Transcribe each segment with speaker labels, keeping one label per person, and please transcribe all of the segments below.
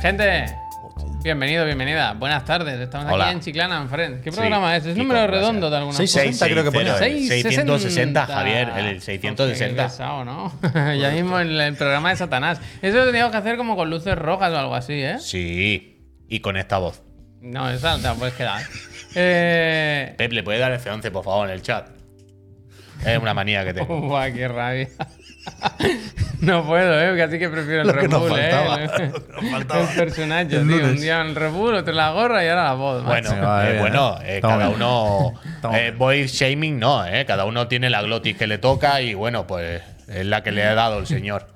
Speaker 1: Gente, bienvenido, bienvenida. Buenas tardes. Estamos
Speaker 2: Hola.
Speaker 1: aquí en Chiclana en Friends. ¿Qué
Speaker 2: Sí,
Speaker 1: programa es? Es
Speaker 2: chicos,
Speaker 1: número
Speaker 2: gracias.
Speaker 1: redondo de alguna
Speaker 3: 660 creo que ponía.
Speaker 2: 660, Javier, el 660.
Speaker 1: Qué pesado, ¿no? ya mismo en el programa de Satanás. Eso lo teníamos que hacer como con luces rojas o algo así, ¿eh?
Speaker 2: Sí, y con esta voz.
Speaker 1: No, esa te la puedes quedar. Eh.
Speaker 2: Pep, ¿le puede dar F11, por favor, en el chat? Es una manía que tengo.
Speaker 1: Buah, qué rabia. no puedo, ¿eh? Casi que prefiero el
Speaker 3: Lo que
Speaker 1: Red
Speaker 3: nos
Speaker 1: Bull,
Speaker 3: faltaba,
Speaker 1: ¿eh?
Speaker 3: lo que nos faltaba.
Speaker 1: El personaje,
Speaker 3: El
Speaker 1: tío. Un
Speaker 3: lunes.
Speaker 1: día el Red Bull, otro la gorra y ahora la voz. macho.
Speaker 2: Bueno,
Speaker 3: Sí, va
Speaker 2: eh,
Speaker 3: bien,
Speaker 2: bueno,
Speaker 3: ¿eh?
Speaker 2: eh,
Speaker 3: Estamos
Speaker 2: cada
Speaker 3: bien.
Speaker 2: uno.
Speaker 3: Estamos
Speaker 2: eh,
Speaker 3: bien.
Speaker 2: voy shaming, no, ¿eh? Cada uno tiene la glotis que le toca y bueno, pues es la que le ha dado el señor.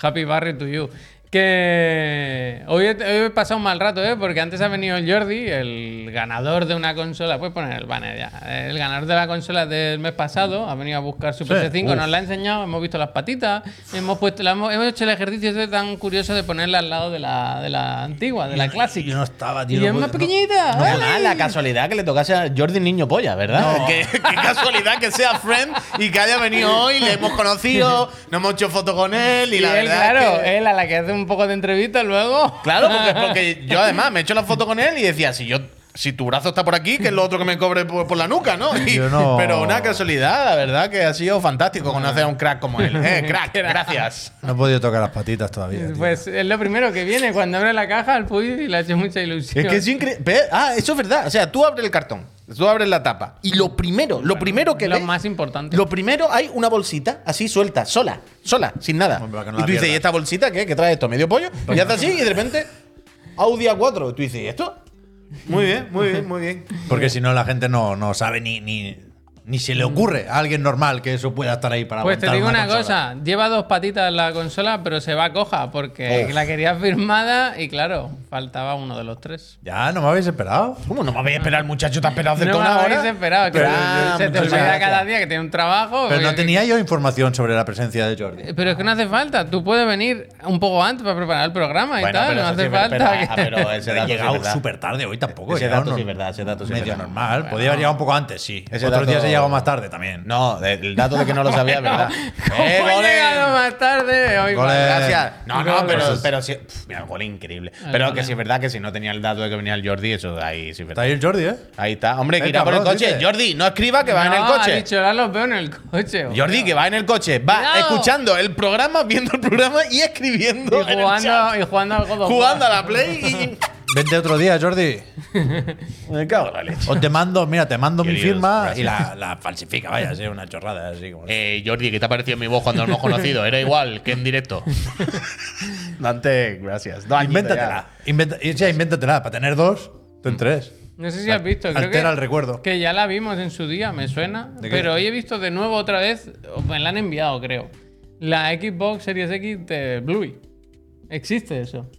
Speaker 1: Happy Barry to you. Que hoy he, hoy he pasado un mal rato, ¿eh? Porque antes ha venido el Jordi, el ganador de una consola. Puedes poner el banner ya. El ganador de la consola del mes pasado ha venido a buscar su PS5,
Speaker 3: uf.
Speaker 1: nos la ha enseñado, hemos visto las patitas, hemos puesto, la hemos, hemos hecho el ejercicio ese tan curioso de ponerla al lado de la, de la antigua, de la Classic.
Speaker 3: Yo no estaba,
Speaker 1: y
Speaker 3: tío. no
Speaker 1: es
Speaker 3: puedo-
Speaker 1: más
Speaker 3: no-
Speaker 1: pequeñita. ¡Ay!
Speaker 2: casualidad que le tocase a Jordi Niño Polla, ¿verdad? Qué, qué casualidad que sea friend y que haya venido hoy, le hemos conocido, nos hemos hecho foto con él y,
Speaker 1: Y
Speaker 2: la
Speaker 1: él,
Speaker 2: verdad. es
Speaker 1: claro, eh.
Speaker 2: que-
Speaker 1: él a la que hace un poco de entrevista luego.
Speaker 2: Claro, porque, porque yo además me he hecho la foto con él y decía, si yo si tu brazo está por aquí, que es lo otro que me cobre por, por la nuca, ¿no? Y-
Speaker 3: Yo no.
Speaker 2: Pero una casualidad, la verdad que ha sido fantástico conocer a un crack como él. Eh, crack, gracias.
Speaker 3: No he podido tocar las patitas todavía. tío.
Speaker 1: Pues es lo primero que viene cuando abre la caja al Puy y le hace mucha ilusión.
Speaker 2: Es que es increíble. Ah, eso es verdad. O sea, tú abres el cartón, tú abres la tapa y lo primero, lo primero que
Speaker 1: lo
Speaker 2: ves-
Speaker 1: más importante.
Speaker 2: Lo primero hay una bolsita así suelta, sola, sola, sin nada.
Speaker 3: Hombre, para que no
Speaker 2: y
Speaker 3: la
Speaker 2: tú dices,
Speaker 3: pierdas.
Speaker 2: ¿y esta bolsita qué? ¿Qué trae esto? ¿Medio pollo? Y hace así y de repente Audi A4. Y tú dices, ¿y esto? Muy bien, muy bien, muy bien.
Speaker 3: Porque si no, la gente no, no sabe ni, ni, ni se le ocurre a alguien normal que eso pueda estar ahí para
Speaker 1: Pues te
Speaker 3: aguantar
Speaker 1: digo una,
Speaker 3: consola.
Speaker 1: cosa, lleva dos patitas en la consola, pero se va coja porque
Speaker 2: Uf.
Speaker 1: la quería firmada y claro, faltaba uno de los tres.
Speaker 3: Ya, no me habéis esperado.
Speaker 2: ¿Cómo no me vais a esperar, muchacho? ¿Te has esperado hacer
Speaker 1: No
Speaker 2: con
Speaker 1: me
Speaker 2: ahora?
Speaker 1: habéis esperado,
Speaker 2: Pero,
Speaker 1: claro,
Speaker 2: eh,
Speaker 1: se te
Speaker 2: muchas
Speaker 1: olvida
Speaker 2: gracias.
Speaker 1: cada día que tiene un trabajo.
Speaker 3: Pero no
Speaker 1: oye,
Speaker 3: tenía yo información sobre la presencia de Jordi.
Speaker 1: que- Pero es que no hace falta, tú puedes venir un poco antes para preparar el programa y
Speaker 2: Bueno,
Speaker 1: tal,
Speaker 2: pero
Speaker 1: no
Speaker 2: eso
Speaker 1: hace
Speaker 2: sí, pero-
Speaker 1: falta.
Speaker 2: pero- ah,
Speaker 1: que-
Speaker 2: pero ese
Speaker 3: He
Speaker 2: dato sí es
Speaker 3: llegado
Speaker 2: verdad.
Speaker 3: súper tarde hoy tampoco.
Speaker 2: Ese
Speaker 3: he llegado
Speaker 2: dato sí es
Speaker 3: norm-
Speaker 2: verdad, ese dato sí es
Speaker 3: Medio
Speaker 2: verdad.
Speaker 3: normal. Podía haber llegado un poco antes, sí.
Speaker 2: Ese
Speaker 3: Otros
Speaker 2: dato-
Speaker 3: días he llegado más tarde también.
Speaker 2: No, de- el dato de que no lo sabía es verdad.
Speaker 1: ¿Cómo
Speaker 2: ¡Eh,
Speaker 1: he
Speaker 2: goles!
Speaker 1: llegado más tarde hoy?
Speaker 3: Goles.
Speaker 1: vale.
Speaker 2: Gracias. Pues No, no,
Speaker 1: Goles.
Speaker 2: pero, pero sí. Pff, mira, gol increíble.
Speaker 1: Ay,
Speaker 2: Pero
Speaker 1: vale.
Speaker 2: que sí es verdad que si no tenía el dato de que venía el Jordi, eso ahí sí es
Speaker 3: Está
Speaker 2: verdad.
Speaker 3: ahí el Jordi, ¿eh?
Speaker 2: Ahí está. Hombre, que
Speaker 3: Ahí
Speaker 2: irá
Speaker 3: está,
Speaker 2: por el
Speaker 3: bro,
Speaker 2: coche.
Speaker 3: dice.
Speaker 2: Jordi, no escriba que va en el
Speaker 1: No,
Speaker 2: coche.
Speaker 1: Ha dicho, ahora los veo en el coche.
Speaker 2: Jordi, que va en el coche, va
Speaker 1: Cuidado.
Speaker 2: escuchando el programa, viendo el programa y escribiendo. en
Speaker 1: Y
Speaker 2: el
Speaker 1: jugando,
Speaker 2: chat.
Speaker 1: y jugando al God of
Speaker 2: Jugando a
Speaker 1: War.
Speaker 2: la Play
Speaker 3: Vente otro día, Jordi.
Speaker 2: y. Me cago en la leche.
Speaker 3: O te mando, mira, te mando mi
Speaker 2: Queridos,
Speaker 3: firma
Speaker 2: gracias.
Speaker 3: y la, la falsifica, vaya, sí, una chorrada así como.
Speaker 2: Eh, Jordi, ¿qué te ha parecido mi voz cuando nos hemos conocido? Era igual que en directo. Dante, gracias. Dos añitos
Speaker 3: invéntatela.
Speaker 2: ya.
Speaker 3: Inventa, y- sí, invéntatela. Para tener dos, tú
Speaker 1: Mm.
Speaker 3: en tres.
Speaker 1: No sé si has visto. Creo
Speaker 3: Altera
Speaker 1: que,
Speaker 3: el recuerdo.
Speaker 1: Que ya la vimos en su día, me suena.
Speaker 3: ¿De qué?
Speaker 1: Pero hoy he visto de nuevo otra vez. o Me la han enviado, creo. La Xbox Series X de Bluey. Existe eso.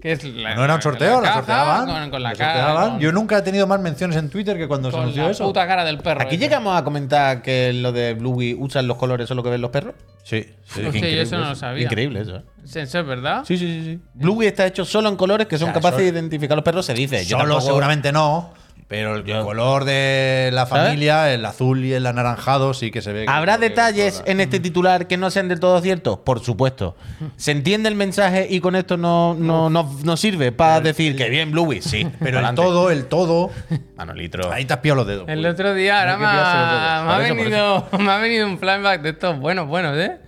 Speaker 1: Que es la-
Speaker 3: ¿No era un
Speaker 1: con
Speaker 3: sorteo? La,
Speaker 1: caja,
Speaker 3: sorteaban.
Speaker 1: Con, con la
Speaker 3: La
Speaker 1: cara.
Speaker 3: sorteaban.
Speaker 1: con-
Speaker 3: Yo nunca he tenido más menciones en Twitter que cuando se
Speaker 1: con
Speaker 3: anunció
Speaker 1: la
Speaker 3: eso.
Speaker 1: puta cara del perro.
Speaker 2: Aquí
Speaker 1: ese.
Speaker 2: llegamos a comentar que lo de Bluey usan los colores, solo que ven los perros.
Speaker 3: Sí, sí.
Speaker 1: Hostia, yo eso no lo sabía.
Speaker 2: Increíble eso. ¿eh?
Speaker 1: Eso es verdad.
Speaker 3: Sí, sí, sí. sí.
Speaker 2: Bluey está hecho solo en colores que son
Speaker 3: O sea,
Speaker 2: capaces de
Speaker 3: solo-
Speaker 2: identificar los perros, se dice. Yo
Speaker 3: Solo
Speaker 2: tampoco-
Speaker 3: seguramente no, pero el color de la
Speaker 2: ¿Sabes?
Speaker 3: familia, el azul y el anaranjado, sí que se ve. que-
Speaker 2: ¿Habrá
Speaker 3: que- que-
Speaker 2: detalles en este titular que no sean del todo ciertos? Por supuesto. ¿Se entiende el mensaje y con esto no, no, no- no sirve para decir que bien, Bluey? Sí,
Speaker 3: Pero el
Speaker 2: adelante.
Speaker 3: todo, el todo.
Speaker 2: Manolitro.
Speaker 3: Ahí te has pillado los dedos.
Speaker 1: El otro día, ahora
Speaker 3: Hay que
Speaker 1: me ha, me ha
Speaker 3: pillárselo todo.
Speaker 1: venido,
Speaker 3: Por
Speaker 1: me ha venido un flashback de estos buenos, buenos, ¿eh?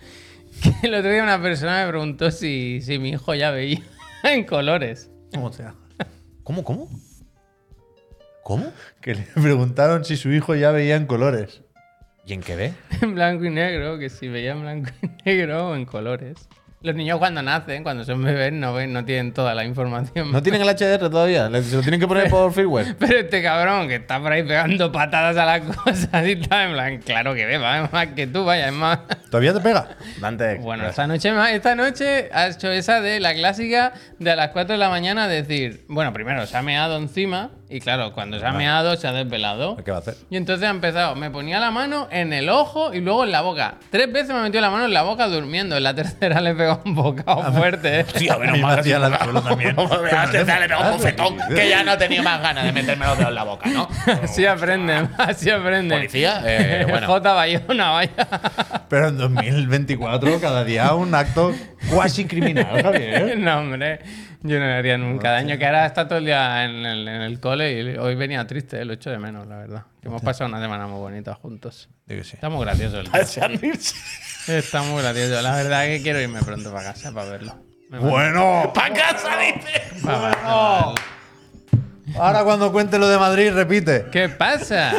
Speaker 1: Que el otro día una persona me preguntó si, si mi hijo ya veía en colores.
Speaker 3: O sea,
Speaker 2: ¿Cómo, cómo? ¿Cómo?
Speaker 3: que le preguntaron si su hijo ya veía en colores.
Speaker 2: ¿Y en qué ve?
Speaker 1: En blanco y negro, que si veía en blanco y negro o en colores. Los niños cuando nacen, cuando son bebés, no ven, no tienen toda la información.
Speaker 2: No tienen el HDR todavía. le- Se lo tienen que poner por firmware.
Speaker 1: Pero este cabrón que está por ahí pegando patadas a las cosas y está en blanco. Claro que ve, va, es más que tú, vaya, es más.
Speaker 3: ¿Todavía te pega?
Speaker 2: Dante.
Speaker 1: Bueno, esta noche, ma- esta noche ha hecho esa de la clásica de a las 4 de la mañana decir, bueno, primero se ha meado encima Y claro, cuando se ha meado, se ha desvelado.
Speaker 3: ¿Qué va a hacer?
Speaker 1: Y entonces ha empezado, me ponía la mano en el ojo y luego en la boca. Tres veces me metió la mano en la boca durmiendo. En la tercera le pegó un bocado fuerte. ¿eh?
Speaker 2: Tío,
Speaker 3: A mí me hacía la suelo también.
Speaker 2: le pegó un bofetón que ya no tenía más ganas de meterme los dedos en la boca, ¿no?
Speaker 1: Así aprenden, así aprenden.
Speaker 2: Policía, eh, bueno.
Speaker 1: J. Bayona, vaya.
Speaker 3: Pero en 2024, cada día un acto cuasi criminal, Javier.
Speaker 1: No, hombre, yo no le haría nunca daño. Que ahora está todo el día en el, en el cole y hoy venía triste, lo echo de menos, la verdad. Que hemos pasado una semana muy bonita juntos.
Speaker 3: Digo que sí.
Speaker 1: Está muy gracioso el día. Está muy gracioso. La verdad que quiero irme pronto para casa para verlo. Me va-
Speaker 3: Bueno,
Speaker 2: ¡Pa' casa, dice!
Speaker 1: me va- me va-
Speaker 3: ahora cuando cuente lo de Madrid, repite.
Speaker 1: ¿Qué pasa?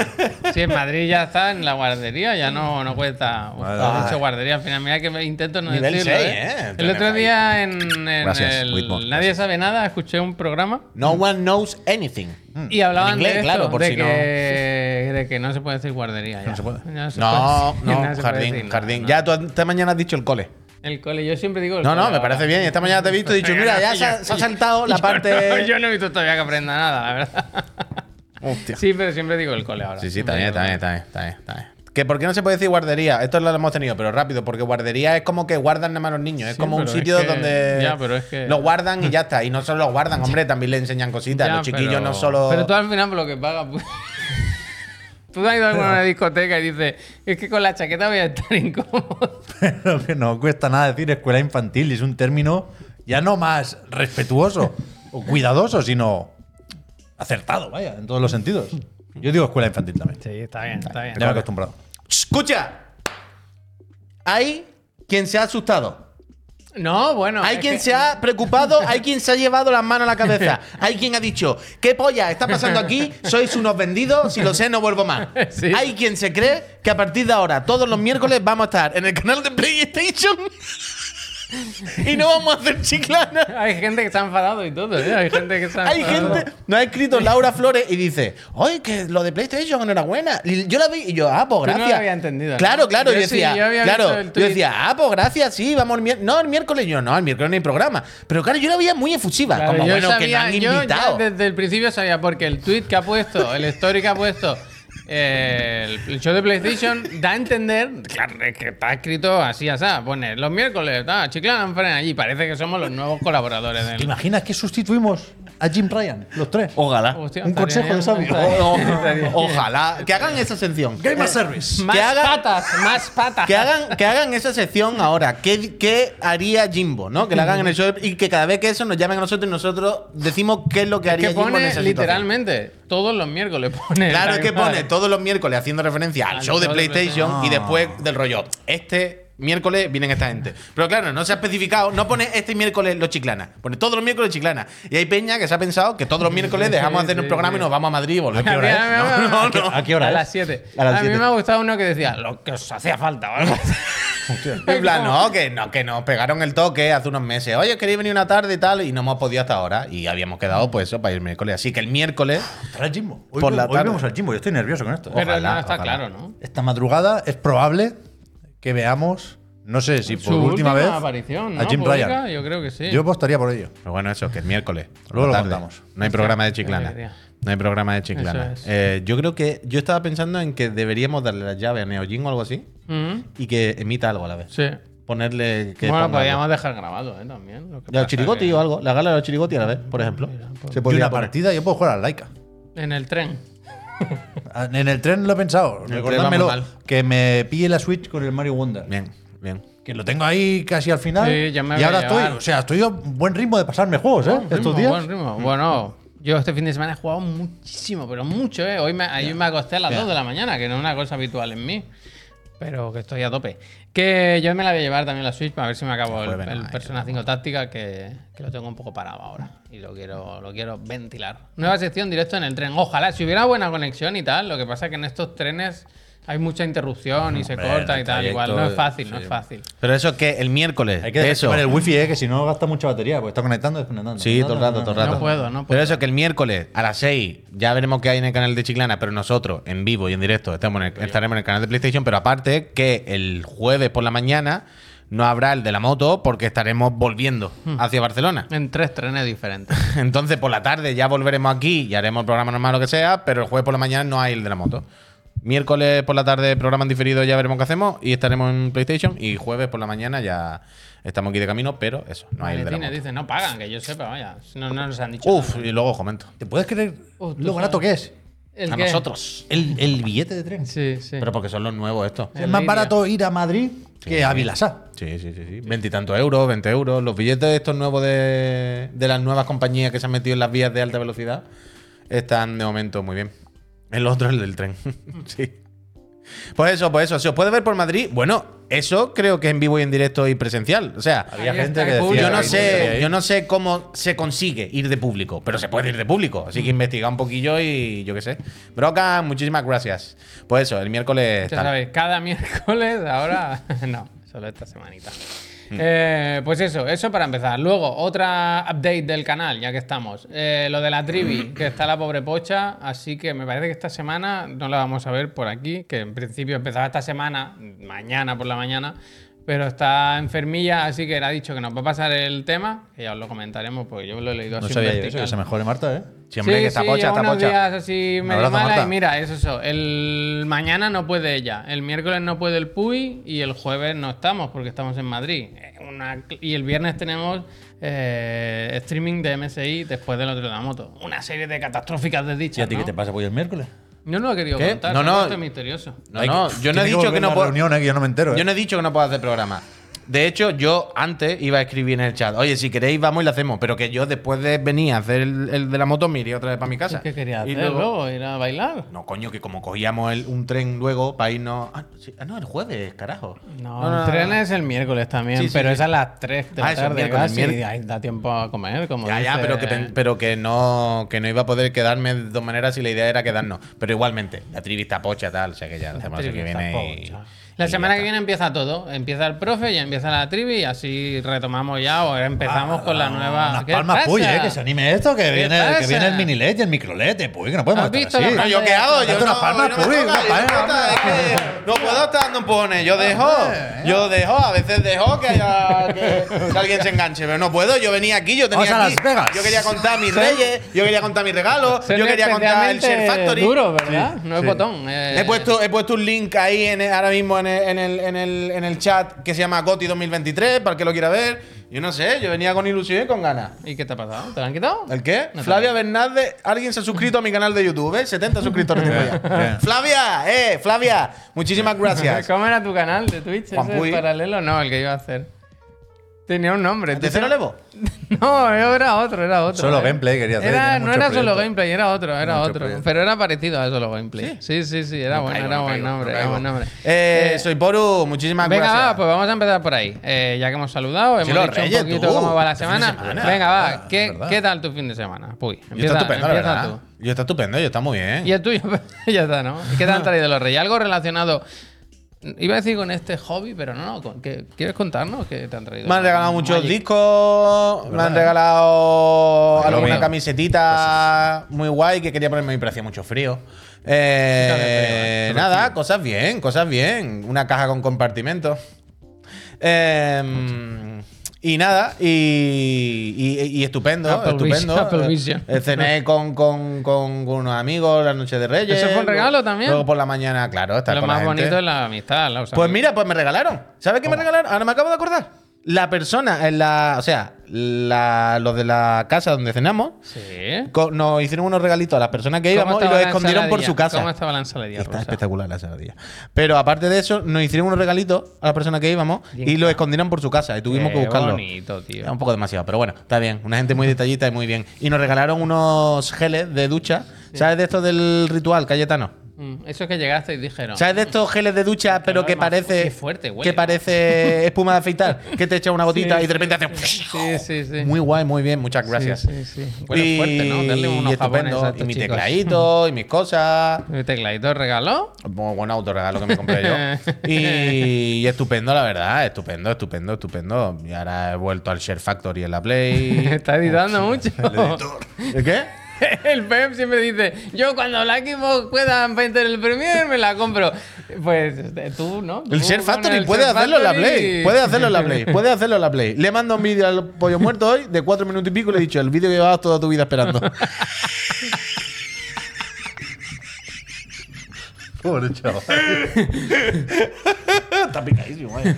Speaker 1: Si en Madrid ya está en la guardería, ya no, no cuesta. Uf,
Speaker 3: Vale.
Speaker 1: he dicho guardería al final. Mira que me- intento no
Speaker 2: Nivel
Speaker 1: decirlo.
Speaker 2: seis,
Speaker 1: ¿eh?
Speaker 2: ¿eh?
Speaker 1: El otro
Speaker 2: Tenemos
Speaker 1: día en, en
Speaker 2: Gracias,
Speaker 1: el
Speaker 2: Whitmore,
Speaker 1: Nadie
Speaker 2: gracias.
Speaker 1: sabe nada, escuché un programa
Speaker 2: No one knows anything.
Speaker 1: y hablaban
Speaker 2: Hmm. En inglés,
Speaker 1: de, esto,
Speaker 2: claro, por
Speaker 1: de
Speaker 2: si no-
Speaker 1: que, de que no se puede decir guardería. Ya.
Speaker 3: No se puede.
Speaker 1: No, se
Speaker 2: No,
Speaker 1: puede-
Speaker 2: no,
Speaker 1: no se puede decir
Speaker 2: jardín,
Speaker 1: nada,
Speaker 2: jardín.
Speaker 1: no.
Speaker 2: Ya tú esta mañana has dicho el cole.
Speaker 1: El cole, yo siempre digo. el
Speaker 2: No, no,
Speaker 1: cole
Speaker 2: me
Speaker 1: ahora.
Speaker 2: parece bien. Esta mañana te he visto y he dicho, mira, ya se ha, se ha saltado la parte.
Speaker 1: Yo no he visto todavía que aprenda nada, la verdad.
Speaker 2: Hostia.
Speaker 1: Sí, pero siempre digo el cole ahora.
Speaker 2: Sí, sí,
Speaker 1: Siempre
Speaker 2: también,
Speaker 1: digo-
Speaker 2: también, también, también, también. Que por qué no se puede decir guardería. Esto lo hemos tenido, pero rápido, porque guardería es como que guardan nada más los niños. Es
Speaker 1: Sí,
Speaker 2: como un
Speaker 1: pero es
Speaker 2: sitio
Speaker 1: que-
Speaker 2: donde
Speaker 1: ya, pero es que-
Speaker 2: los guardan y ya está. Y no solo los guardan, hombre, también le enseñan cositas.
Speaker 1: Ya,
Speaker 2: los chiquillos
Speaker 1: pero-
Speaker 2: no solo.
Speaker 1: Pero tú al final por lo que pagas. pues. tú has ido a alguna discoteca y dices, es que con la chaqueta voy a estar incómodo.
Speaker 3: Pero que no cuesta nada decir escuela infantil, es un término ya no más respetuoso o cuidadoso, sino acertado, vaya, en todos los sentidos. Yo digo escuela infantil también.
Speaker 1: Sí, está bien, está bien.
Speaker 3: Ya me he acostumbrado.
Speaker 2: ¡Escucha! Hay quien se ha asustado.
Speaker 1: No, bueno.
Speaker 2: Hay
Speaker 1: es
Speaker 2: quien
Speaker 1: que-
Speaker 2: se ha preocupado, hay quien se ha llevado las manos a la cabeza, hay quien ha dicho, ¿qué polla está pasando aquí? Sois unos vendidos, si lo sé no vuelvo más.
Speaker 1: Sí.
Speaker 2: Hay quien se cree que a partir de ahora, todos los miércoles, vamos a estar en el canal de PlayStation y no vamos a hacer chiclana.
Speaker 1: Hay gente que se ha enfadado y todo, ¿eh? Hay gente que se ha
Speaker 2: Hay
Speaker 1: enfadado.
Speaker 2: gente, nos ha escrito Laura Flores y dice, ¡ay, que lo de PlayStation, enhorabuena! Y yo la vi y yo, ah, pues
Speaker 1: Tú no lo
Speaker 2: gracias.
Speaker 1: había entendido, ¿no?
Speaker 2: Claro, claro,
Speaker 1: Yo
Speaker 2: yo
Speaker 1: sí,
Speaker 2: decía,
Speaker 1: yo había visto
Speaker 2: claro,
Speaker 1: el
Speaker 2: yo
Speaker 1: tuit.
Speaker 2: decía, ah, pues gracias, sí, vamos el miércoles. No, el miércoles yo, no, el miércoles no hay programa. Pero claro, yo la veía muy efusiva,
Speaker 1: Claro,
Speaker 2: como
Speaker 1: yo
Speaker 2: bueno, que
Speaker 1: sabía-
Speaker 2: no han
Speaker 1: yo ya
Speaker 2: invitado.
Speaker 1: desde el principio sabía, porque el tweet que ha puesto, el story que ha puesto eh, el, el show de PlayStation, da a entender, claro, es que está escrito así, así, pone los miércoles, ah, chiclan, fren allí, parece que somos los nuevos colaboradores
Speaker 3: ¿Te
Speaker 1: del.
Speaker 3: imaginas que sustituimos a Jim Ryan, los tres?
Speaker 2: Ojalá.
Speaker 1: Oh, Hostia,
Speaker 3: Un
Speaker 1: estaría
Speaker 3: consejo de
Speaker 1: bien,
Speaker 3: sabio.
Speaker 1: estaría bien,
Speaker 2: O-
Speaker 1: estaría bien.
Speaker 2: o- ojalá. Que hagan esa sección.
Speaker 3: Gamer Service.
Speaker 1: Más
Speaker 2: haga-
Speaker 1: patas, más patas.
Speaker 2: Que hagan, que hagan esa sección ahora. ¿Qué, qué haría Jimbo? ¿no? Que la hagan en el show y que cada vez que eso nos llamen a nosotros y nosotros decimos qué es lo que
Speaker 1: Es
Speaker 2: haría
Speaker 1: que
Speaker 2: Jimbo en
Speaker 1: pone
Speaker 2: esa situación.
Speaker 1: literalmente todos los miércoles pone.
Speaker 2: Claro,
Speaker 1: la
Speaker 2: es que
Speaker 1: misma.
Speaker 2: pone todos los miércoles haciendo referencia al
Speaker 1: Al
Speaker 2: show de
Speaker 1: show de Ah.
Speaker 2: PlayStation
Speaker 3: PlayStation.
Speaker 2: y después del rollo. Este miércoles vienen esta gente. Pero claro, no se ha especificado, no pone este miércoles los chiclanas, pone todos los miércoles chiclanas. Y hay peña que se ha pensado que todos los miércoles dejamos
Speaker 1: Sí,
Speaker 2: de hacer
Speaker 1: sí,
Speaker 2: un programa y
Speaker 1: sí.
Speaker 2: nos vamos a Madrid y
Speaker 1: A,
Speaker 2: volvemos.
Speaker 1: mí- a mí- a mí-
Speaker 2: No, no, no.
Speaker 3: ¿A qué hora
Speaker 1: A
Speaker 3: es?
Speaker 1: las 7.
Speaker 3: A
Speaker 1: A,
Speaker 3: las
Speaker 1: mí
Speaker 3: siete.
Speaker 1: me ha gustado uno que decía, lo que os hacía falta. o algo así.
Speaker 2: En plan, no, que no, que nos pegaron el toque hace unos meses. Oye, queréis venir una tarde y tal, y no hemos podido hasta ahora. Y habíamos quedado, pues eso, para ir miércoles. Así que el miércoles.
Speaker 3: Estará el Jimbo. Hoy,
Speaker 2: Por
Speaker 3: ve-
Speaker 2: la
Speaker 3: hoy
Speaker 2: tarde.
Speaker 3: vemos al Jimbo, yo estoy nervioso con esto. ¿eh?
Speaker 1: Pero
Speaker 2: Ojalá,
Speaker 1: no está
Speaker 2: ojalá.
Speaker 1: claro, ¿no?
Speaker 3: Esta madrugada es probable que veamos, no sé si por
Speaker 1: Su
Speaker 3: última, vez,
Speaker 1: aparición,
Speaker 3: a
Speaker 1: ¿no?
Speaker 3: Jim
Speaker 1: Pública,
Speaker 3: Ryan.
Speaker 1: Yo creo que sí.
Speaker 3: Yo apostaría por ello.
Speaker 2: Pero bueno, eso, que es miércoles. por
Speaker 3: Luego lo
Speaker 2: la tarde.
Speaker 3: contamos.
Speaker 2: No hay programa de chiclana.
Speaker 1: alegría.
Speaker 2: No hay programa de chiclana.
Speaker 1: Eso es.
Speaker 2: Eh, yo creo que. Yo estaba pensando en que deberíamos darle las llaves a Neojin o algo así.
Speaker 1: Ujú,
Speaker 2: Y que emita algo a la vez.
Speaker 1: Mm, Sí.
Speaker 2: Ponerle. Que
Speaker 1: bueno,
Speaker 2: ponga
Speaker 1: podríamos
Speaker 2: algo.
Speaker 1: dejar grabado, ¿eh? También. Lo que
Speaker 2: Los
Speaker 1: pasa
Speaker 2: chirigoti
Speaker 1: que-
Speaker 2: o algo. La gala de los chirigoti a la vez, por ejemplo. podría
Speaker 3: Se podría una
Speaker 2: poner.
Speaker 3: partida, yo puedo jugar al Laika.
Speaker 1: En el tren.
Speaker 3: En el tren lo he pensado.
Speaker 2: tren
Speaker 3: Recordádmelo.
Speaker 2: va muy mal.
Speaker 3: Que me pille la Switch con el Mario Wonder.
Speaker 2: Bien, bien.
Speaker 3: Que lo tengo ahí casi al final.
Speaker 1: Sí, ya me
Speaker 3: y
Speaker 1: voy a
Speaker 3: ahora estoy.
Speaker 1: llevar.
Speaker 3: O sea, estoy a un buen ritmo de pasarme juegos, ¿eh?
Speaker 1: Buen
Speaker 3: Estos
Speaker 1: ritmo,
Speaker 3: días.
Speaker 1: buen ritmo. Bueno, yo este fin de semana he jugado muchísimo, pero mucho, ¿eh? Hoy me, ayer me acosté a las 2 de la mañana, que no es una cosa habitual en mí. Pero que estoy a tope. Que yo me la voy a llevar también la Switch para ver si me acabo el,
Speaker 2: Jueves,
Speaker 1: el
Speaker 2: nada,
Speaker 1: Persona 5 Táctica, que, que lo tengo un poco parado ahora. Y lo quiero, lo quiero ventilar. Nueva sección directo en el tren. Ojalá, si hubiera buena conexión y tal. Lo que pasa es que en estos trenes hay mucha interrupción y se
Speaker 3: Hombre,
Speaker 1: corta
Speaker 3: en
Speaker 1: y
Speaker 3: el
Speaker 1: tal. Igual no
Speaker 3: trayecto,
Speaker 1: es fácil, no
Speaker 3: sí.
Speaker 1: es fácil.
Speaker 2: Pero eso que el miércoles.
Speaker 3: Hay que
Speaker 2: eso.
Speaker 3: desactivar el wifi, ¿eh? Que si no gasta mucha batería. Porque está conectando, desconectando.
Speaker 2: Sí, todo el rato, todo el rato.
Speaker 1: No puedo, no
Speaker 2: Pero
Speaker 1: puedo.
Speaker 2: eso, que el miércoles a las 6 ya veremos qué hay en el canal de Chiclana, pero nosotros en vivo y en directo estamos en el- estaremos en el canal de PlayStation, pero aparte que el jueves por la mañana no habrá el de la moto porque estaremos volviendo
Speaker 1: Hmm.
Speaker 2: hacia Barcelona.
Speaker 1: En tres trenes diferentes.
Speaker 2: Entonces por la tarde ya volveremos aquí y haremos el programa normal lo que sea, pero el jueves por la mañana no hay el de la moto. Miércoles por la tarde programa en diferido ya veremos qué hacemos y estaremos en PlayStation y jueves por la mañana ya estamos aquí de camino, pero eso, no hay el de la
Speaker 1: Valentina
Speaker 2: moto.
Speaker 1: dice, no pagan, que yo sepa, vaya. No, no nos han
Speaker 3: Uh,
Speaker 1: dicho.
Speaker 2: Uf, y luego os comento.
Speaker 3: ¿Te puedes creer
Speaker 1: Oh, tú
Speaker 3: lo barato que es?
Speaker 1: ¿El
Speaker 2: A
Speaker 1: qué?
Speaker 2: nosotros.
Speaker 3: El, el billete de tren.
Speaker 1: Sí, sí.
Speaker 2: Pero porque son los nuevos estos.
Speaker 3: Es más
Speaker 1: Lidia.
Speaker 3: barato ir a Madrid que a Vilasá.
Speaker 2: Sí, sí, sí. sí. Veintitantos euros, 20 euros. Los billetes estos nuevos de, de las nuevas compañías que se han metido en las vías de alta velocidad están de momento muy bien. El otro es el del tren. sí. Pues eso, pues eso. Si os puede ver por Madrid, bueno, eso creo que es en vivo y en directo y presencial. O sea,
Speaker 3: Había
Speaker 1: Ahí
Speaker 3: gente
Speaker 1: está,
Speaker 3: que
Speaker 1: el
Speaker 3: decía.
Speaker 1: público.
Speaker 2: yo no
Speaker 1: ahí
Speaker 2: sé, yo no sé cómo se consigue ir de público, pero se puede ir de público. Así que investiga un poquillo y yo qué sé. Broca, muchísimas gracias. Pues eso, el miércoles.
Speaker 1: Ya
Speaker 2: tal.
Speaker 1: sabéis, cada miércoles, ahora no, solo esta semanita.
Speaker 3: Mm.
Speaker 1: Eh, pues eso, eso para empezar. Luego, otra update del canal, ya que estamos. Eh, lo de la trivi, que está la pobre pocha, así que me parece que esta semana no la vamos a ver por aquí, que en principio empezaba esta semana, mañana por la mañana, pero está enfermilla, así que era dicho que nos va a pasar el tema, que ya os lo comentaremos, porque yo lo he leído
Speaker 3: No
Speaker 1: así en
Speaker 3: sabía yo eso,
Speaker 1: vertical.
Speaker 3: que se mejore Marta, ¿eh?
Speaker 2: Sí, hombre, que está pocha,
Speaker 1: lleva
Speaker 2: está
Speaker 1: unos
Speaker 2: pocha.
Speaker 1: días así
Speaker 3: Un
Speaker 1: medio
Speaker 3: abrazo,
Speaker 1: mala
Speaker 3: Marta.
Speaker 1: y mira, es eso. El mañana no puede ella, el miércoles no puede el Puy y el jueves no estamos porque estamos en Madrid. Eh, una cl- y el viernes tenemos eh, streaming de MSI después del otro de la moto. Una serie de catastróficas
Speaker 3: ¿Y
Speaker 1: desdichas.
Speaker 3: a ti
Speaker 1: ¿no?
Speaker 3: qué te pasa hoy el miércoles?
Speaker 1: Yo no lo he querido
Speaker 2: ¿Qué?
Speaker 1: contar,
Speaker 2: No,
Speaker 1: no,
Speaker 2: no.
Speaker 1: no. Es misterioso.
Speaker 2: No,
Speaker 3: Hay-
Speaker 2: no, yo no
Speaker 3: tiene
Speaker 2: he
Speaker 3: que
Speaker 2: dicho que
Speaker 3: volver
Speaker 2: no
Speaker 3: la
Speaker 2: puedo.
Speaker 3: reunión, eh, que yo no me entero.
Speaker 2: Yo
Speaker 3: eh.
Speaker 2: no he dicho que no puedo hacer programa. De hecho, yo antes iba a escribir en el chat, oye, si queréis vamos y lo hacemos, pero que yo después de venir a hacer el, el de la moto me iría otra vez para mi casa.
Speaker 1: ¿Qué querías
Speaker 2: Y
Speaker 1: hacer
Speaker 2: luego-
Speaker 1: luego? ¿Ir a bailar?
Speaker 2: No, coño, que como cogíamos el- un tren luego para irnos... Ah, sí, ah, no, el jueves, carajo.
Speaker 1: No, el tren es el miércoles también,
Speaker 2: Sí, sí,
Speaker 1: pero
Speaker 2: sí.
Speaker 1: es a las 3 de
Speaker 2: Ah,
Speaker 1: la
Speaker 2: eso es
Speaker 1: tarde
Speaker 2: miércoles,
Speaker 1: casi,
Speaker 2: miércoles.
Speaker 1: y ahí da tiempo a comer, como
Speaker 2: Ya, ya,
Speaker 1: dice-
Speaker 2: pero, que, pen- pero que, no, que no iba a poder quedarme de dos maneras y la idea era quedarnos. Pero igualmente, la trivista pocha tal, o sea que ya la semana que
Speaker 1: Trivi
Speaker 2: viene... y-
Speaker 1: tampoco, la
Speaker 2: y ya
Speaker 1: semana
Speaker 2: está.
Speaker 1: que viene empieza todo. Empieza el profe y empieza la trivi y así retomamos ya o
Speaker 2: Ah,
Speaker 1: empezamos con la nueva.
Speaker 3: Ah, Unas
Speaker 1: ¿Qué
Speaker 3: palmas,
Speaker 1: pasa?
Speaker 3: Puy, eh, que se anime esto, que viene, que
Speaker 1: pasa?
Speaker 3: viene el mini LED y el micro LED, eh, Puy, que no podemos
Speaker 1: ¿Has
Speaker 3: estar
Speaker 1: visto
Speaker 3: así.
Speaker 1: la-
Speaker 2: No, yo qué hago, yo
Speaker 3: Date
Speaker 2: no,
Speaker 3: unas
Speaker 2: yo
Speaker 3: palmas,
Speaker 2: no me
Speaker 3: Puy,
Speaker 2: toca,
Speaker 3: unas
Speaker 2: yo no me
Speaker 3: palmas.
Speaker 2: toca, es que No puedo estar dando empujones, yo dejo,
Speaker 3: eh.
Speaker 2: yo dejo, a veces dejo que, haya, que, que alguien se enganche, pero no puedo, yo venía aquí, yo tenía
Speaker 3: Vamos a
Speaker 2: aquí-
Speaker 3: Las Vegas.
Speaker 2: yo quería contar mis reyes, yo quería contar mis regalos,
Speaker 1: Son
Speaker 2: yo quería contar el Share
Speaker 1: especialmente
Speaker 2: Factory.
Speaker 1: duro, ¿verdad?
Speaker 3: Sí,
Speaker 1: no es
Speaker 3: sí.
Speaker 1: botón. eh,
Speaker 2: He puesto, he puesto un link ahí en el- ahora mismo en el, en, el, en, el, en el chat que se llama GOTI 2023, para el que lo quiera ver. Yo no sé, yo venía con ilusión y con ganas.
Speaker 1: ¿Y qué te ha pasado? ¿Te lo han quitado?
Speaker 2: ¿El qué?
Speaker 1: No te
Speaker 2: Flavia Bernández, alguien se ha suscrito a mi canal de YouTube, ¿eh? 70 suscriptores tengo ya.
Speaker 3: bien.
Speaker 2: Flavia, eh, Flavia, muchísimas gracias.
Speaker 1: Eh, ¿Cómo era tu canal de Twitch?
Speaker 2: Juan
Speaker 1: ¿Ese
Speaker 2: Puy.
Speaker 1: paralelo? No, el que iba a hacer. Tenía un nombre.
Speaker 2: ¿De cero levo?
Speaker 1: No, era otro, era otro.
Speaker 3: Solo gameplay quería hacer,
Speaker 1: Era-
Speaker 3: tiene
Speaker 1: no
Speaker 3: mucho
Speaker 1: era solo
Speaker 3: proyecto.
Speaker 1: gameplay, era otro, era
Speaker 3: Mucho
Speaker 1: otro.
Speaker 3: proyecto.
Speaker 1: Pero era parecido a solo gameplay. Sí, sí, sí, era bueno,
Speaker 2: caigo,
Speaker 1: era
Speaker 2: no
Speaker 1: buen
Speaker 2: caigo,
Speaker 1: nombre,
Speaker 2: no
Speaker 1: era
Speaker 2: caigo.
Speaker 1: buen nombre.
Speaker 2: Eh, soy Poru, muchísimas
Speaker 1: Venga,
Speaker 2: gracias.
Speaker 1: va, pues vamos a empezar por ahí. Eh, ya que hemos saludado, hemos
Speaker 2: los
Speaker 1: dicho
Speaker 2: Reyes,
Speaker 1: un poquito
Speaker 2: tú,
Speaker 1: cómo va la
Speaker 2: este fin de
Speaker 1: semana.
Speaker 2: semana.
Speaker 1: Venga,
Speaker 3: Ah,
Speaker 1: va, ¿qué,
Speaker 3: verdad.
Speaker 1: qué tal tu fin de semana? Uy,
Speaker 2: yo está
Speaker 1: empieza,
Speaker 2: estupendo, la
Speaker 1: empieza
Speaker 2: verdad.
Speaker 1: tú.
Speaker 2: Yo está estupendo, yo está muy bien.
Speaker 1: Y el tuyo, ya está, ¿no? ¿Qué tal Tari de los Reyes? Algo relacionado. Iba a decir con este hobby, pero no, no. con- ¿qué- ¿Quieres contarnos qué te han traído?
Speaker 2: Me han regalado muchos
Speaker 1: Magic.
Speaker 2: discos, me han
Speaker 3: verdad, ¿eh?
Speaker 2: regalado
Speaker 3: Regalo
Speaker 2: alguna
Speaker 3: mío.
Speaker 2: camisetita muy guay que quería ponerme y me hacía mucho frío. Eh,
Speaker 1: Yo también creo, ¿eh? Sobre
Speaker 2: nada,
Speaker 1: frío.
Speaker 2: cosas bien, cosas bien. Una caja con compartimentos. Eh, y nada, y, y- y estupendo,
Speaker 1: Apple
Speaker 2: estupendo.
Speaker 1: Vision, Apple Vision.
Speaker 2: Eh, Cené con, con- con- con unos amigos la noche de Reyes.
Speaker 1: ¿Eso fue un regalo
Speaker 2: Luego-
Speaker 1: también?
Speaker 2: Luego por la mañana, claro, estar
Speaker 1: Lo
Speaker 2: con
Speaker 1: más
Speaker 2: la gente.
Speaker 1: bonito es la amistad. la- o sea,
Speaker 2: Pues mira, pues me regalaron. ¿Sabes qué me regalaron? Ahora me acabo de acordar. La persona en la. O sea, la- los de la casa donde cenamos
Speaker 1: Sí.
Speaker 2: co- nos hicieron unos regalitos a las personas que
Speaker 1: ¿Cómo
Speaker 2: íbamos y
Speaker 1: estaba
Speaker 2: los
Speaker 1: la
Speaker 2: escondieron por
Speaker 1: ensaladilla?
Speaker 2: su casa.
Speaker 1: ¿Cómo estaba la ensaladilla
Speaker 2: Está
Speaker 1: rusa?
Speaker 2: espectacular la ensaladilla. Pero aparte de eso, nos hicieron unos regalitos a las personas que íbamos y los escondieron por su casa y tuvimos
Speaker 1: Qué
Speaker 2: que buscarlos.
Speaker 1: bonito, tío.
Speaker 2: Era un poco demasiado, pero bueno, está bien. Una gente muy detallista y muy bien. Y nos regalaron unos geles de ducha. ¿Sabes de esto del ritual, Cayetano?
Speaker 1: Mm, Eso es que llegaste y dijeron.
Speaker 2: ¿Sabes de estos geles de ducha,
Speaker 1: calor
Speaker 2: pero que
Speaker 1: más fu-
Speaker 2: parece.
Speaker 1: qué fuerte huele,
Speaker 2: Que
Speaker 1: ¿no?
Speaker 2: parece espuma de afeitar. que te echa una gotita y de repente hace.
Speaker 1: Sí, sí, sí.
Speaker 2: Muy guay, muy bien, muchas gracias.
Speaker 1: Sí, sí, sí. Huele fuerte, ¿no? Darle unos jabones
Speaker 2: estupendo,
Speaker 1: a estos
Speaker 2: y mi
Speaker 1: chicos.
Speaker 2: tecladito, y mis cosas.
Speaker 1: ¿El tecladito regaló?
Speaker 2: Bueno, buen autorregalo que me compré yo. Y, y estupendo, la verdad. Estupendo, estupendo, estupendo. Y ahora he vuelto al Share Factory en la Play.
Speaker 1: Está editando mucho.
Speaker 2: ¿El qué?
Speaker 1: el Pep siempre dice, yo cuando la Xbox pueda vender el Premier me la compro. Pues este, tú, ¿no?
Speaker 2: El
Speaker 1: Tú
Speaker 2: Share
Speaker 1: con
Speaker 2: Factory
Speaker 1: el
Speaker 2: puede
Speaker 1: Share
Speaker 2: hacerlo en la
Speaker 1: Factory-
Speaker 2: Play. Puede hacerlo en la Play. Puede hacerlo en la Play. Le mando un vídeo al pollo muerto hoy de cuatro minutos y pico y le he dicho el vídeo que llevabas toda tu vida esperando.
Speaker 3: Pobre chaval. Está picadísimo, vaya.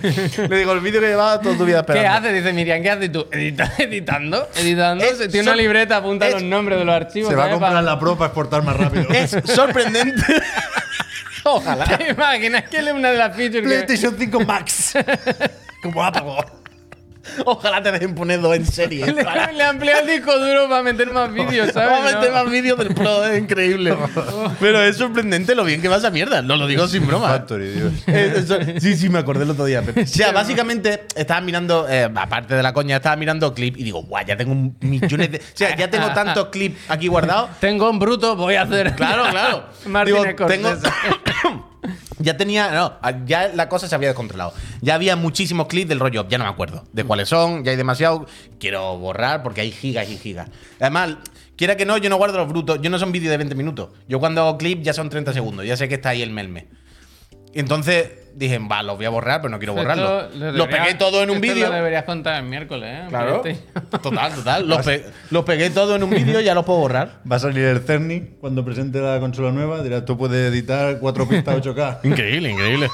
Speaker 2: le digo el vídeo que llevabas toda tu vida
Speaker 1: ¿Qué
Speaker 2: esperando.
Speaker 1: haces? Dice Miriam, ¿qué haces tú? Edita- editando, editando.
Speaker 2: Es-
Speaker 1: Tiene una
Speaker 2: son-
Speaker 1: libreta, apunta
Speaker 2: es-
Speaker 1: los nombres de los archivos.
Speaker 3: Se va a
Speaker 1: ¿sabes?
Speaker 3: comprar
Speaker 1: Para-
Speaker 3: la pro para exportar más rápido.
Speaker 2: Es sorprendente. Ojalá.
Speaker 1: ¿Te imaginas que él es una de las features que...
Speaker 3: PlayStation 5 Max. Como Apple.
Speaker 2: Ojalá te dejen ponerlo en serie.
Speaker 1: Le, le amplía el disco duro para meter más vídeos, ¿sabes?
Speaker 2: Vamos a meter
Speaker 1: No.
Speaker 2: más vídeos del Pro, es increíble. Pero es sorprendente lo bien que va esa mierda. No lo digo sin broma.
Speaker 3: Factory, Dios.
Speaker 2: Eh, eso- sí, sí, me acordé el otro día. Pepe. O sea, básicamente estaba mirando, eh, aparte de la coña, estaba mirando clip y digo, guau, ya tengo millones de. O sea, ya tengo tantos clips aquí guardados.
Speaker 1: Tengo un bruto, voy a hacer...
Speaker 2: Claro, claro.
Speaker 1: Martin
Speaker 2: Digo,
Speaker 1: Scorsese.
Speaker 2: tengo- ya tenía. No, ya la cosa se había descontrolado. Ya había muchísimos clips del rollo. Ya no me acuerdo de cuáles son. Ya hay demasiado. Quiero borrar porque hay gigas y gigas. Además, quiera que no, yo no guardo los brutos. Yo no son vídeos de 20 minutos. Yo cuando hago clip ya son 30 segundos. Ya sé que está ahí el melme. Entonces dije, va, los voy a borrar, pero no quiero borrarlo.
Speaker 1: Esto
Speaker 2: Lo,
Speaker 1: debería-
Speaker 2: pegué todo en un
Speaker 1: esto
Speaker 2: vídeo.
Speaker 1: Lo deberías contar el miércoles, ¿eh?
Speaker 2: Claro.
Speaker 1: Este-
Speaker 2: Total, total. Los pe- los pegué todo en un vídeo ya los puedo borrar.
Speaker 3: Va a salir el Cerny cuando presente la consola nueva. Dirá, tú puedes editar cuatro pistas 8K.
Speaker 2: Increíble, increíble.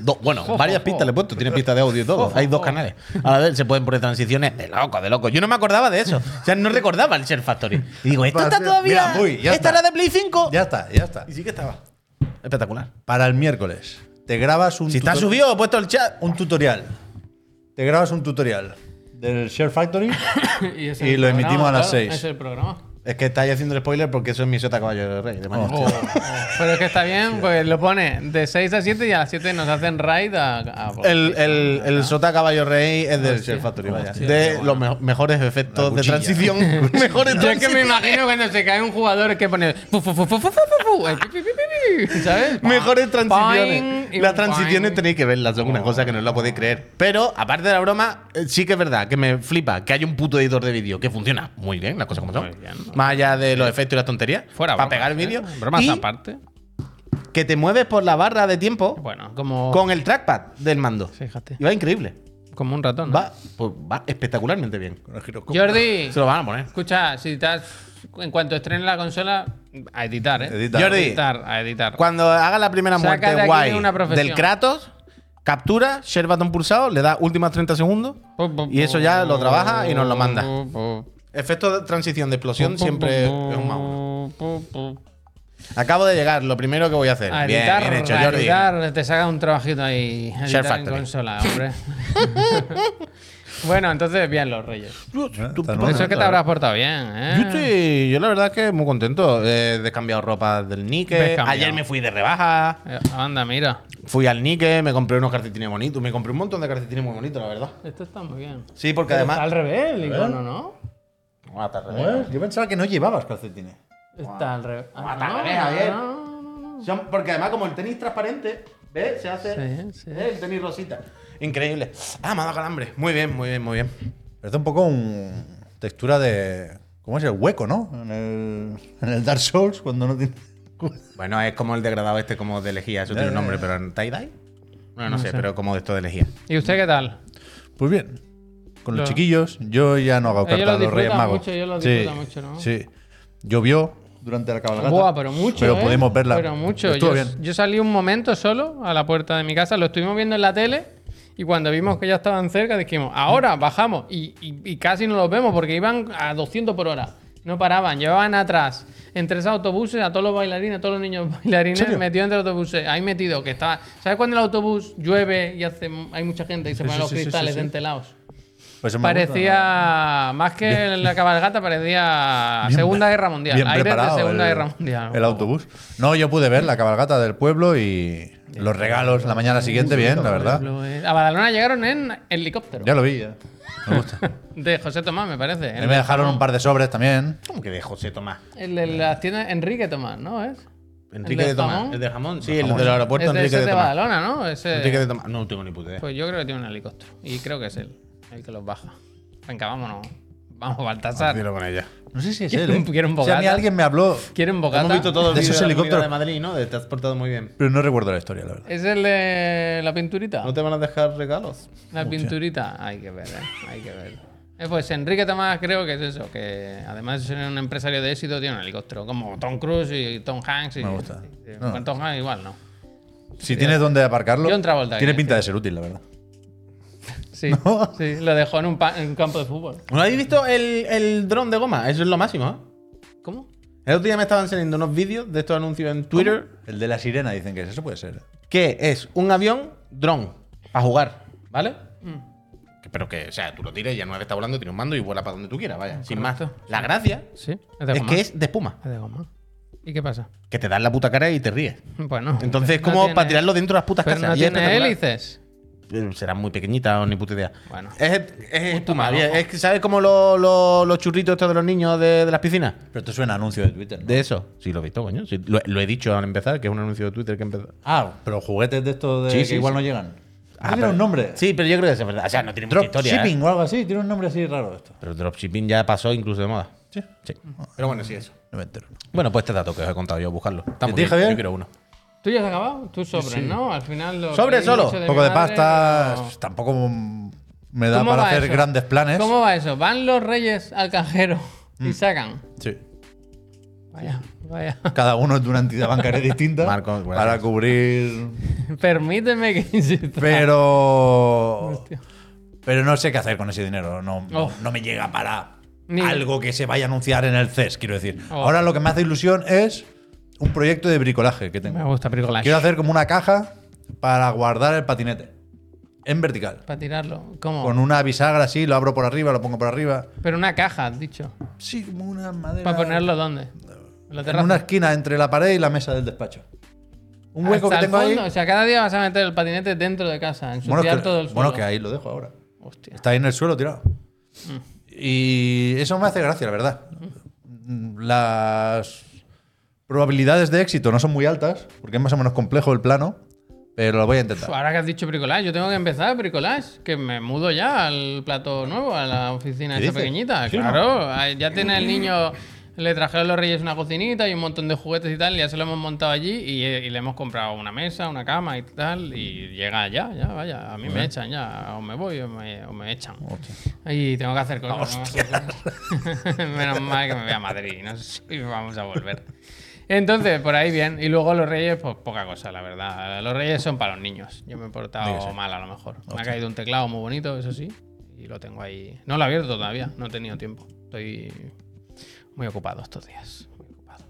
Speaker 2: Do- bueno, varias pistas le he puesto. Tiene pistas de audio y todo. Hay dos canales. A ver, se pueden poner transiciones de loco, de loco. Yo no me acordaba de eso. O sea, no recordaba el Share Factory. Y digo, esto
Speaker 3: Va a
Speaker 2: está
Speaker 3: ser-
Speaker 2: todavía.
Speaker 3: Mira, voy, ya
Speaker 2: esta
Speaker 3: está.
Speaker 2: era de Play 5.
Speaker 3: Ya está, ya está.
Speaker 2: Y sí que estaba. Espectacular.
Speaker 3: Para el miércoles, te grabas un
Speaker 2: Si está
Speaker 3: tuto-
Speaker 2: subido, he puesto el chat.
Speaker 3: Un tutorial. Te grabas un tutorial del Share Factory.
Speaker 1: este- y es
Speaker 3: Y
Speaker 1: el
Speaker 3: lo emitimos
Speaker 1: programa,
Speaker 3: a las
Speaker 1: claro,
Speaker 3: seis.
Speaker 1: Es el programa.
Speaker 2: Es que estáis haciendo el spoiler porque eso es mi sota caballo de rey. de mañana.
Speaker 1: Oh, oh. Pero es que está bien, pues lo pone de 6 a 7 y a las 7 nos hacen raid a. a-
Speaker 2: El, el, el sota caballo rey es del Share Factory, vaya. De los me- mejores efectos de
Speaker 3: cuchilla.
Speaker 2: transición. mejores
Speaker 1: Yo es que me
Speaker 2: transiciones.
Speaker 1: imagino cuando se cae un jugador que pone. fu, fu, fu, fu, fu, fu, fu, fu, el pi, pi, pi, pi, pi, ¿Sabes?
Speaker 2: Mejores
Speaker 1: Boing, y
Speaker 2: transiciones.
Speaker 1: un
Speaker 2: Las transiciones
Speaker 1: boing.
Speaker 2: tenéis que verlas, son una cosa que no la podéis creer. Pero, aparte de la broma, eh, sí que es verdad que me flipa que hay un puto editor de vídeo que funciona muy bien, las cosas como son. Más allá de los efectos y las tonterías.
Speaker 1: Fuera,
Speaker 2: Para
Speaker 1: bromas,
Speaker 2: pegar el vídeo.
Speaker 1: ¿eh? Bromas
Speaker 2: y
Speaker 1: aparte.
Speaker 2: que te mueves por la barra de tiempo
Speaker 1: Bueno, como.
Speaker 2: con el trackpad del mando.
Speaker 1: Fíjate.
Speaker 2: Y va increíble.
Speaker 1: Como un ratón. ¿no?
Speaker 2: Va, pues, va espectacularmente bien.
Speaker 1: Jordi,
Speaker 2: Se lo van a poner.
Speaker 1: escucha, si estás. En cuanto estrene la consola, a editar, ¿eh?
Speaker 3: Edita.
Speaker 1: A
Speaker 2: Jordi,
Speaker 1: editar, a editar.
Speaker 2: Cuando haga la primera
Speaker 1: Saca
Speaker 2: muerte
Speaker 1: de aquí
Speaker 2: guay
Speaker 1: una profesión.
Speaker 2: del Kratos, captura, share button pulsado, le da últimas 30 segundos
Speaker 1: Pu, pu,
Speaker 2: y eso ya lo trabaja y nos lo manda.
Speaker 1: pu, pu.
Speaker 2: Efecto de transición de explosión
Speaker 1: Pum, pum,
Speaker 2: siempre
Speaker 1: pum, pum,
Speaker 2: es un mago.
Speaker 1: pum, pum.
Speaker 2: Acabo de llegar, lo primero que voy a hacer.
Speaker 1: A
Speaker 2: bien,
Speaker 1: editar,
Speaker 2: bien hecho,
Speaker 1: a
Speaker 2: Jordi.
Speaker 1: editar, te saca un trabajito ahí. a
Speaker 2: Share
Speaker 1: Editar en
Speaker 2: Factory.
Speaker 1: consola, hombre. bueno, entonces bien los reyes. Por
Speaker 3: Bueno,
Speaker 1: eso es que te
Speaker 3: claro.
Speaker 1: habrás portado bien,
Speaker 2: Yo,
Speaker 1: ¿eh?
Speaker 2: estoy- yo la verdad es que muy contento. Eh, he cambiado ropa del Nike.
Speaker 1: Ves cambiado.
Speaker 2: Ayer me fui de rebaja.
Speaker 1: Eh, Anda, mira.
Speaker 2: Fui al Nike, me compré unos calcetines bonitos. Me compré un montón de calcetines muy bonitos, la verdad.
Speaker 1: Esto está muy bien.
Speaker 2: Sí, porque
Speaker 1: Está
Speaker 2: además.
Speaker 1: al revés el icono, ¿no?
Speaker 2: Ah, está al revés.
Speaker 3: Yo pensaba que no llevabas calcetines.
Speaker 1: Está al revés. Ah,
Speaker 2: está al
Speaker 1: no,
Speaker 2: revés,
Speaker 1: no,
Speaker 2: eh, Javier.
Speaker 1: no, no.
Speaker 2: Son- Porque además, como el tenis transparente, ¿ves? Se hace
Speaker 1: Sí, sí.
Speaker 2: ¿ves? el tenis rosita. Increíble. Ah, me ha dado calambre. Muy bien, muy bien, muy bien.
Speaker 3: Parece un poco un textura de. ¿Cómo es el hueco, no? En el, en el Dark Souls, cuando no tiene.
Speaker 2: Bueno, es como el degradado este, como de lejía. Eso
Speaker 3: Ya,
Speaker 2: tiene un
Speaker 3: ya,
Speaker 2: nombre, pero en tie-dye. Bueno, no, sé, pero como de esto de lejía.
Speaker 1: ¿Y usted qué tal?
Speaker 3: Pues bien, con los
Speaker 1: Lo-
Speaker 3: chiquillos, yo ya no hago
Speaker 1: Ellos
Speaker 3: cartas
Speaker 1: lo
Speaker 3: a los Reyes
Speaker 1: disfrutan
Speaker 3: Magos.
Speaker 1: mucho, ellos lo
Speaker 3: sí,
Speaker 1: disfrutan mucho, ¿no?
Speaker 3: Sí. Llovió durante la cabalgata.
Speaker 1: Buah, pero mucho.
Speaker 3: Pero
Speaker 1: ¿eh?
Speaker 3: pudimos verla.
Speaker 1: Pero mucho.
Speaker 3: Estuvo
Speaker 1: Yo,
Speaker 3: bien.
Speaker 1: yo salí un momento solo a la puerta de mi casa, lo estuvimos viendo en la tele y cuando vimos que ya estaban cerca dijimos, ahora bajamos y, y- y casi no los vemos porque iban a 200 por hora. No paraban, llevaban atrás en tres autobuses a todos los bailarines, a todos los niños bailarines, metidos entre autobuses, ahí metido, que estaba. ¿Sabes cuando el autobús llueve y hace, hay mucha gente y se
Speaker 3: Sí,
Speaker 1: ponen
Speaker 3: sí,
Speaker 1: los
Speaker 3: sí, sí,
Speaker 1: cristales
Speaker 3: sí, sí.
Speaker 1: dentelados?
Speaker 3: Pues eso me gusta.
Speaker 1: Parecía, más que la cabalgata, parecía Segunda Guerra Mundial.
Speaker 3: Bien
Speaker 1: aires de
Speaker 3: preparado
Speaker 1: Segunda
Speaker 3: el-
Speaker 1: Guerra Mundial.
Speaker 3: El autobús. No, yo pude ver la cabalgata del pueblo y los regalos la mañana siguiente, bien, la verdad.
Speaker 1: Pueblo, eh. A Badalona llegaron en helicóptero.
Speaker 3: Ya lo vi, ya. Me gusta. A
Speaker 1: De José Tomás, me parece.
Speaker 3: mí me
Speaker 1: El,
Speaker 3: dejaron un par de sobres también.
Speaker 2: ¿Cómo que de José Tomás?
Speaker 1: el de las tiendas Enrique Tomás, ¿no es?
Speaker 2: Enrique
Speaker 1: ¿El
Speaker 2: de
Speaker 1: del
Speaker 2: Tomás.
Speaker 1: jamón?
Speaker 2: ¿El de jamón? Sí, el del aeropuerto,
Speaker 1: Ese- ese
Speaker 2: Enrique
Speaker 1: es
Speaker 2: de
Speaker 1: de
Speaker 2: Tomás.
Speaker 1: Badalona, ¿no? Ese-
Speaker 2: Enrique de Tomás. No tengo ni puta idea.
Speaker 1: Pues yo creo que tiene un helicóptero. Y creo que es él, el que los baja. Venga, vámonos. Vamos, Baltasar.
Speaker 2: Dilo con ella.
Speaker 3: No sé Ah, si es
Speaker 1: Quiero
Speaker 3: él.
Speaker 1: un-
Speaker 3: ¿eh?
Speaker 1: quiero un
Speaker 3: O sea, a mí
Speaker 1: bocata.
Speaker 3: alguien me habló.
Speaker 1: ¿Quieren bocata?
Speaker 2: Hemos visto todo el
Speaker 3: De
Speaker 2: vídeo
Speaker 3: esos
Speaker 2: de la Comunidad
Speaker 3: helicópteros.
Speaker 2: de Madrid, ¿no? De te has portado muy bien.
Speaker 3: Pero no recuerdo la historia, la verdad.
Speaker 1: ¿Es el de la pinturita?
Speaker 2: ¿No te van a dejar regalos?
Speaker 1: La pinturita, hay que ver, ¿eh? hay que ver. Eh, Pues Enrique Tamás creo que es eso, que además de ser un empresario de éxito, tiene un helicóptero, como Tom Cruise y Tom Hanks. Y,
Speaker 3: Me gusta.
Speaker 1: y-
Speaker 3: No.
Speaker 1: con Tom Hanks igual no.
Speaker 3: Si tienes dónde aparcarlo,
Speaker 1: John Travolta,
Speaker 3: tiene
Speaker 1: ¿eh?
Speaker 3: pinta de ser útil, la verdad.
Speaker 1: Sí, sí, lo dejó en un, pa- en un campo de fútbol.
Speaker 2: ¿No habéis visto el, el dron de goma? Eso es lo máximo, ¿eh?
Speaker 1: ¿Cómo?
Speaker 2: El otro día me estaban saliendo unos vídeos de estos anuncios en Twitter
Speaker 3: El de la sirena dicen que es, eso puede ser.
Speaker 2: que es un avión dron a jugar, ¿vale?
Speaker 1: Mm.
Speaker 2: Que- Pero que, o sea, tú lo tiras y ya no está volando, tiene un mando y vuela para donde tú quieras, vaya. Sin más.
Speaker 1: Correcto.
Speaker 2: La gracia
Speaker 1: Sí, es de
Speaker 2: es
Speaker 1: goma.
Speaker 2: que es de espuma,
Speaker 1: Es de goma. ¿Y qué pasa?
Speaker 2: que te dan la puta cara y te ríes.
Speaker 1: Bueno.
Speaker 2: Entonces es
Speaker 1: no
Speaker 2: como
Speaker 1: tiene-
Speaker 2: para tirarlo dentro de las putas
Speaker 1: Pero
Speaker 2: casas.
Speaker 1: no
Speaker 2: y es
Speaker 1: tiene
Speaker 2: espectacular.
Speaker 1: hélices.
Speaker 2: Eh, Será muy pequeñita o ni puta idea.
Speaker 1: Bueno.
Speaker 2: Es, es espuma.
Speaker 1: para
Speaker 2: bien.
Speaker 1: abajo.
Speaker 2: Es que, ¿sabes como lo- lo- los churritos estos de los niños de, de las piscinas?
Speaker 3: Pero te suena a anuncio de Twitter. ¿no?
Speaker 2: De eso. Sí, lo he visto, coño. Sí, lo, lo he dicho al empezar, que es un anuncio de Twitter que empezó.
Speaker 3: Ah, pero juguetes de estos de
Speaker 2: Sí,
Speaker 3: que
Speaker 2: sí,
Speaker 3: igual
Speaker 2: sí.
Speaker 3: no llegan.
Speaker 2: Ah,
Speaker 3: Ah, tiene
Speaker 2: pero-
Speaker 3: un nombre. Ah,
Speaker 2: Sí, pero yo creo que eso es verdad. O sea, no tiene mucha historia. ¿eh?
Speaker 3: Dropshipping o algo así. Tiene un nombre así raro esto.
Speaker 2: Pero dropshipping ya pasó incluso de moda.
Speaker 3: Sí.
Speaker 2: Sí. Pero bueno, sí, eso.
Speaker 3: No me entero.
Speaker 2: Bueno, pues este dato que os he contado yo, buscarlo. Está
Speaker 3: ¿Y a
Speaker 2: muy
Speaker 3: ti,
Speaker 2: bien.
Speaker 3: Javier?
Speaker 2: Yo quiero uno.
Speaker 1: ¿Tú ya has acabado? Tú sobres, ¿no? Al final lo
Speaker 2: Sobre
Speaker 1: que he
Speaker 2: solo.
Speaker 1: dicho
Speaker 3: Un
Speaker 1: mi
Speaker 3: poco de
Speaker 1: madre,
Speaker 3: pasta.
Speaker 1: no.
Speaker 3: Tampoco me da
Speaker 1: ¿Cómo
Speaker 3: para
Speaker 1: va
Speaker 3: hacer
Speaker 1: eso?
Speaker 3: grandes planes. Mm.
Speaker 1: ¿Cómo va eso? Van los reyes al cajero y sacan.
Speaker 3: Sí.
Speaker 1: Vaya, vaya.
Speaker 3: Cada uno es de una entidad bancaria distinta
Speaker 2: Marcos, gracias.
Speaker 3: para cubrir.
Speaker 1: Permíteme que insista.
Speaker 3: Pero. Pero no sé qué hacer con ese dinero. No, no-
Speaker 1: Oh.
Speaker 3: no me llega para
Speaker 1: Ni-
Speaker 3: algo que se vaya a anunciar en el CES, quiero decir.
Speaker 1: Oh.
Speaker 3: Ahora lo que me hace ilusión es un proyecto de bricolaje que tengo.
Speaker 1: Me gusta bricolaje.
Speaker 3: Quiero hacer como una caja para guardar el patinete. En vertical.
Speaker 1: Para tirarlo. ¿Cómo?
Speaker 3: Con una bisagra así, lo abro por arriba, lo pongo por arriba.
Speaker 1: Pero una caja, has dicho.
Speaker 3: Sí, como una madera.
Speaker 1: ¿Para ponerlo dónde? En la
Speaker 3: en
Speaker 1: terraza.
Speaker 3: una esquina entre la pared y la mesa del despacho. Un hueco
Speaker 1: Hasta
Speaker 3: que
Speaker 1: el
Speaker 3: tengo ahí.
Speaker 1: Ah, fondo, O sea, cada día vas a meter el patinete dentro de casa, ensuciar
Speaker 3: Bueno que,
Speaker 1: todo el suelo.
Speaker 3: bueno, que ahí lo dejo ahora.
Speaker 1: Hostia.
Speaker 3: Está ahí en el suelo tirado.
Speaker 1: Mm.
Speaker 3: Y eso me hace gracia, la verdad. Las probabilidades de éxito no son muy altas, porque es más o menos complejo el plano, pero lo voy a
Speaker 1: Uf,
Speaker 3: intentar.
Speaker 1: Ahora que has dicho bricolage, yo tengo que empezar bricolage, que me mudo ya al plato nuevo, a la oficina
Speaker 3: ¿Qué
Speaker 1: esa
Speaker 3: dices?
Speaker 1: pequeñita.
Speaker 3: ¿Sí o no?
Speaker 1: claro, ay, ya tiene el niño, le trajeron los reyes una cocinita y un montón de juguetes y tal, ya se lo hemos montado allí y, eh, y le hemos comprado una mesa, una cama y tal, y llega ya, ya, vaya, a mí me echan ya, o me voy o me, o me echan. Y tengo que hacer cosas. ¿no? Menos mal que me voy a Madrid, no sé si vamos a volver. Entonces, por ahí bien. Y luego los Reyes, pues poca cosa, la verdad. Los Reyes son para los niños. Yo me he portado mal a lo mejor. Me ha caído un teclado muy bonito, eso sí. Y lo tengo ahí. No lo he abierto todavía, no he tenido tiempo. Estoy muy ocupado estos días. Muy ocupado.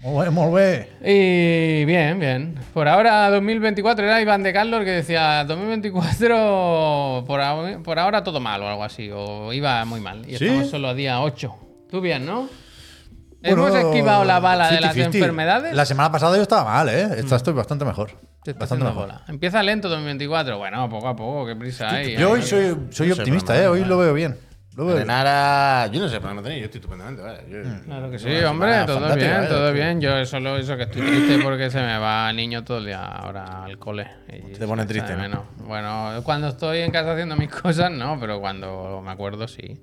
Speaker 3: Muy bien, muy bien.
Speaker 1: Y bien, bien. Por ahora 2024 era Iván de Carlos que decía 2024 por, ahora- por ahora todo mal o algo así. O iba muy mal. Y
Speaker 3: ¿Sí?
Speaker 1: estamos solo a día 8. Tú bien, ¿no?
Speaker 3: Bueno,
Speaker 1: Hemos esquivado la bala de las
Speaker 3: 50-50.
Speaker 1: enfermedades. Mm.
Speaker 3: La semana pasada yo estaba mal, ¿eh? Esta estoy bastante mejor.
Speaker 1: Te está
Speaker 3: Bastante
Speaker 1: haciendo
Speaker 3: mejor.
Speaker 1: bola. Empieza lento 2024. Bueno, poco a poco, qué prisa hay.
Speaker 3: Yo
Speaker 1: Ay,
Speaker 3: hoy
Speaker 1: ay.
Speaker 3: soy, soy
Speaker 2: No sé,
Speaker 3: optimista,
Speaker 2: pero
Speaker 3: ¿eh?
Speaker 2: no,
Speaker 3: Hoy
Speaker 2: no.
Speaker 3: lo veo bien. Lo veo bien.
Speaker 2: Arenara, yo no sé problema tenéis, yo estoy estupendamente, vaya. Yo-
Speaker 1: Claro que sí,
Speaker 2: una
Speaker 1: hombre,
Speaker 2: semana
Speaker 1: todo
Speaker 2: fantástica,
Speaker 1: bien,
Speaker 2: ¿eh?
Speaker 1: todo bien. Yo solo eso que estoy triste porque se me va el niño todo el día ahora al cole. Y se
Speaker 2: Te pone
Speaker 1: me echa de
Speaker 2: triste, ¿no?
Speaker 1: menos. Bueno, cuando estoy en casa haciendo mis cosas, no, pero cuando me acuerdo, sí.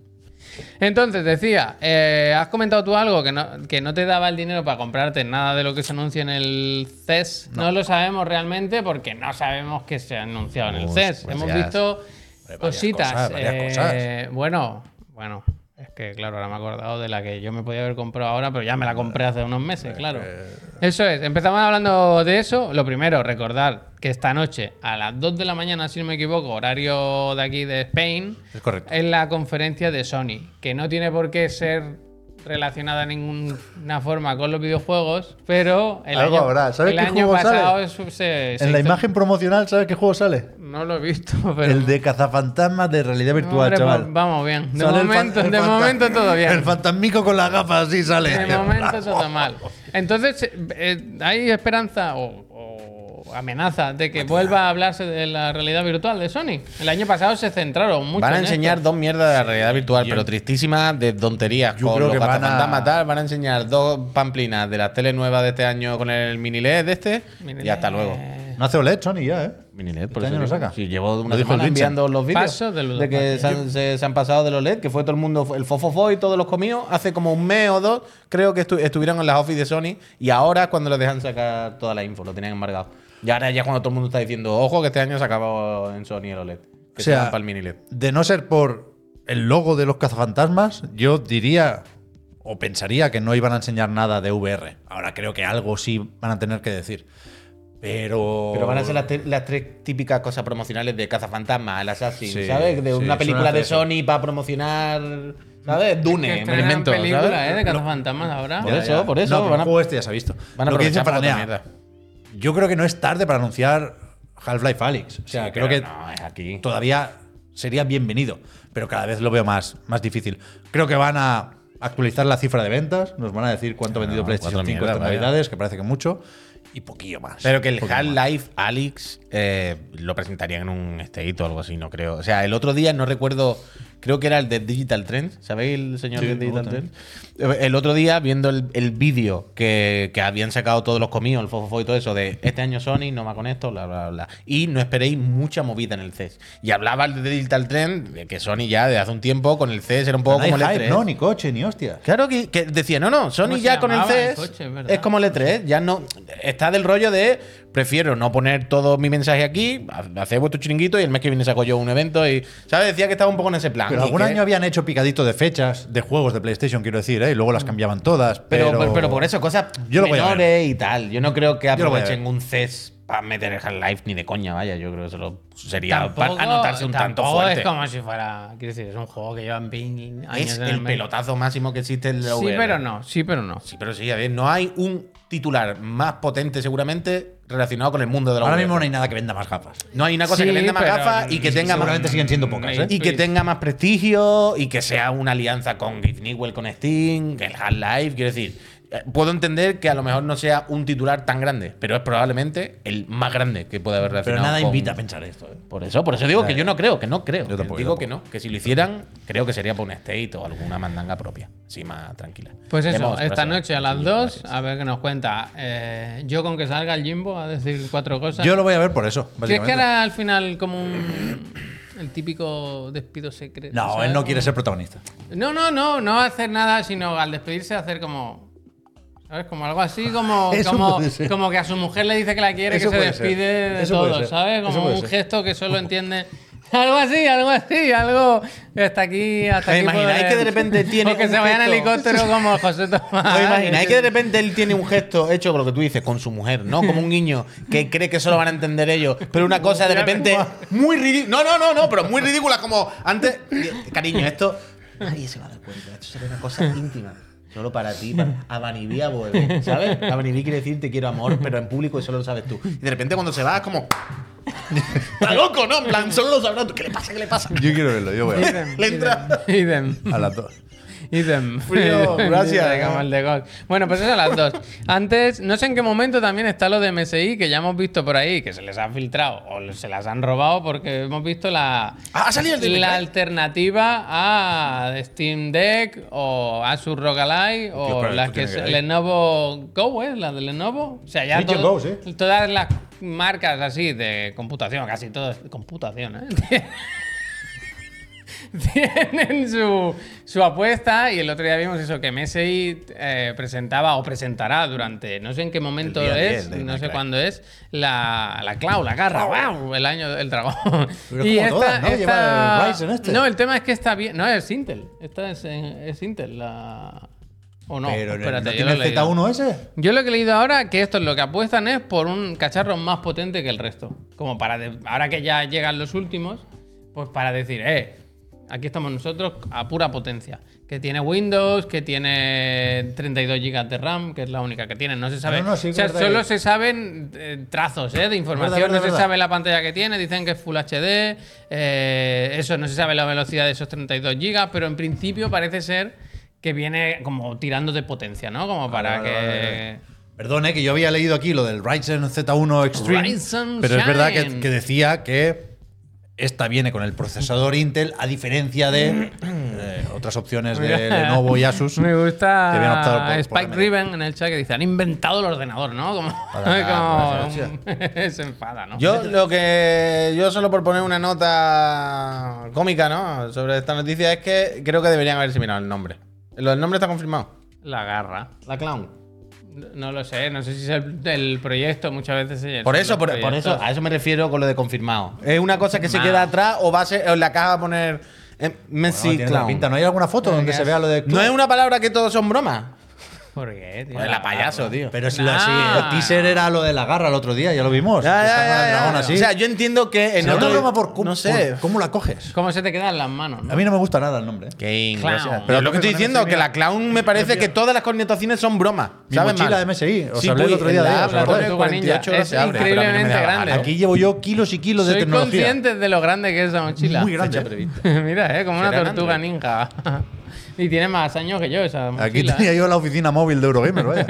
Speaker 1: Entonces, decía, eh, has comentado tú algo que no, que no te daba el dinero para comprarte nada de lo que se anuncia en el CES. No, lo sabemos realmente porque no sabemos que se ha anunciado en el
Speaker 2: Pues,
Speaker 1: CES.
Speaker 2: pues
Speaker 1: Hemos
Speaker 2: ya.
Speaker 1: visto
Speaker 3: varias
Speaker 1: cositas.
Speaker 3: cosas, varias
Speaker 1: eh, Bueno, bueno, es que claro, ahora me he acordado de la que yo me podía haber comprado ahora, pero ya me la compré hace unos meses, claro. Eso es, empezamos hablando de eso. Lo primero, recordar que esta noche a las 2 de la mañana, si no me equivoco, horario de aquí de Spain,
Speaker 3: Es correcto.
Speaker 1: en la conferencia de Sony, que no tiene por qué ser relacionada de ninguna forma con los videojuegos, pero el
Speaker 3: Algo
Speaker 1: año,
Speaker 3: habrá. ¿Sabes
Speaker 1: el
Speaker 3: qué
Speaker 1: año
Speaker 3: juego
Speaker 1: pasado
Speaker 3: sale?
Speaker 1: eso se- se
Speaker 3: En la
Speaker 1: hizo-
Speaker 3: imagen promocional, ¿sabes qué juego sale?
Speaker 1: no lo he visto, pero
Speaker 3: El de cazafantasmas de realidad virtual,
Speaker 1: Hombre,
Speaker 3: chaval.
Speaker 1: vamos bien. De
Speaker 3: Sale el fan-
Speaker 1: momento,
Speaker 3: el
Speaker 1: de
Speaker 3: fantasma-
Speaker 1: momento todo bien.
Speaker 3: El fantasmico con las gafas así sale.
Speaker 1: De momento todo mal. Entonces, eh, ¿hay esperanza o, o amenaza de que vuelva a hablarse de la realidad virtual de Sony? El año pasado se centraron mucho.
Speaker 2: Van a
Speaker 1: en esto.
Speaker 2: enseñar dos mierdas de la realidad virtual, pero tristísimas de tonterías.
Speaker 3: Yo
Speaker 2: con
Speaker 3: creo
Speaker 2: los
Speaker 3: que van a-
Speaker 2: cazafantasmas, tal. Van a enseñar dos pamplinas de las tele nuevas de este año con el mini LED de este.
Speaker 1: Mini E
Speaker 2: Y hasta
Speaker 1: LED.
Speaker 2: luego.
Speaker 3: No hace OLED, Sony, ya, ¿eh?
Speaker 2: Miniled, por
Speaker 3: ¿Este
Speaker 2: eso
Speaker 3: año lo
Speaker 2: digo.
Speaker 3: saca?
Speaker 2: Sí, llevo
Speaker 3: Lo
Speaker 2: una
Speaker 3: dijo
Speaker 2: semana
Speaker 3: el Vincent.
Speaker 2: enviando los vídeos
Speaker 1: Paso de
Speaker 2: de,
Speaker 1: los
Speaker 2: que se han, se- se han pasado de los LED, que fue todo el mundo, el fofofo y todos los comidos. Hace como un mes o dos, creo que estu- estuvieron en las office de Sony y ahora es cuando les dejan sacar toda la info, lo tenían embargado. Y ahora ya es cuando todo el mundo está diciendo, ojo, que este año se acabó en Sony el OLED. Que
Speaker 3: O sea,
Speaker 2: para el mini LED.
Speaker 3: De no ser por el logo de los cazafantasmas, yo diría o pensaría que no iban a enseñar nada de VR. Ahora creo que algo sí van a tener que decir. Pero.
Speaker 2: Pero van a ser las, te- las tres típicas cosas promocionales de Cazafantasma, el Assassin,
Speaker 3: Sí,
Speaker 2: ¿sabes? De
Speaker 3: sí,
Speaker 2: una
Speaker 3: suena
Speaker 2: película de
Speaker 3: interesante.
Speaker 2: Sony para promocionar, ¿sabes? Dune, me lo
Speaker 1: estrenan
Speaker 2: invento,
Speaker 1: película,
Speaker 2: ¿sabes?
Speaker 1: ¿eh? De cazafantasmas ahora.
Speaker 2: Por eso, por eso,
Speaker 3: No, pero
Speaker 2: van a-
Speaker 3: el juego este ya se ha visto.
Speaker 2: Van a
Speaker 3: Lo que dice
Speaker 2: aprovechar para otra
Speaker 3: Franea,
Speaker 2: mierda.
Speaker 3: Yo creo que no es tarde para anunciar Half-Life Alyx. O sea,
Speaker 2: Sí,
Speaker 3: creo
Speaker 2: pero
Speaker 3: que
Speaker 2: no, es aquí.
Speaker 3: todavía sería bienvenido, pero cada vez lo veo más, más difícil. Creo que van a actualizar la cifra de ventas, nos van a decir cuánto ha vendido
Speaker 2: no,
Speaker 3: PlayStation
Speaker 2: cuatro
Speaker 3: 5
Speaker 2: mierdas,
Speaker 3: estas
Speaker 2: Ah, vaya.
Speaker 3: navidades, que parece que mucho, y poquillo más.
Speaker 2: Pero que el
Speaker 3: Poquillo más.
Speaker 2: Half-Life Alyx eh, lo presentarían en un state o algo así, no creo. O sea, el otro día no recuerdo, creo que era el de Digital Trends. ¿Sabéis el señor
Speaker 3: Sí,
Speaker 2: de
Speaker 3: me
Speaker 2: Digital
Speaker 3: gusta.
Speaker 2: Trends? Eh, El otro día, viendo el, el vídeo que, que habían sacado todos los comidos, el fofofo y todo eso, de este año Sony, no va con esto, bla, bla, bla. Y no esperéis mucha movida en el CES. Y hablaba el de Digital Trend de que Sony ya de hace un tiempo con el CES era un poco
Speaker 3: No hay
Speaker 2: como el E
Speaker 3: hype,
Speaker 2: E3.
Speaker 3: no, ni coche, ni hostia.
Speaker 2: Claro que, que decía, no, no,
Speaker 1: ¿Cómo
Speaker 2: Sony
Speaker 1: se
Speaker 2: ya con el
Speaker 1: llamaba el
Speaker 2: CES
Speaker 1: coche, es verdad?
Speaker 2: es como el E3, ya no está del rollo de prefiero no poner todo mi mensaje aquí, ha- hacer vuestro chiringuito y el mes que viene saco yo un evento y sabes, decía que estaba un poco en ese plan.
Speaker 3: Pero
Speaker 2: y
Speaker 3: algún
Speaker 2: que-
Speaker 3: año habían hecho picadito de fechas de juegos de PlayStation, quiero decir, ¿eh? y luego las cambiaban todas.
Speaker 2: Mm. pero,
Speaker 3: Pero,
Speaker 2: pero- pero por eso cosas
Speaker 3: Yo lo voy a ver.
Speaker 2: menores y tal. Yo no creo que
Speaker 3: Yo lo voy a
Speaker 2: aprovechen un CES para meter el Half-Life ni de coña, vaya, yo creo que eso sería
Speaker 1: Tampoco-
Speaker 2: para anotarse un tanto
Speaker 1: tampoco
Speaker 2: fuerte.
Speaker 1: es como si fuera. Quiero decir, es un juego que llevan ping años
Speaker 2: Es
Speaker 1: en el
Speaker 2: el
Speaker 1: medio.
Speaker 2: pelotazo máximo que existe en la
Speaker 1: Sí,
Speaker 2: VR.
Speaker 1: pero no. Sí, pero no.
Speaker 2: Sí, pero sí, a ver, no hay un titular más potente seguramente relacionado con el mundo de la
Speaker 3: ahora
Speaker 2: VR.
Speaker 3: mismo no hay nada que venda más gafas.
Speaker 2: No hay una cosa que
Speaker 1: Sí,
Speaker 2: venda más
Speaker 1: pero
Speaker 2: gafas y que tenga más.
Speaker 3: seguramente siguen siendo pocas, ¿eh?
Speaker 2: Y que tenga más prestigio y que sea una alianza con Give Newell, con Steam, que el Half-Life. Quiero decir, eh, puedo entender que a lo mejor no sea un titular tan grande, pero es probablemente el más grande que puede haber
Speaker 3: Pero
Speaker 2: relacionado.
Speaker 3: nada
Speaker 2: con-
Speaker 3: invita a pensar esto. ¿eh?
Speaker 2: Por eso, por eso digo que yo no creo, que no creo.
Speaker 3: Yo tampoco, yo
Speaker 2: digo
Speaker 3: tampoco.
Speaker 2: que no, que si lo hicieran, creo que sería para un state o alguna mandanga propia. Así más tranquila.
Speaker 1: Pues eso,
Speaker 2: Veremos,
Speaker 1: esta
Speaker 2: gracias.
Speaker 1: noche a
Speaker 2: Sí,
Speaker 1: las 2,
Speaker 2: gracias.
Speaker 1: a ver qué nos cuenta. Eh, yo con que salga el Jimbo a decir cuatro cosas.
Speaker 3: Yo lo voy a ver por eso,
Speaker 1: ¿Crees que
Speaker 3: básicamente.
Speaker 1: era al final como un. el típico despido secreto?
Speaker 3: No,
Speaker 1: ¿sabes?
Speaker 3: él no quiere ser protagonista.
Speaker 1: No, no, no, no hacer nada, sino al despedirse hacer como. ¿Sabes? Como algo así, como,
Speaker 3: Eso
Speaker 1: como,
Speaker 3: puede ser.
Speaker 1: como que a su mujer le dice que la quiere,
Speaker 3: Eso
Speaker 1: que se
Speaker 3: puede ser.
Speaker 1: despide de
Speaker 3: Eso puede
Speaker 1: todo,
Speaker 3: ser.
Speaker 1: ¿sabes?
Speaker 3: Eso
Speaker 1: Como
Speaker 3: puede
Speaker 1: un
Speaker 3: ser.
Speaker 1: gesto que solo entiende. Algo así, algo así, algo. Hasta aquí, hasta
Speaker 2: ¿Os
Speaker 1: aquí.
Speaker 2: imagináis
Speaker 1: poder-
Speaker 2: que de repente tiene
Speaker 1: O que
Speaker 2: un
Speaker 1: se vaya en
Speaker 2: gesto?
Speaker 1: helicóptero como José Tomás.
Speaker 2: ¿Os imagináis que de repente él tiene un gesto hecho con lo que tú dices, con su mujer, ¿no? Como un niño que cree que solo van a entender ellos, pero una cosa de repente muy ridícula. No, no, no, no, pero muy ridícula como antes. Cariño, esto. Nadie se va a dar cuenta, esto será una cosa íntima. Solo para ti, para Abanibí a volver, ¿sabes? Abanibí quiere decir te quiero amor, pero en público eso lo sabes tú. Y de repente cuando se va es como. Está loco, ¿no? En plan, solo lo sabrás tú. ¿Qué le pasa? ¿Qué le pasa?
Speaker 3: Yo quiero verlo, yo voy a ver.
Speaker 2: Le entra.
Speaker 1: Idem.
Speaker 3: A las dos.
Speaker 1: Idem.
Speaker 2: Frío, gracias.
Speaker 1: Idem, como el de Gog. Bueno, pues eso a las dos. Antes, no sé en qué momento también está lo de MSI, que ya hemos visto por ahí, que se les han filtrado o se las han robado porque hemos visto la,
Speaker 2: Ah, ha salido el de
Speaker 1: la
Speaker 2: Metal.
Speaker 1: alternativa a Steam Deck o Asus ROG Ally o
Speaker 3: pero
Speaker 1: las
Speaker 3: esto
Speaker 1: que
Speaker 3: tiene que
Speaker 1: se-
Speaker 3: ver ahí.
Speaker 1: Lenovo Go, ¿eh? La de Lenovo. O sea, ya
Speaker 3: Sí, yo
Speaker 1: todo-
Speaker 3: Go, sí.
Speaker 1: todas las marcas así de computación, casi todas, computación, ¿eh? tienen su, su apuesta y el otro día vimos eso que MSI eh, presentaba o presentará durante no sé en qué momento
Speaker 2: El día
Speaker 1: es,
Speaker 2: 10 de
Speaker 1: no sé
Speaker 2: Minecraft.
Speaker 1: cuándo es, la, la clau, la garra, ¡guau! el año del dragón.
Speaker 3: Pero como todas, ¿no? Lleva el Ryzen este.
Speaker 1: no, el tema es que está bien, no es Intel, esta es, eh, es Intel la o no,
Speaker 3: pero
Speaker 1: espérate,
Speaker 3: ¿no
Speaker 1: yo
Speaker 3: tiene
Speaker 1: lo he
Speaker 3: el
Speaker 1: leído.
Speaker 3: Z1 ese?
Speaker 1: Yo lo que he leído ahora que esto es lo que apuestan es por un cacharro más potente que el resto. Como para de- ahora que ya llegan los últimos, pues para decir, eh, aquí estamos nosotros a pura potencia. Que tiene Windows, que tiene 32 GB de RAM, que es la única que tiene, no se sabe.
Speaker 3: No, no, sí,
Speaker 1: o sea,
Speaker 3: es verdad
Speaker 1: solo
Speaker 3: que-
Speaker 1: se saben eh, trazos eh, de información,
Speaker 3: Verdad, verdad,
Speaker 1: no se
Speaker 3: verdad.
Speaker 1: sabe la pantalla que tiene, dicen que es Full HD, eh, eso no se sabe la velocidad de esos 32 GB, pero en principio parece ser que viene como tirando de potencia, ¿no? Como para
Speaker 3: Vale,
Speaker 1: que...
Speaker 3: vale, vale. Perdón, eh, que yo había leído aquí lo del Ryzen Z1 Extreme.
Speaker 1: Ryzen
Speaker 3: pero es verdad que,
Speaker 1: Shine.
Speaker 3: que decía que esta viene con el procesador Intel, a diferencia de eh, otras opciones de Lenovo y Asus.
Speaker 1: Me
Speaker 3: que habían optado
Speaker 1: gusta
Speaker 3: por- por
Speaker 1: Spike
Speaker 3: AMD.
Speaker 1: Riven en el chat que dice, han inventado el ordenador, ¿no? Como,
Speaker 3: Para nada,
Speaker 1: como- se enfada, ¿no?
Speaker 2: Yo lo que. Yo solo por poner una nota cómica, ¿no? Sobre esta noticia es que creo que deberían haberse mirado el nombre. Lo del nombre está confirmado.
Speaker 1: La garra.
Speaker 2: La clown.
Speaker 1: No lo sé, no sé si es el, el proyecto, muchas veces... se-
Speaker 2: Por eso,
Speaker 1: los
Speaker 2: por, por eso,
Speaker 1: proyectos.
Speaker 2: a eso me refiero con lo de confirmado. Es una cosa que se
Speaker 1: Nah.
Speaker 2: queda atrás o va a ser, o en la caja va a poner eh,
Speaker 3: No,
Speaker 2: Messi
Speaker 3: tiene la
Speaker 2: clown.
Speaker 3: pinta. ¿No hay alguna foto donde se vea lo de
Speaker 2: No es una palabra que todos son bromas.
Speaker 1: ¿Por qué, tío? Ah,
Speaker 2: Pues la payaso, tío.
Speaker 3: Pero si
Speaker 1: Nah.
Speaker 3: la, sí, el teaser era lo de la garra el otro día, ya lo vimos.
Speaker 2: Ya, ya,
Speaker 3: Está con el
Speaker 2: ya, ya.
Speaker 3: dragón así.
Speaker 2: O sea, yo entiendo que en
Speaker 3: Se lo
Speaker 2: otro-
Speaker 3: toma por, cu-
Speaker 2: no sé.
Speaker 3: por cómo la coges.
Speaker 1: ¿Cómo se te quedan las manos? no?
Speaker 3: A mí no me gusta nada el nombre.
Speaker 2: Qué
Speaker 1: Clown.
Speaker 2: ingracia.
Speaker 3: Pero
Speaker 2: Pero lo que estoy
Speaker 3: con
Speaker 2: diciendo,
Speaker 3: MSI,
Speaker 2: que la
Speaker 3: mira.
Speaker 2: clown me parece que todas las connotaciones son bromas.
Speaker 3: Mi
Speaker 2: ¿Sabes
Speaker 3: mochila
Speaker 2: mal?
Speaker 3: de MSI, os
Speaker 2: Sí,
Speaker 3: hablé el
Speaker 2: pues,
Speaker 3: otro día
Speaker 2: en
Speaker 3: de
Speaker 2: la
Speaker 3: ella,
Speaker 2: app,
Speaker 3: ¿os
Speaker 2: la
Speaker 3: acordáis?
Speaker 2: pone
Speaker 1: Tortuga Ninja
Speaker 2: 48 horas
Speaker 1: es
Speaker 2: se abre, pero a mí no me da
Speaker 1: increíblemente
Speaker 2: gana.
Speaker 1: grande.
Speaker 3: Aquí llevo yo kilos y kilos de
Speaker 1: Soy
Speaker 3: tecnología.
Speaker 1: consciente de lo grande que es esa mochila.
Speaker 3: Muy grande.
Speaker 1: Mira, ¿eh? como una
Speaker 2: Será
Speaker 1: tortuga
Speaker 2: grande.
Speaker 1: ninja. y tiene más años que yo esa mochila.
Speaker 3: Aquí
Speaker 1: ¿eh?
Speaker 3: tenía yo la oficina móvil de Eurogamer, vaya.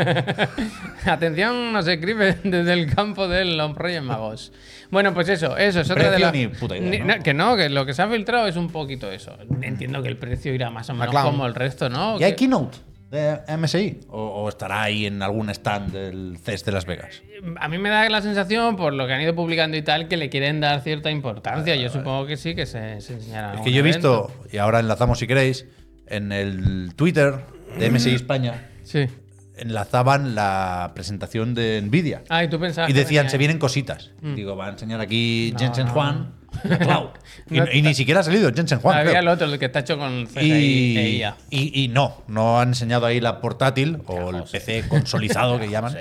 Speaker 1: Atención, nos escribe desde el campo de los Reyes Magos. Bueno, pues eso, eso es otra
Speaker 3: Precio
Speaker 1: de las.
Speaker 3: ni puta idea,
Speaker 1: Ni-
Speaker 3: ¿no?
Speaker 1: Que no, que lo que se ha filtrado es un poquito eso. Entiendo que el precio irá más o menos
Speaker 2: clown.
Speaker 1: como el resto, ¿no?
Speaker 3: ¿Y hay
Speaker 1: Que-
Speaker 3: Keynote de MSI? O, o estará ahí en algún stand del CES de Las Vegas?
Speaker 1: A mí me da la sensación, por lo que han ido publicando y tal, que le quieren dar cierta importancia. Yo supongo que sí, que se, se enseñará.
Speaker 3: Es
Speaker 1: en
Speaker 3: que
Speaker 1: un
Speaker 3: yo he
Speaker 1: evento.
Speaker 3: visto, y ahora enlazamos si queréis, en el Twitter de
Speaker 2: Mm.
Speaker 3: MSI España,
Speaker 1: Sí.
Speaker 3: enlazaban la presentación de Nvidia.
Speaker 1: Ah, y tú pensabas.
Speaker 3: Y
Speaker 1: que
Speaker 3: decían,
Speaker 1: venía-
Speaker 3: se vienen cositas. Digo, va a enseñar aquí
Speaker 1: No,
Speaker 3: Jensen
Speaker 1: no.
Speaker 3: Juan. Clau. Y,
Speaker 1: No
Speaker 3: y ni siquiera ha salido Jensen Juan.
Speaker 1: Ah, Había
Speaker 3: creo.
Speaker 1: el otro, el que está hecho con CGI e
Speaker 3: Y,
Speaker 1: IA.
Speaker 3: y- y no, no han enseñado ahí la portátil o el PC consolidado que llaman,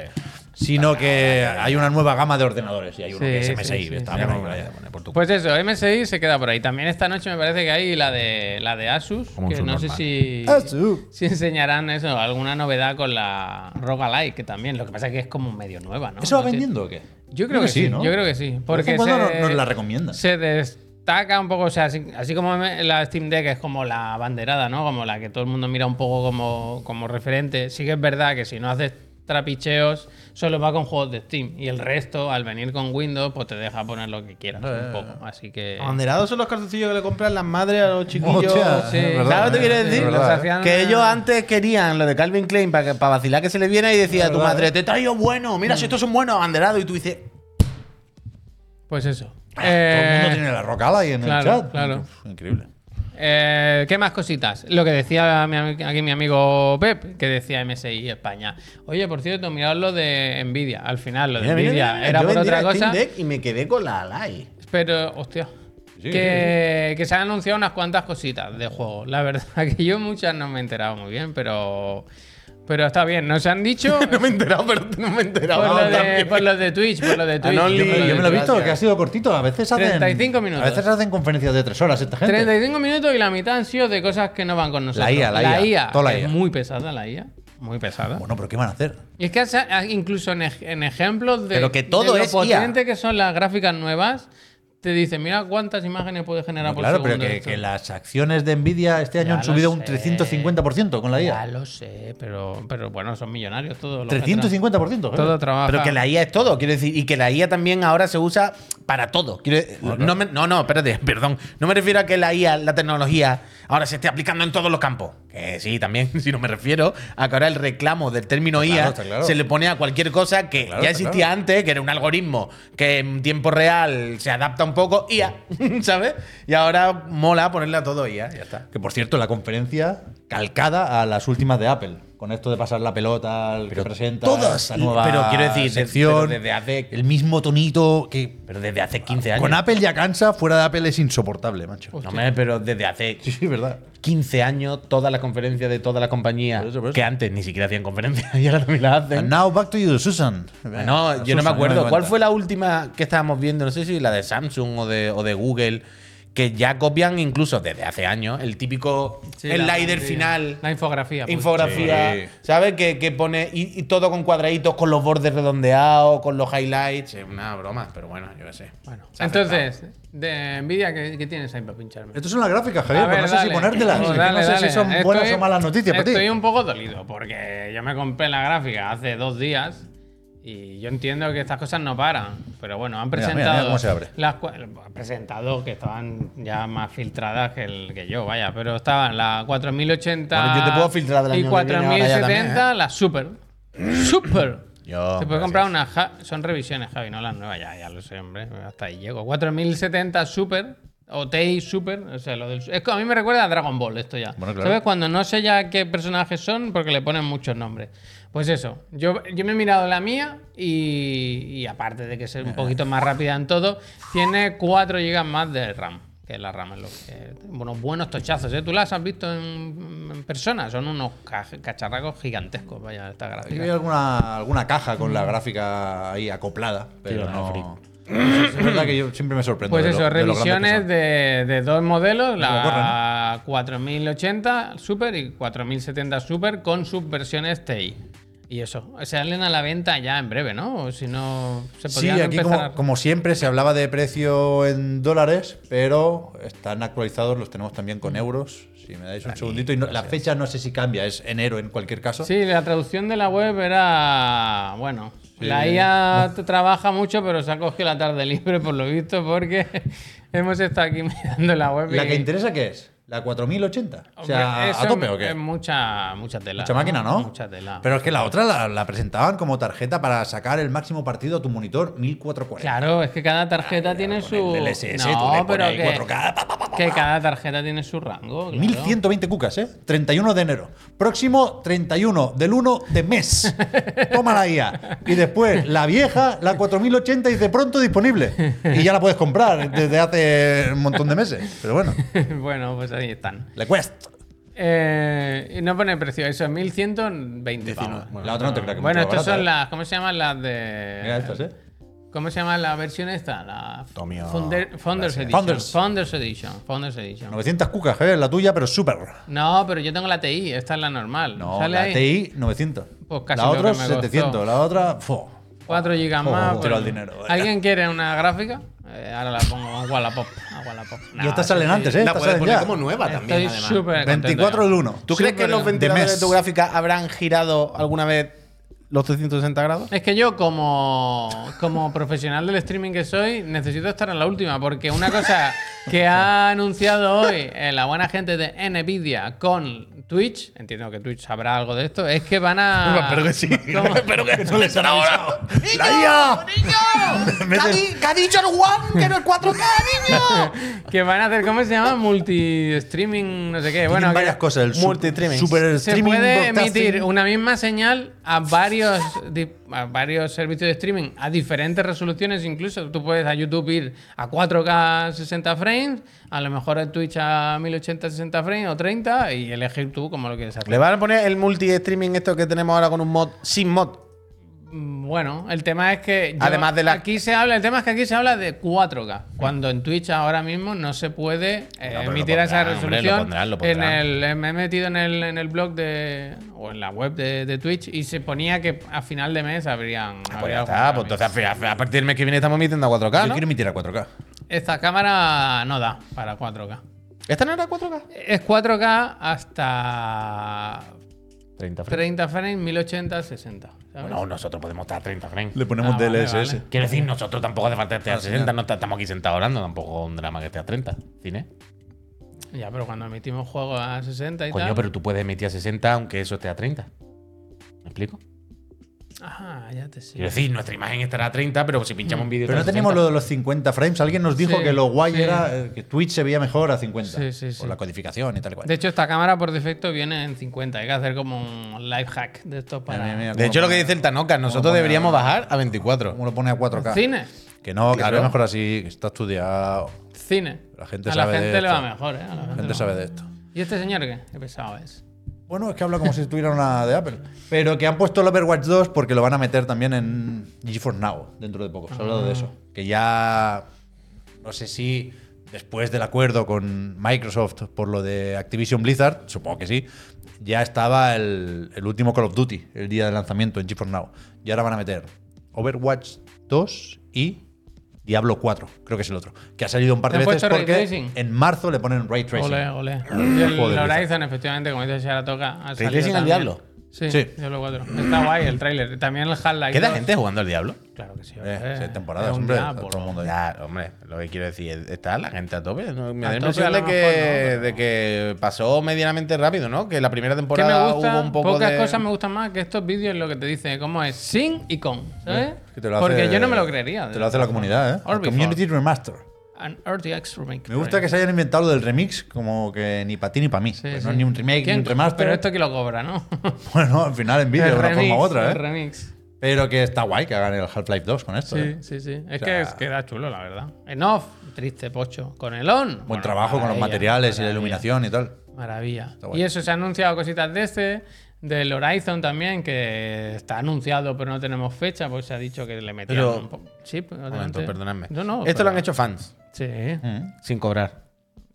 Speaker 3: sino que hay una nueva gama de ordenadores y hay uno
Speaker 1: Sí,
Speaker 3: que es
Speaker 1: sí,
Speaker 3: MSI.
Speaker 1: sí,
Speaker 3: está
Speaker 1: sí.
Speaker 3: por ahí,
Speaker 2: Mira,
Speaker 3: vaya,
Speaker 2: mira.
Speaker 3: pone por tu-
Speaker 1: Pues eso, MSI se queda por ahí. También esta noche me parece que hay la de la de Asus,
Speaker 2: Como un
Speaker 1: que no sé
Speaker 2: subnormal.
Speaker 1: si,
Speaker 3: Asus.
Speaker 1: si enseñarán eso, alguna novedad con la Rogalike, que también. Lo que pasa es que es como medio nueva, ¿no?
Speaker 3: ¿Eso va
Speaker 1: No sé.
Speaker 3: vendiendo o qué?
Speaker 1: Yo creo, que sí,
Speaker 3: ¿no?
Speaker 1: yo creo que sí. Porque
Speaker 3: de vez en cuando
Speaker 1: se-
Speaker 3: nos, nos la recomiendan.
Speaker 1: Se destaca un poco, o sea, así, así como me- la Steam Deck es como la banderada, ¿no? Como la que todo el mundo mira un poco como, como referente. Sí que es verdad que si no haces trapicheos, solo va con juegos de Steam. Y el resto, al venir con Windows, pues te deja poner lo que quieras
Speaker 3: Eh,
Speaker 1: un poco. Así que...
Speaker 2: Abanderados son los calzoncillos que le compran las madres a los chiquillos.
Speaker 3: Hostia,
Speaker 1: sí. es verdad,
Speaker 2: ¿Sabes lo que te quiero
Speaker 1: eh,
Speaker 2: decir?
Speaker 1: es verdad, Los hacían-
Speaker 2: Que ellos antes querían lo de Calvin Klein para, que- para vacilar que se le viera y decía a tu
Speaker 3: verdad,
Speaker 2: madre, te he traído bueno,
Speaker 1: Mm.
Speaker 2: mira si estos son buenos, abanderados. Y tú dices,
Speaker 1: Pues eso.
Speaker 3: Ah, Todo el mundo
Speaker 1: Eh,
Speaker 3: tiene la rocala ahí en
Speaker 1: claro,
Speaker 3: el chat.
Speaker 1: claro.
Speaker 3: Uf, Increíble.
Speaker 1: Eh, ¿Qué más cositas? Lo que decía mi ami- aquí mi amigo Pep, que decía MSI España. Oye, por cierto, mirad lo de Nvidia. Al final, lo de
Speaker 2: mira, mira,
Speaker 1: Nvidia
Speaker 2: mira,
Speaker 1: era
Speaker 2: yo
Speaker 1: por
Speaker 2: vendí
Speaker 1: otra
Speaker 2: la Steam
Speaker 1: cosa.
Speaker 2: Deck y me quedé con la Alay.
Speaker 1: Pero, hostia.
Speaker 3: Sí,
Speaker 1: que, que se han anunciado unas cuantas cositas de juego. La verdad que yo muchas no me he enterado muy bien, pero. Pero está bien, nos han dicho.
Speaker 2: No me he enterado, pero no me he enterado.
Speaker 1: por,
Speaker 2: No,
Speaker 1: lo de,
Speaker 2: también. Ah,
Speaker 1: por lo de Twitch, por lo de Twitch.
Speaker 2: Anonly,
Speaker 1: por
Speaker 3: Yo,
Speaker 1: lo de
Speaker 3: yo me lo he
Speaker 1: Twitch.
Speaker 3: visto,
Speaker 2: gracias.
Speaker 3: que ha sido cortito. A veces hacen.
Speaker 1: 35 minutos.
Speaker 3: A veces hacen conferencias de tres horas esta gente.
Speaker 1: 35 minutos y la mitad han sido de cosas que no van con nosotros.
Speaker 3: IA, la IA, toda la
Speaker 1: es
Speaker 3: IA.
Speaker 1: muy pesada la IA. Muy pesada.
Speaker 3: Bueno, pero ¿qué van a hacer?
Speaker 1: Y es que hace- ha- incluso en, ej- en ejemplos de,
Speaker 2: Pero que todo
Speaker 1: de lo
Speaker 2: es IA.
Speaker 1: potente que son las gráficas nuevas, te dicen, mira cuántas imágenes puede generar por
Speaker 3: claro, pero
Speaker 1: segundo.
Speaker 3: que,
Speaker 1: esto".
Speaker 3: que las acciones de Nvidia este año
Speaker 1: Ya
Speaker 3: han
Speaker 1: lo
Speaker 3: subido un
Speaker 1: sé.
Speaker 3: 350% con la
Speaker 1: Ya
Speaker 3: IA.
Speaker 1: lo sé, pero, pero bueno, son millonarios todos. los que tra-
Speaker 3: 350%. ¿eh?
Speaker 1: Todo trabaja.
Speaker 2: Pero que la IA es todo, quiero decir, y que la IA también ahora se usa para todo. Quiero- no, me- no, no, espérate, perdón. No me refiero a que la IA, la tecnología, ahora se esté aplicando en todos los campos. Que sí, también, si no me refiero a que ahora el reclamo del término
Speaker 3: claro,
Speaker 2: IA
Speaker 3: está claro.
Speaker 2: se le pone a cualquier cosa que
Speaker 3: claro,
Speaker 2: ya
Speaker 3: está
Speaker 2: existía
Speaker 3: claro.
Speaker 2: antes, que era un algoritmo que en tiempo real se adapta un poco, IA, ¿sabes? Y ahora mola ponerle a todo IA, ya está.
Speaker 3: Que por cierto, la conferencia calcada a las últimas de Apple. Con esto de pasar la pelota al que presenta.
Speaker 2: todas,
Speaker 3: esta nueva
Speaker 2: pero quiero decir, de-
Speaker 3: sección,
Speaker 2: pero desde hace-
Speaker 3: el mismo tonito que.
Speaker 2: Pero desde hace 15 años.
Speaker 3: Con Apple ya cansa, fuera de Apple es insoportable, macho.
Speaker 2: No, hombre, pero desde hace
Speaker 3: Sí, sí, verdad.
Speaker 2: 15 años todas las conferencias de todas las compañías
Speaker 3: Por eso, por eso.
Speaker 2: que antes ni siquiera hacían conferencias y ahora también las
Speaker 3: And
Speaker 2: hacen.
Speaker 3: now back to you, Susan.
Speaker 2: Ah, No, yo no me acuerdo. ¿Cuál fue
Speaker 3: la.
Speaker 2: la última que estábamos viendo? No sé si la de Samsung o de, o de Google, que ya copian incluso desde hace años el típico
Speaker 1: Sí, la-
Speaker 2: slider
Speaker 1: sí,
Speaker 2: final.
Speaker 1: La infografía. pues.
Speaker 2: Infografía,
Speaker 3: Sí.
Speaker 2: ¿sabes? Que, que pone y, y todo con cuadraditos, con los bordes redondeados, con los highlights. Es una broma, pero bueno, yo qué sé.
Speaker 1: Bueno,
Speaker 2: Se ha
Speaker 1: entonces, de Nvidia, ¿qué, qué tienes ahí para pincharme?
Speaker 3: Estas son las gráficas,
Speaker 1: A
Speaker 3: Javier,
Speaker 1: ver,
Speaker 3: pero no sé
Speaker 1: dale.
Speaker 3: si ponértelas.
Speaker 1: Pues
Speaker 3: Es que
Speaker 1: dale,
Speaker 3: no sé
Speaker 1: dale.
Speaker 3: si son buenas o
Speaker 1: Estoy-
Speaker 3: malas noticias para ti.
Speaker 1: Estoy un poco dolido porque yo me compré la gráfica hace dos días y, Y yo entiendo que estas cosas no paran, pero bueno, han
Speaker 3: Mira, mira,
Speaker 1: presentado.
Speaker 3: mira cómo se abre.
Speaker 1: Las cua- han presentado que estaban ya más filtradas que, el, que yo, vaya, pero estaban las 4080
Speaker 2: Bueno, yo te puedo filtrar del
Speaker 1: y
Speaker 2: año que viene ahora ya
Speaker 1: 4070,
Speaker 3: ¿eh?
Speaker 2: también,
Speaker 1: las super. ¡Super!
Speaker 2: Yo,
Speaker 1: Te puedes comprar
Speaker 2: gracias.
Speaker 1: una. ja- son revisiones, Javi, no las nuevas, ya, ya lo sé, hombre. Hasta ahí llego. 4070 Super o TI Super. O sea, lo del. Es que a mí me recuerda a Dragon Ball esto ya.
Speaker 3: Bueno, claro.
Speaker 1: ¿Sabes? Cuando no sé ya qué personajes son porque le ponen muchos nombres. Pues eso. Yo, yo me he mirado la mía y, y aparte de que es
Speaker 3: Eh.
Speaker 1: un poquito más rápida en todo, tiene 4 GB más de RAM. Que la RAM es lo que. Unos buenos tochazos, ¿eh? ¿Tú las has visto en, en persona? Son unos ca- cacharracos gigantescos, vaya, esta
Speaker 3: Aquí
Speaker 1: gráfica.
Speaker 3: hay alguna, alguna caja con la gráfica ahí acoplada, pero
Speaker 2: Tío,
Speaker 3: no. Es verdad que yo siempre me sorprendo.
Speaker 1: Pues
Speaker 3: de
Speaker 1: eso,
Speaker 3: lo- de lo grande que
Speaker 1: revisiones
Speaker 3: son.
Speaker 1: de, de dos modelos,
Speaker 3: lo
Speaker 1: la 4080 Super y 4070 Super con sus versiones TI. Y eso, salen a la venta ya en breve, ¿no? O si no, se
Speaker 3: Sí,
Speaker 1: podrían
Speaker 3: aquí
Speaker 1: empezar
Speaker 3: como, como siempre se hablaba de precio en dólares, pero están actualizados, los tenemos también
Speaker 1: Mm.
Speaker 3: con euros. Si me dais un segundito. Y no- la fecha no sé si cambia, es enero en cualquier caso.
Speaker 1: Sí, la traducción de la web era. Bueno, la IA t- trabaja mucho, pero se ha cogido la tarde libre, por lo visto, porque hemos estado aquí mirando la web.
Speaker 3: ¿La
Speaker 1: y-
Speaker 3: que interesa qué es? ¿La 4080? o
Speaker 1: Hombre,
Speaker 3: sea,
Speaker 1: eso
Speaker 3: ¿a tope
Speaker 1: es-
Speaker 3: o qué?
Speaker 1: es mucha, mucha tela.
Speaker 3: Mucha máquina, ¿no?
Speaker 1: Mucha tela.
Speaker 3: Pero es que la otra la, la presentaban como tarjeta para sacar el máximo partido a tu monitor 1440.
Speaker 1: Claro, es que cada tarjeta tiene su.
Speaker 3: Con el DLSS, tú
Speaker 1: no,
Speaker 3: le pones
Speaker 1: pero
Speaker 3: ahí
Speaker 1: que,
Speaker 3: 4K, pa, pa, pa, pa.
Speaker 1: que cada tarjeta tiene su rango. claro.
Speaker 3: 1120 cucas, ¿eh? 31 de enero. Próximo 31 del 1 de mes. Toma la IA. Y después la vieja, la 4080, dice pronto disponible. Y ya la puedes comprar desde hace un montón de meses. Pero bueno,
Speaker 1: bueno, pues ahí están.
Speaker 3: le cuesta.
Speaker 1: Eh, y no pone precio, eso es 1120 pavos.
Speaker 2: Bueno,
Speaker 3: la otra no te creo que
Speaker 1: Bueno,
Speaker 3: mucho
Speaker 1: estas
Speaker 3: barata,
Speaker 1: son
Speaker 3: ¿eh?
Speaker 1: las. ¿Cómo se llaman las de.?
Speaker 3: Mira estas, ¿eh? oh,
Speaker 1: ¿Cómo se llama la versión esta? La
Speaker 2: Tomio,
Speaker 1: Founder- Founders,
Speaker 2: gracias.
Speaker 1: Edition.
Speaker 3: Founders.
Speaker 1: Founders. Edition. Founders Edition.
Speaker 3: 900 cucas, ¿eh? La tuya, pero súper.
Speaker 1: No, pero yo tengo la TI, esta es la normal.
Speaker 3: No,
Speaker 1: Sale
Speaker 3: la
Speaker 1: ahí
Speaker 3: TI 900.
Speaker 1: Pues casi
Speaker 3: la
Speaker 1: lo
Speaker 3: otra
Speaker 1: que me costó.
Speaker 3: 700. La otra, fu.
Speaker 1: 4 gigas
Speaker 3: Oh,
Speaker 1: más.
Speaker 3: tiro
Speaker 1: pero-
Speaker 3: al dinero, vaya.
Speaker 1: ¿Alguien quiere una gráfica? Eh, ahora la pongo en Wallapop. A Wallapop. No,
Speaker 3: y estas
Speaker 1: eso
Speaker 3: salen
Speaker 1: sí.
Speaker 3: antes, ¿eh?
Speaker 2: La
Speaker 3: Estas
Speaker 2: puedes
Speaker 3: salen
Speaker 2: poner
Speaker 3: ya.
Speaker 2: como nueva también,
Speaker 1: Estoy
Speaker 2: además.
Speaker 1: súper contento
Speaker 3: 24
Speaker 1: ya.
Speaker 3: del 1.
Speaker 2: ¿Tú crees que los
Speaker 1: De
Speaker 2: ventiladores
Speaker 3: mes.
Speaker 2: de tu gráfica habrán girado alguna vez los 360 grados?
Speaker 1: Es que yo, como, como profesional del streaming que soy, necesito estar en la última, porque una cosa que ha anunciado hoy eh, la buena gente de Nvidia con Twitch, entiendo que Twitch sabrá algo de esto, es que van a.
Speaker 2: Espero que sí.
Speaker 1: ¿Cómo?
Speaker 2: Espero que no les han ahora.
Speaker 3: ¡La IA! Metes-
Speaker 4: ¿Qué ha dicho el Juan que no el 4K, niño?
Speaker 1: que van a hacer, ¿cómo se llama? Multi-streaming, no sé qué. Bueno,
Speaker 3: Tienen
Speaker 1: que-
Speaker 3: varias cosas. El
Speaker 2: Multi-streamings.
Speaker 3: super
Speaker 1: se
Speaker 3: streaming
Speaker 1: puede
Speaker 3: broadcasting.
Speaker 1: emitir una misma señal a varios, di- a varios servicios de streaming a diferentes resoluciones incluso. Tú puedes a YouTube ir a 4K 60 frames, a lo mejor a Twitch a 1080 60 frames o 30 y elegir tú como lo quieres hacer.
Speaker 2: Le van a poner el multi-streaming esto que tenemos ahora con un mod sin mod.
Speaker 1: Mm, Bueno, el tema es que yo-
Speaker 2: Además de la-
Speaker 1: aquí se habla, el tema es que aquí se habla de 4K, cuando en Twitch ahora mismo no se puede eh,
Speaker 2: pero lo
Speaker 1: emitir a esa
Speaker 2: pondrán, hombre, lo
Speaker 1: resolución.
Speaker 2: pondrán, lo pondrán.
Speaker 1: En el, me he metido en el, en el blog de o en la web de, de Twitch y se ponía que a final de mes habrían
Speaker 3: Ah,
Speaker 2: Pues
Speaker 1: habría
Speaker 2: ya está,
Speaker 1: algún
Speaker 2: pues
Speaker 1: cambio.
Speaker 2: entonces a, a- a partir del mes que viene estamos emitiendo a 4K,
Speaker 3: Yo
Speaker 2: ¿no?
Speaker 3: quiero emitir a 4K.
Speaker 1: esta cámara no da para 4K.
Speaker 2: ¿Esta no era 4K?
Speaker 1: Es 4K hasta
Speaker 2: 30 frames.
Speaker 1: 30 frames, 1080, 60. ¿sabes?
Speaker 2: No, nosotros podemos estar a 30 frames.
Speaker 3: Le ponemos Ah,
Speaker 1: Ah, vale,
Speaker 3: DLSS.
Speaker 1: vale.
Speaker 2: Quiero decir, nosotros tampoco hace falta que esté a
Speaker 3: No,
Speaker 2: 60, no está- estamos aquí sentados hablando, tampoco un drama que esté a 30. Cine.
Speaker 1: Ya, pero cuando emitimos juegos a 60 y
Speaker 2: Coño,
Speaker 1: tal.
Speaker 2: pero tú puedes emitir a 60 aunque eso esté a 30. ¿Me explico?
Speaker 1: Ah, ya te sigo.
Speaker 2: Quiero decir, nuestra imagen estará a 30, pero si pinchamos un vídeo.
Speaker 3: Pero no
Speaker 2: está a
Speaker 3: teníamos
Speaker 2: 60.
Speaker 3: lo de los 50 frames. Alguien nos dijo
Speaker 1: Sí,
Speaker 3: que lo guay
Speaker 1: sí.
Speaker 3: era eh, que Twitch se veía mejor a 50.
Speaker 1: Sí, sí, sí.
Speaker 3: Por la codificación y tal y cual.
Speaker 1: De hecho, esta cámara por defecto viene en 50. Hay que hacer como un life hack de estos para.
Speaker 3: Mira, mira, mira
Speaker 2: De hecho,
Speaker 3: cómo
Speaker 2: lo que
Speaker 3: pone-
Speaker 2: dice el Tanoka, nosotros
Speaker 3: pone
Speaker 2: deberíamos
Speaker 3: ahora?
Speaker 2: bajar a 24.
Speaker 3: ¿Cómo lo pone a 4K?
Speaker 1: Cine, Ah,
Speaker 3: Que no, que se ve
Speaker 2: Claro.
Speaker 3: mejor así, que está estudiado.
Speaker 1: cine.
Speaker 3: La gente
Speaker 1: a
Speaker 3: sabe
Speaker 1: la
Speaker 3: de
Speaker 1: gente le va
Speaker 3: esto.
Speaker 1: mejor, ¿eh? A la
Speaker 3: La
Speaker 1: gente
Speaker 3: gente
Speaker 1: le
Speaker 3: sabe
Speaker 1: va
Speaker 3: de
Speaker 1: mejor.
Speaker 3: esto.
Speaker 1: ¿Y este señor qué? Qué pesado es.
Speaker 3: Bueno, es que habla como si tuviera una de Apple. Pero que han puesto el Overwatch 2 porque lo van a meter también en GeForce Now dentro de poco. Se ha hablado
Speaker 1: Ah.
Speaker 3: de eso. Que ya. No sé si después del acuerdo con Microsoft por lo de Activision Blizzard, supongo que sí, ya estaba el, el último Call of Duty el día de lanzamiento en GeForce Now. Y ahora van a meter Overwatch 2 y. Diablo 4, creo que es el otro, que ha salido un par de
Speaker 1: ¿Le han
Speaker 3: veces
Speaker 1: puesto ray
Speaker 3: porque
Speaker 1: tracing?
Speaker 3: en marzo le ponen Ray Tracing.
Speaker 1: Ole, ole. Y el
Speaker 3: Joder,
Speaker 1: Horizon, efectivamente, como dice Sierra Toca. ha
Speaker 2: Ray
Speaker 1: salido
Speaker 2: Tracing al
Speaker 1: también.
Speaker 2: diablo.
Speaker 1: Sí,
Speaker 3: Sí.
Speaker 1: Diablo 4. Está guay el tráiler. También el Half-Life.
Speaker 2: ¿Queda
Speaker 1: 2.
Speaker 2: gente jugando al Diablo?
Speaker 1: Claro que sí.
Speaker 3: Eh,
Speaker 1: hombre.
Speaker 3: seis temporadas,
Speaker 1: Es un
Speaker 3: hombre.
Speaker 1: diablo.
Speaker 3: Todo el mundo ahí.
Speaker 2: Ya, hombre, lo que quiero decir es, está la gente a tope. ¿no? Me
Speaker 1: A
Speaker 2: da la
Speaker 1: tope, a lo
Speaker 2: impresión de que,
Speaker 1: mejor no, pero-
Speaker 2: de que pasó medianamente rápido, ¿no? Que la primera
Speaker 1: Que
Speaker 2: temporada
Speaker 1: me gusta,
Speaker 2: hubo un poco
Speaker 1: pocas
Speaker 2: de...
Speaker 1: cosas me gustan más que estos vídeos lo que te dice cómo es sin y con, ¿sabes?
Speaker 3: Es Eh, que te lo
Speaker 1: Porque
Speaker 3: hace-
Speaker 1: yo no me lo creería.
Speaker 3: Te lo hace la comunidad, ¿eh? El
Speaker 1: Orbifor.
Speaker 3: Community Remaster.
Speaker 1: An RTX remake.
Speaker 3: Me gusta que se hayan inventado lo del remix como que ni para ti ni para mí.
Speaker 1: Sí,
Speaker 3: Pues
Speaker 1: sí.
Speaker 3: No es ni un remake ni
Speaker 1: ¿Quién-
Speaker 3: un remaster.
Speaker 1: Pero esto que lo cobra, ¿no?
Speaker 3: Bueno, al final en vídeo,
Speaker 1: El
Speaker 3: de una
Speaker 1: remix,
Speaker 3: forma u otra,
Speaker 1: el
Speaker 3: ¿eh?
Speaker 1: remix.
Speaker 3: Pero que está guay que hagan el Half-Life 2 con esto. ¿eh?
Speaker 1: Sí, sí, sí. Es que
Speaker 3: O sea-
Speaker 1: es- queda chulo, la verdad. En off, triste pocho. Con el on.
Speaker 3: Buen trabajo con los materiales y la iluminación y tal.
Speaker 1: Maravilla.
Speaker 3: guay.
Speaker 1: Y eso se ha anunciado cositas de este, del Horizon también, que está anunciado, pero no tenemos fecha, pues se ha dicho que le metieron
Speaker 2: Pero-
Speaker 1: un po- chip.
Speaker 2: Un
Speaker 1: adelante.
Speaker 2: momento, perdonadme.
Speaker 1: No, no.
Speaker 2: Esto lo han
Speaker 1: pero-
Speaker 2: hecho fans,
Speaker 1: Sí.
Speaker 3: Mm.
Speaker 2: sin cobrar.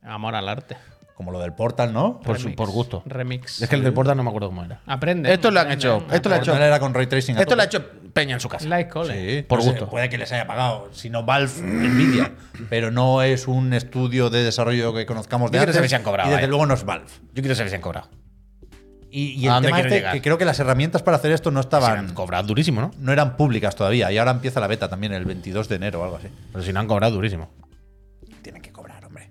Speaker 1: Amor al arte.
Speaker 3: Como lo del Portal, ¿no?
Speaker 2: Por, su,
Speaker 1: Remix.
Speaker 2: por gusto.
Speaker 1: Remix.
Speaker 2: Es que el del Portal no me acuerdo cómo era.
Speaker 1: Aprende.
Speaker 2: Esto lo han hecho. Esto lo ha
Speaker 3: El
Speaker 2: hecho.
Speaker 3: Portal era con ray tracing. a
Speaker 2: Esto lo ha
Speaker 3: tope.
Speaker 2: hecho Peña en su casa.
Speaker 1: Light Cole.
Speaker 3: Sí,
Speaker 2: por
Speaker 3: no sé,
Speaker 2: gusto.
Speaker 3: puede que les haya pagado. Si no, Valve, Nvidia. Pero no es un estudio de desarrollo que conozcamos de
Speaker 2: Yo quiero
Speaker 3: antes.
Speaker 2: saber si han cobrado,
Speaker 3: y desde
Speaker 2: eh.
Speaker 3: luego no es Valve.
Speaker 2: Yo quiero saber si han cobrado.
Speaker 3: Y, y
Speaker 2: ¿A
Speaker 3: el
Speaker 2: dónde
Speaker 3: tema
Speaker 2: quiero
Speaker 3: este,
Speaker 2: llegar?
Speaker 3: que creo que las herramientas para hacer esto no
Speaker 2: Si
Speaker 3: estaban.
Speaker 2: han cobrado durísimo, ¿no?
Speaker 3: No eran públicas todavía. Y ahora empieza la beta también, el 22 de enero o algo así.
Speaker 2: Pero si no han cobrado durísimo.
Speaker 3: Tienen que cobrar, hombre.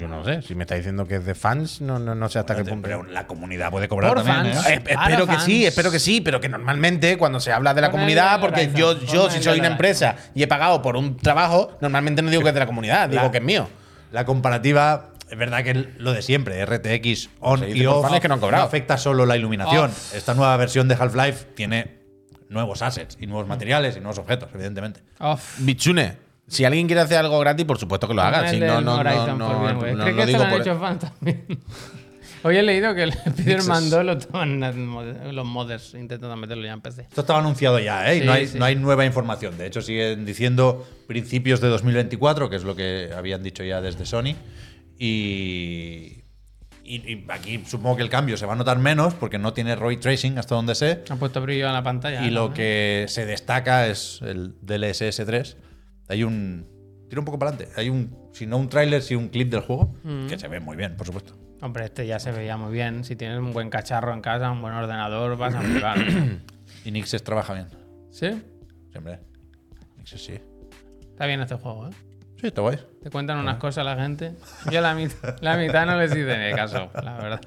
Speaker 2: Yo no sé. Si me está diciendo que es de fans, no, no, no sé hasta qué punto.
Speaker 3: Pero la comunidad puede cobrar
Speaker 1: Por
Speaker 3: también.
Speaker 1: fans.
Speaker 2: Eh,
Speaker 3: ¿eh?
Speaker 2: espero
Speaker 1: Para
Speaker 2: que sí,
Speaker 1: fans.
Speaker 2: espero que sí, pero que normalmente cuando se habla de la
Speaker 1: Pon el
Speaker 2: comunidad,
Speaker 1: del
Speaker 2: porque
Speaker 1: Horizon,
Speaker 2: yo, yo
Speaker 1: pon
Speaker 2: si
Speaker 1: el del
Speaker 2: soy una
Speaker 1: Horizon.
Speaker 2: empresa y he pagado por un trabajo, normalmente no digo que es de la comunidad, digo
Speaker 3: La-
Speaker 2: que es mío.
Speaker 3: La comparativa. Es verdad que lo de siempre, RTX on
Speaker 2: Se dice
Speaker 3: y
Speaker 2: por
Speaker 3: off,
Speaker 2: fans que no han cobrado.
Speaker 3: afecta solo la iluminación. Esta nueva versión de Half-Life tiene nuevos assets y nuevos materiales y nuevos objetos, evidentemente.
Speaker 1: Off.
Speaker 2: Bichune, si alguien quiere hacer algo gratis, por supuesto que lo haga.
Speaker 1: Pon
Speaker 2: Si
Speaker 1: el
Speaker 2: no,
Speaker 1: del
Speaker 2: no, no,
Speaker 1: Horizon, por
Speaker 2: no,
Speaker 1: bien, güey.
Speaker 2: no
Speaker 1: Creo
Speaker 2: lo
Speaker 1: que esto
Speaker 2: digo
Speaker 1: lo han
Speaker 2: por.
Speaker 1: hecho fans también. Hoy he leído que el Peter mandó los, los modders intentando meterlo ya en PC.
Speaker 3: Esto estaba anunciado ya, ¿eh? Y
Speaker 1: Sí,
Speaker 3: no, hay,
Speaker 1: sí.
Speaker 3: no hay nueva información. De hecho, siguen diciendo principios de 2024, que es lo que habían dicho ya desde Sony. Y, y- y aquí supongo que el cambio se va a notar menos porque no tiene ray tracing hasta donde sé.
Speaker 1: Han puesto brillo en la pantalla.
Speaker 3: Y lo
Speaker 1: ¿no?
Speaker 3: que se destaca es el DLSS 3. Hay un. Tira un poco para adelante. Hay un. Si no un tráiler, si un clip del juego.
Speaker 1: Mm.
Speaker 3: Que se ve muy bien, por supuesto.
Speaker 1: Hombre, este ya se veía muy bien. Si tienes un buen cacharro en casa, un buen ordenador, vas a jugar.
Speaker 3: Y Nixes trabaja bien.
Speaker 1: ¿Sí?
Speaker 3: Siempre. Nixes sí.
Speaker 1: Está bien este juego, ¿eh?
Speaker 3: Sí, está guay.
Speaker 1: Te cuentan
Speaker 2: Ah.
Speaker 1: unas cosas la gente. Yo la mitad, la mitad no les hice ni caso, la verdad.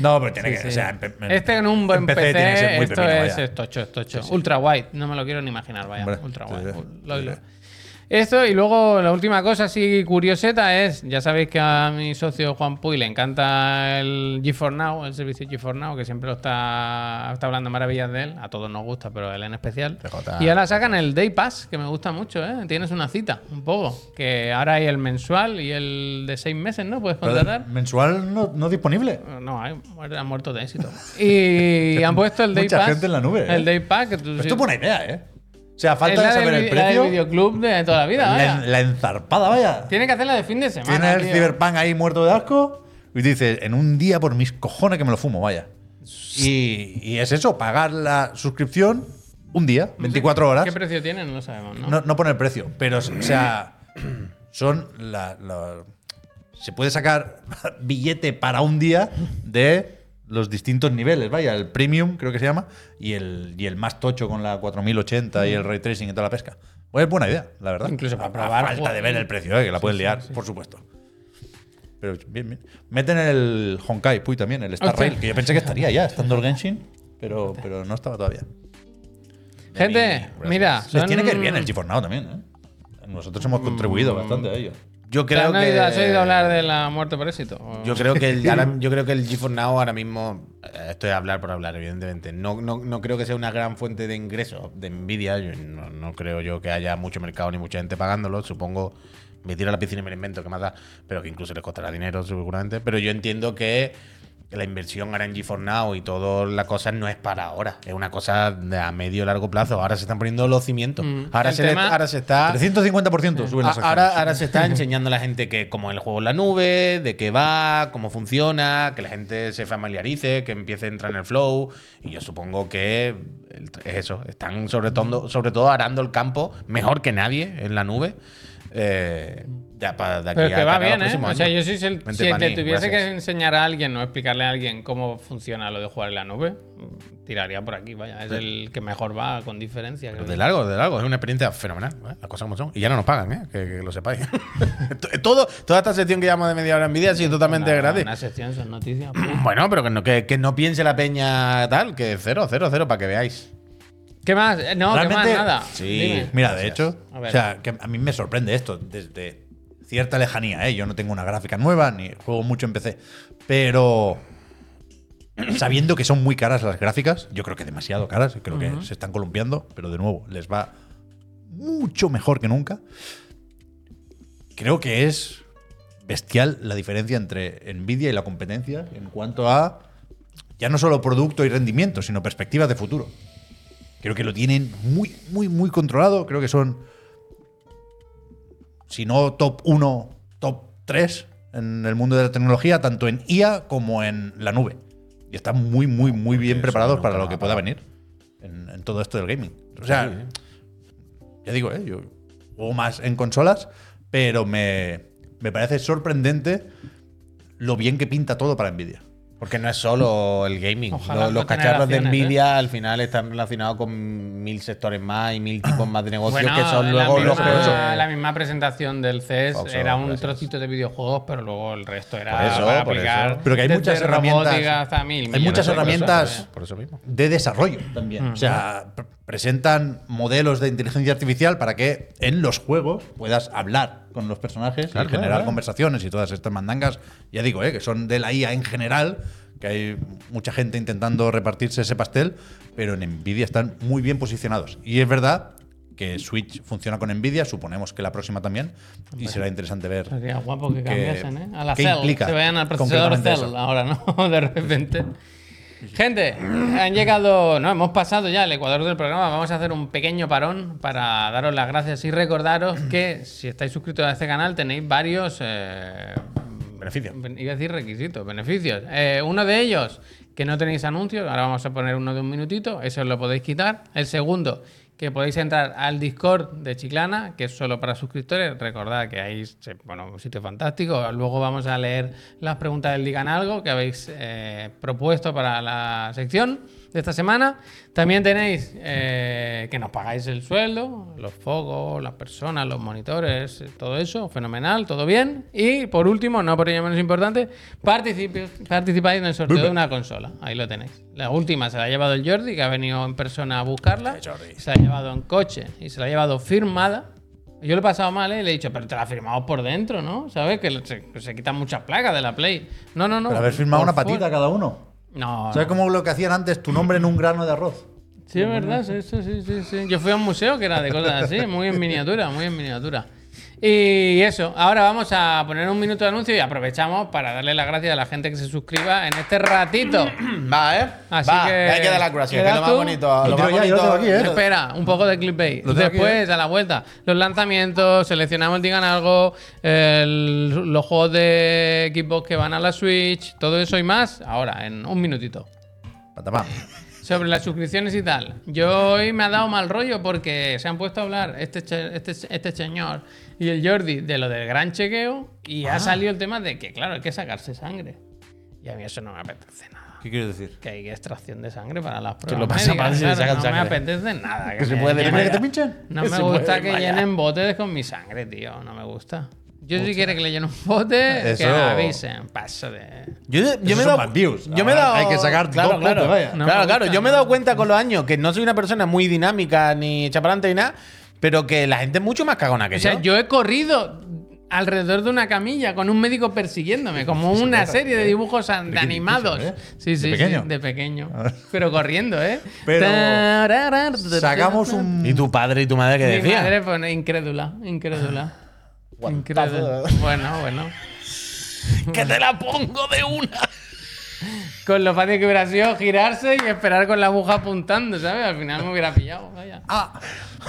Speaker 3: No, pero tiene que.
Speaker 1: Sí.
Speaker 3: O sea, en pe- en-
Speaker 1: este en un buen
Speaker 3: en
Speaker 1: PC,
Speaker 3: tiene que ser muy
Speaker 1: esto
Speaker 3: pepino,
Speaker 1: es
Speaker 3: vaya.
Speaker 1: estocho, estocho. Ultra wide, no me lo quiero ni imaginar, vaya.
Speaker 3: Hombre,
Speaker 1: ultra
Speaker 3: te
Speaker 1: wide.
Speaker 3: diré,
Speaker 1: Lo-
Speaker 3: te
Speaker 1: lo-
Speaker 3: diré.
Speaker 1: Esto, y luego la última cosa así curioseta es, ya sabéis que a mi socio Juan Puy le encanta el G4 Now, el servicio G4 Now, que siempre lo está, está hablando maravillas de él, a todos nos gusta, pero a él en especial.
Speaker 2: TJ.
Speaker 1: Y ahora sacan el Day Pass, que me gusta mucho, ¿eh? Tienes una cita, un poco, que ahora hay el mensual y el de seis meses, ¿no? Puedes
Speaker 3: Pero
Speaker 1: contratar.
Speaker 3: Mensual no, no disponible.
Speaker 1: No, hay, han muerto de éxito. Y han puesto el Day
Speaker 3: Mucha
Speaker 1: Pass.
Speaker 3: gente en la nube, ¿eh?
Speaker 1: El Day Pass. Que tú,
Speaker 3: Esto
Speaker 1: si-
Speaker 3: es buena idea, ¿eh? O sea,
Speaker 1: es
Speaker 3: falta
Speaker 1: la
Speaker 3: de saber
Speaker 1: del
Speaker 3: el
Speaker 1: vi- la del
Speaker 3: precio.
Speaker 1: videoclub de toda la vida.
Speaker 3: La,
Speaker 1: vaya.
Speaker 3: en- la enzarpada, vaya.
Speaker 1: Tiene que hacerla de fin de semana.
Speaker 3: Tiene el
Speaker 1: tío.
Speaker 3: Cyberpunk ahí muerto de asco y dices, en un día por mis cojones que me lo fumo, vaya. Y, y es eso, pagar la suscripción un día, 24 horas.
Speaker 1: ¿Qué precio tiene? No lo sabemos, ¿no?
Speaker 3: No, no pone el precio, pero, o sea, son la, la- Se puede sacar billete para un día de los distintos niveles, vaya, el premium creo que se llama, y el, y el más tocho con la 4080 y el ray tracing y toda la pesca. Pues es buena idea, la verdad.
Speaker 1: Incluso para
Speaker 3: A- a
Speaker 1: probar,
Speaker 3: falta
Speaker 1: joder.
Speaker 3: de ver el precio, eh, que la pueden liar, por supuesto. Pero bien, bien. Meten el Honkai Puy también, el Star
Speaker 1: Hostia.
Speaker 3: Rail, que yo pensé que estaría ya, estando el Genshin, pero, pero no estaba todavía.
Speaker 1: Gente,
Speaker 3: Gracias.
Speaker 1: mira.
Speaker 3: Les
Speaker 1: son-
Speaker 3: tiene que ir bien el GeForce Now también, ¿eh? Nosotros hemos contribuido bastante a ello.
Speaker 2: Yo
Speaker 1: ¿Te
Speaker 2: creo
Speaker 1: han oído- ¿Has oído
Speaker 2: que.
Speaker 1: hablar de la muerte por éxito? O-
Speaker 2: Yo creo que el, ahora- yo creo que el GeForce Now ahora mismo, eh, esto es hablar por hablar, evidentemente, no, no, no creo que sea una gran fuente de ingresos de Nvidia, Yo no, no creo yo que haya mucho mercado ni mucha gente pagándolo, supongo, me tiro a la piscina y me lo invento, que más da, pero que incluso les costará dinero seguramente, pero yo entiendo que la inversión ahora en GeForce Now y todas las cosas no es para ahora, es una cosa de a medio largo plazo, ahora se están poniendo los cimientos,
Speaker 1: Mm.
Speaker 2: ahora,
Speaker 1: El
Speaker 2: se le-
Speaker 1: tema-
Speaker 2: ahora se
Speaker 1: Ah,
Speaker 2: está...
Speaker 3: 350% suben
Speaker 2: A-
Speaker 3: las acciones.
Speaker 2: ahora, ahora se está enseñando a la gente que como el juego en la nube, de qué va, cómo funciona, que la gente se familiarice, que empiece a entrar en el flow. Y yo supongo que el- es eso. Están sobre todo, sobre todo arando el campo mejor que nadie en la nube. eh, ya para de aquí
Speaker 1: Pero que
Speaker 2: a
Speaker 1: va
Speaker 2: Canadá
Speaker 1: bien,
Speaker 2: los
Speaker 1: ¿eh?
Speaker 2: próximos
Speaker 1: O sea,
Speaker 2: años.
Speaker 1: yo si, se-
Speaker 2: Vente,
Speaker 1: si te
Speaker 2: Pani,
Speaker 1: tuviese que
Speaker 2: gracias.
Speaker 1: enseñar a alguien o explicarle a alguien cómo funciona lo de jugar en la nube, mm, tiraría por aquí, vaya. Es el que mejor va con diferencia. creo
Speaker 2: De
Speaker 1: yo.
Speaker 2: largo, de largo. Es una experiencia fenomenal. ¿eh? Las cosas como son. Y ya no nos pagan, ¿eh? que, que lo sepáis. To- Todo, toda esta sección que llamamos de media hora en vídeo ha sido totalmente
Speaker 1: Una-
Speaker 2: gratis.
Speaker 1: Una sección son noticias.
Speaker 2: Bueno, pero que no, que, que no piense la peña tal, que cero, cero, cero, para que veáis.
Speaker 1: ¿Qué más? Eh, No, ¿qué más?
Speaker 3: Realmente-
Speaker 1: Nada.
Speaker 2: Sí.
Speaker 1: Dime.
Speaker 3: Mira, de
Speaker 2: Gracias.
Speaker 3: hecho,
Speaker 1: A ver.
Speaker 3: o sea, que a mí me sorprende esto desde cierta lejanía, ¿eh? Yo no tengo una gráfica nueva ni juego mucho en PC, pero sabiendo que son muy caras las gráficas, yo creo que demasiado caras, creo que se están columpiando, pero de nuevo, les va mucho mejor que nunca. Creo que es bestial la diferencia entre Nvidia y la competencia en cuanto a ya no solo producto y rendimiento, sino perspectivas de futuro. Creo que lo tienen muy, muy, muy controlado. Creo que son, si no top 1, top 3 en el mundo de la tecnología, tanto en IA como en la nube. Y están muy, muy, muy bien
Speaker 2: eso
Speaker 3: preparados
Speaker 2: nunca
Speaker 3: para lo
Speaker 2: va
Speaker 3: que
Speaker 2: a
Speaker 3: pueda
Speaker 2: parar.
Speaker 3: venir en, en todo esto del gaming. O sea, ya digo, ¿eh? yo juego más en consolas, pero me, me parece sorprendente lo bien que pinta todo para Nvidia.
Speaker 2: Porque no es solo el gaming.
Speaker 1: Ojalá
Speaker 2: los los
Speaker 1: no tener
Speaker 2: cacharros de
Speaker 1: acciones, ¿eh?
Speaker 2: Nvidia al final están relacionados con mil sectores más y mil tipos más de negocios
Speaker 1: Bueno,
Speaker 2: que son
Speaker 1: Pues la
Speaker 2: luego los
Speaker 1: misma-
Speaker 2: que.
Speaker 1: La misma presentación del CES
Speaker 2: Fox,
Speaker 1: era un
Speaker 2: gracias.
Speaker 1: trocito de videojuegos, pero luego el resto era
Speaker 2: Por eso,
Speaker 1: para
Speaker 2: por
Speaker 1: aplicar.
Speaker 2: eso.
Speaker 3: Pero que hay
Speaker 1: desde
Speaker 3: muchas herramientas-
Speaker 1: robótica hasta mil
Speaker 3: hay
Speaker 1: millones
Speaker 3: muchas
Speaker 1: de cosas,
Speaker 3: herramientas-
Speaker 1: ¿eh?
Speaker 2: Por eso mismo.
Speaker 3: de desarrollo también. O sea, pr- presentan modelos de inteligencia artificial para que en los juegos puedas hablar con los personajes y
Speaker 2: Claro,
Speaker 3: generar
Speaker 2: claro.
Speaker 3: conversaciones y todas estas mandangas. Ya digo, eh, que son de la IA en general, que hay mucha gente intentando repartirse ese pastel, pero en Nvidia están muy bien posicionados. Y es verdad que Switch funciona con Nvidia, suponemos que la próxima también, y será interesante ver.
Speaker 1: Sería guapo que
Speaker 3: Que-
Speaker 1: cambiasen, ¿eh? A la
Speaker 3: ¿qué
Speaker 1: Cell.
Speaker 3: implica
Speaker 1: Se vayan al procesador Cell
Speaker 3: concretamente eso?
Speaker 1: ahora, ¿no? De repente. Gente, han llegado, no, hemos pasado ya el ecuador del programa. Vamos a hacer un pequeño parón para daros las gracias y recordaros que si estáis suscritos a este canal tenéis varios eh,
Speaker 2: Beneficio.
Speaker 1: Ben- Iba a decir requisitos, beneficios. Eh, uno de ellos, que no tenéis anuncios, ahora vamos a poner uno de un minutito, eso lo podéis quitar. El segundo, que podéis entrar al Discord de Chiclana, que es solo para suscriptores. Recordad que ahí es bueno, un sitio fantástico. Luego vamos a leer las preguntas del Digan Algo que habéis eh, propuesto para la sección de esta semana. También tenéis eh, que nos pagáis el sueldo, los focos, las personas, los monitores, eh, todo eso, fenomenal, todo bien. Y por último, no por ello menos importante, participi- participáis en el sorteo de una consola. Ahí lo tenéis. La última se la ha llevado el Jordi, que ha venido en persona a buscarla. Se la ha llevado en coche y se la ha llevado firmada. Yo lo he pasado mal, ¿eh? Le he dicho, pero te la ha firmado por dentro, ¿no? ¿Sabes? Que se, se quitan muchas placas de la Play. No, no, no.
Speaker 3: Pero haber firmado
Speaker 1: por
Speaker 3: una patita
Speaker 1: fuera.
Speaker 3: cada uno.
Speaker 1: No.
Speaker 3: ¿Sabes cómo lo que hacían antes? Tu nombre en un grano de arroz.
Speaker 1: Sí, es verdad, sí, sí, sí, sí, sí. Yo fui a un museo que era de cosas así, muy en miniatura, muy en miniatura. Y eso, ahora vamos a poner un minuto de anuncio y aprovechamos para darle las gracias a la gente que se suscriba en este ratito.
Speaker 2: Va, ¿eh?
Speaker 1: Así
Speaker 2: va,
Speaker 1: que-
Speaker 2: hay que dar las gracias, que
Speaker 1: ¿Quedas
Speaker 2: es lo más
Speaker 1: tú?
Speaker 2: bonito.
Speaker 3: Lo
Speaker 2: Lo más
Speaker 3: tiro ya, yo
Speaker 2: bonito-
Speaker 3: lo tengo aquí, ¿eh?
Speaker 2: yo-
Speaker 1: Espera, un poco de clickbait.
Speaker 3: Lo tengo aquí, ¿eh?
Speaker 1: Después, a la vuelta, los lanzamientos, seleccionamos, digan algo, el- los juegos de Xbox que van a la Switch, todo eso y más, ahora, en un minutito.
Speaker 3: Patapam.
Speaker 1: Sobre las suscripciones y tal. Yo hoy me ha dado mal rollo porque se han puesto a hablar este, che- este, este señor y el Jordi de lo del gran chequeo y
Speaker 2: Ah.
Speaker 1: ha salido el tema de que, claro, hay que sacarse sangre. Y a mí eso no me apetece nada.
Speaker 3: ¿Qué quieres decir?
Speaker 1: Que hay extracción de sangre para las pruebas.
Speaker 2: lo pasa
Speaker 1: médicas,
Speaker 2: mal si le
Speaker 1: claro,
Speaker 2: sacan
Speaker 1: no me
Speaker 2: sangre.
Speaker 1: apetece nada.
Speaker 2: Que se
Speaker 1: me-
Speaker 2: puede
Speaker 1: me-
Speaker 2: desmayar.
Speaker 3: ¿Te pinchan?
Speaker 1: No
Speaker 2: Que
Speaker 1: me
Speaker 2: se puede
Speaker 1: gusta que
Speaker 2: desmayar.
Speaker 1: llenen botes con mi sangre, tío. No me gusta. Yo si quiere que le llenen un bote, que
Speaker 3: Eso-
Speaker 1: me avisen. Paso de...
Speaker 2: Yo, yo me he
Speaker 3: son
Speaker 2: dado,
Speaker 3: más views.
Speaker 2: yo me he
Speaker 3: Ahora
Speaker 2: dado-
Speaker 3: hay que sacar
Speaker 2: claro,
Speaker 3: dos
Speaker 2: claro,
Speaker 3: puntos, vaya.
Speaker 1: No me
Speaker 2: claro, claro.
Speaker 1: gusta,
Speaker 2: Yo me he
Speaker 1: no.
Speaker 2: dado cuenta con los años que no soy una persona muy dinámica ni hecha para adelante ni nada, pero que la gente es mucho más cagona que
Speaker 1: O sea,
Speaker 2: yo.
Speaker 1: yo he corrido alrededor de una camilla con un médico persiguiéndome, como una serie de dibujos an-
Speaker 3: Ricky,
Speaker 1: animados.
Speaker 3: ¿eh?
Speaker 1: Sí,
Speaker 3: ¿De
Speaker 1: sí, sí,
Speaker 3: pequeño? Ah.
Speaker 1: de pequeño. Pero corriendo, ¿eh?
Speaker 3: Pero
Speaker 1: Tararar,
Speaker 3: Sacamos un.
Speaker 2: ¿Y tu padre y tu madre qué
Speaker 1: Mi
Speaker 2: decían?
Speaker 1: madre fue incrédula, incrédula. Incrédula. Bueno, bueno.
Speaker 2: Que te la pongo de una.
Speaker 1: Con lo fácil que hubiera sido girarse y esperar con la aguja apuntando, ¿sabes? Al final me hubiera pillado, vaya.
Speaker 3: Ah,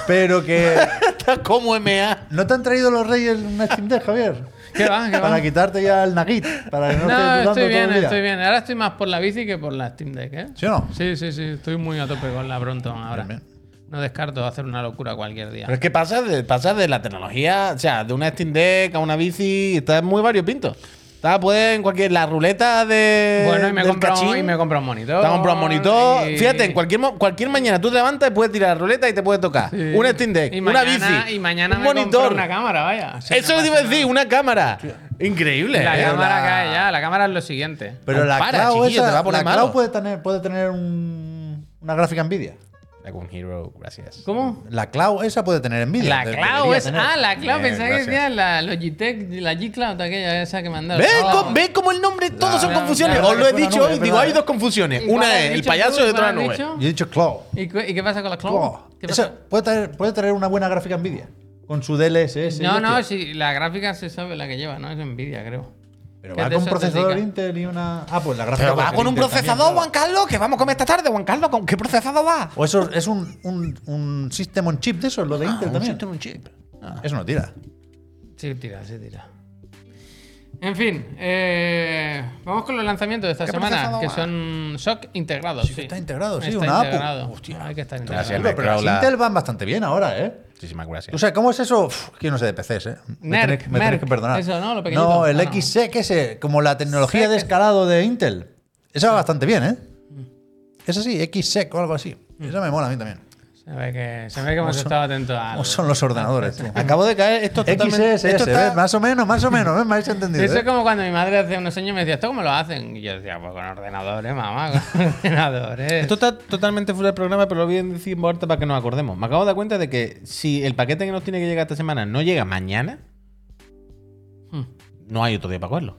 Speaker 3: pero que.
Speaker 2: Está como MA.
Speaker 3: ¿No te han traído los Reyes una Steam Deck, Javier?
Speaker 1: ¿Qué va? Ah, ¿Qué va?
Speaker 3: Para quitarte ya el Nagit. Para que no, estés
Speaker 1: No,
Speaker 3: dudando todo
Speaker 1: estoy bien,
Speaker 3: el día.
Speaker 1: estoy bien. Ahora estoy más por la bici que por la Steam Deck, ¿eh?
Speaker 3: ¿Sí o no?
Speaker 1: Sí, sí, sí. Estoy muy a tope con la Bronton ahora.
Speaker 3: Bien, bien.
Speaker 1: No descarto hacer una locura cualquier día.
Speaker 2: Pero es que pasa de, pasa de la tecnología, o sea, de una Steam Deck a una bici, está muy variopinto. Está, pues, en cualquier. La ruleta de.
Speaker 1: Bueno, y me,
Speaker 2: Eh, del
Speaker 1: compro,
Speaker 2: cachín.
Speaker 1: y me compro un monitor.
Speaker 2: Te has comprado un monitor.
Speaker 1: y-
Speaker 2: Fíjate, en cualquier, mo- cualquier mañana tú te levantas y puedes tirar la ruleta y te puedes tocar.
Speaker 1: Sí.
Speaker 2: Un Steam Deck,
Speaker 1: Y
Speaker 2: una
Speaker 1: mañana-
Speaker 2: bici.
Speaker 1: Y mañana
Speaker 2: un
Speaker 1: me compro
Speaker 2: monitor.
Speaker 1: una cámara, vaya. Sí,
Speaker 2: Eso
Speaker 1: no
Speaker 2: te iba a
Speaker 1: pasa
Speaker 2: decir, una cámara. Increíble.
Speaker 1: nada.
Speaker 2: ¿eh?
Speaker 1: La cámara
Speaker 3: la-
Speaker 1: que hay ya, la cámara es lo siguiente.
Speaker 3: Pero la
Speaker 2: Para,
Speaker 3: cloud,
Speaker 2: chiquillo,
Speaker 3: esa-
Speaker 2: te va a poner
Speaker 3: la
Speaker 2: malo.
Speaker 3: cloud puede tener, puede tener un- una gráfica Nvidia.
Speaker 2: Like un hero, gracias.
Speaker 1: ¿Cómo?
Speaker 3: La cloud esa puede tener Nvidia.
Speaker 1: La
Speaker 3: de-
Speaker 1: Cloud
Speaker 3: debería
Speaker 1: es.
Speaker 3: tener.
Speaker 1: Ah, la Cloud.
Speaker 3: Bien,
Speaker 1: Pensaba que
Speaker 3: gracias.
Speaker 1: decía la Logitech, la G-Cloud, aquella esa que mandaron.
Speaker 2: ¿Ves cómo, ves cómo el nombre? Todos son
Speaker 1: la-
Speaker 2: confusiones.
Speaker 1: la-
Speaker 2: Os lo he
Speaker 3: es una
Speaker 2: dicho
Speaker 3: nube,
Speaker 2: hoy.
Speaker 3: es
Speaker 2: Digo,
Speaker 3: verdad.
Speaker 2: hay dos confusiones.
Speaker 1: ¿Y cuál has
Speaker 2: Una es el
Speaker 1: dicho tú?
Speaker 2: payaso y otra la
Speaker 1: ¿Cuál has
Speaker 2: nube.
Speaker 1: dicho?
Speaker 3: Yo he dicho cloud.
Speaker 1: ¿Y, cu- y qué pasa con la Cloud?
Speaker 3: Cloud.
Speaker 1: ¿Qué
Speaker 3: Esa
Speaker 1: pasa?
Speaker 3: puede, tener, puede tener una buena gráfica Nvidia. Con su DLSS.
Speaker 1: No, no,
Speaker 3: hostia.
Speaker 1: si la gráfica se sabe la que lleva, ¿no? Es Nvidia, creo.
Speaker 3: Pero
Speaker 1: que
Speaker 3: va
Speaker 1: de
Speaker 3: con un
Speaker 1: eso te
Speaker 3: procesador
Speaker 1: diga.
Speaker 3: Intel y una. Ah, pues la gráfica.
Speaker 2: Pero
Speaker 3: va
Speaker 2: va
Speaker 3: ser
Speaker 2: con un
Speaker 3: Intel también,
Speaker 2: procesador,
Speaker 3: claro.
Speaker 2: Juan Carlos, que vamos a comer esta tarde, Juan Carlos. ¿Con qué procesador va?
Speaker 3: O eso es un, un, un system on chip de eso, lo de
Speaker 1: Ah,
Speaker 3: Intel también. Eso no tira.
Speaker 1: Sí, tira, sí, tira. En fin, eh, vamos con los lanzamientos de esta
Speaker 2: ¿Qué
Speaker 1: semana,
Speaker 2: procesador
Speaker 1: que
Speaker 2: va?
Speaker 1: son shock integrados. Sí,
Speaker 3: que está integrado, sí,
Speaker 1: Está
Speaker 3: una APU.
Speaker 1: integrado.
Speaker 3: Hostia.
Speaker 1: Hay que estar
Speaker 2: Gracias,
Speaker 1: integrado.
Speaker 2: Nerd.
Speaker 3: Pero las
Speaker 2: la-
Speaker 3: Intel van bastante bien ahora, ¿eh?
Speaker 2: Muchísimas gracias.
Speaker 3: O sea, ¿cómo es eso? Uf, que yo no sé de PCs, ¿eh? Me
Speaker 1: Merc,
Speaker 3: tenéis- me tenéis
Speaker 1: Merc,
Speaker 3: que perdonar.
Speaker 1: eso, ¿no? Lo pequeñito.
Speaker 3: no, el
Speaker 1: Ah, no.
Speaker 3: XSEC ese, como la tecnología
Speaker 1: SEC.
Speaker 3: de escalado de Intel. Esa va bastante bien, ¿eh?
Speaker 1: Mm.
Speaker 3: Es así, XSEC o algo así. Esa me mola a mí también.
Speaker 1: Se ve que, se ve que hemos
Speaker 3: son-
Speaker 1: estado atentos a.
Speaker 3: ¿Cómo son los ordenadores?
Speaker 1: Ah,
Speaker 3: tú?
Speaker 2: acabo de caer. Esto es totalmente.
Speaker 3: XSS,
Speaker 2: esto está-
Speaker 3: ¿ves? Más o menos, más o menos, ¿ves? Me habéis entendido.
Speaker 1: Eso
Speaker 3: ¿eh?
Speaker 1: es como cuando mi madre hace unos años me decía, ¿esto cómo lo hacen? Y yo decía, pues con ordenadores, mamá, con ordenadores.
Speaker 2: Esto está totalmente fuera del programa, pero lo voy a decir en voz alta para que nos acordemos. Me acabo de dar cuenta de que si el paquete que nos tiene que llegar esta semana no llega mañana,
Speaker 1: Hmm.
Speaker 2: no hay otro día para cogerlo.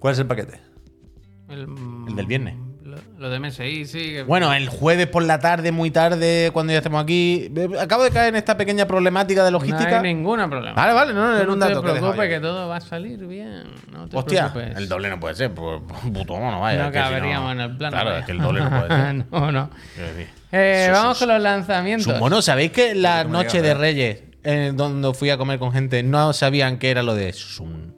Speaker 3: ¿Cuál es el paquete?
Speaker 1: El,
Speaker 2: El del viernes.
Speaker 1: Lo, lo de MSI, sí. que-
Speaker 2: Bueno, el jueves por la tarde, muy tarde, cuando ya estemos aquí. Eh, Acabo de caer en esta pequeña problemática de logística.
Speaker 1: No hay ningún problema.
Speaker 2: Vale, vale, no, no,
Speaker 1: Tú
Speaker 2: era un dato
Speaker 1: te
Speaker 2: que he dejado
Speaker 1: preocupes, que,
Speaker 2: yo.
Speaker 1: todo va a salir bien. No te
Speaker 2: Hostia,
Speaker 1: preocupes.
Speaker 2: el doble no puede ser, pues puto no vaya.
Speaker 1: Este No
Speaker 2: es que si
Speaker 1: caberíamos en el plano.
Speaker 2: Claro,
Speaker 1: vaya.
Speaker 2: es que el doble no puede ser.
Speaker 1: no, no.
Speaker 2: Quiero decir.
Speaker 1: Eh,
Speaker 2: Su-
Speaker 1: vamos
Speaker 2: su-
Speaker 1: con los lanzamientos.
Speaker 2: su- Bueno, ¿sabéis que la
Speaker 3: me
Speaker 2: noche
Speaker 3: digas,
Speaker 2: de Reyes, eh, donde fui a comer con gente, no sabían qué era lo de Sun.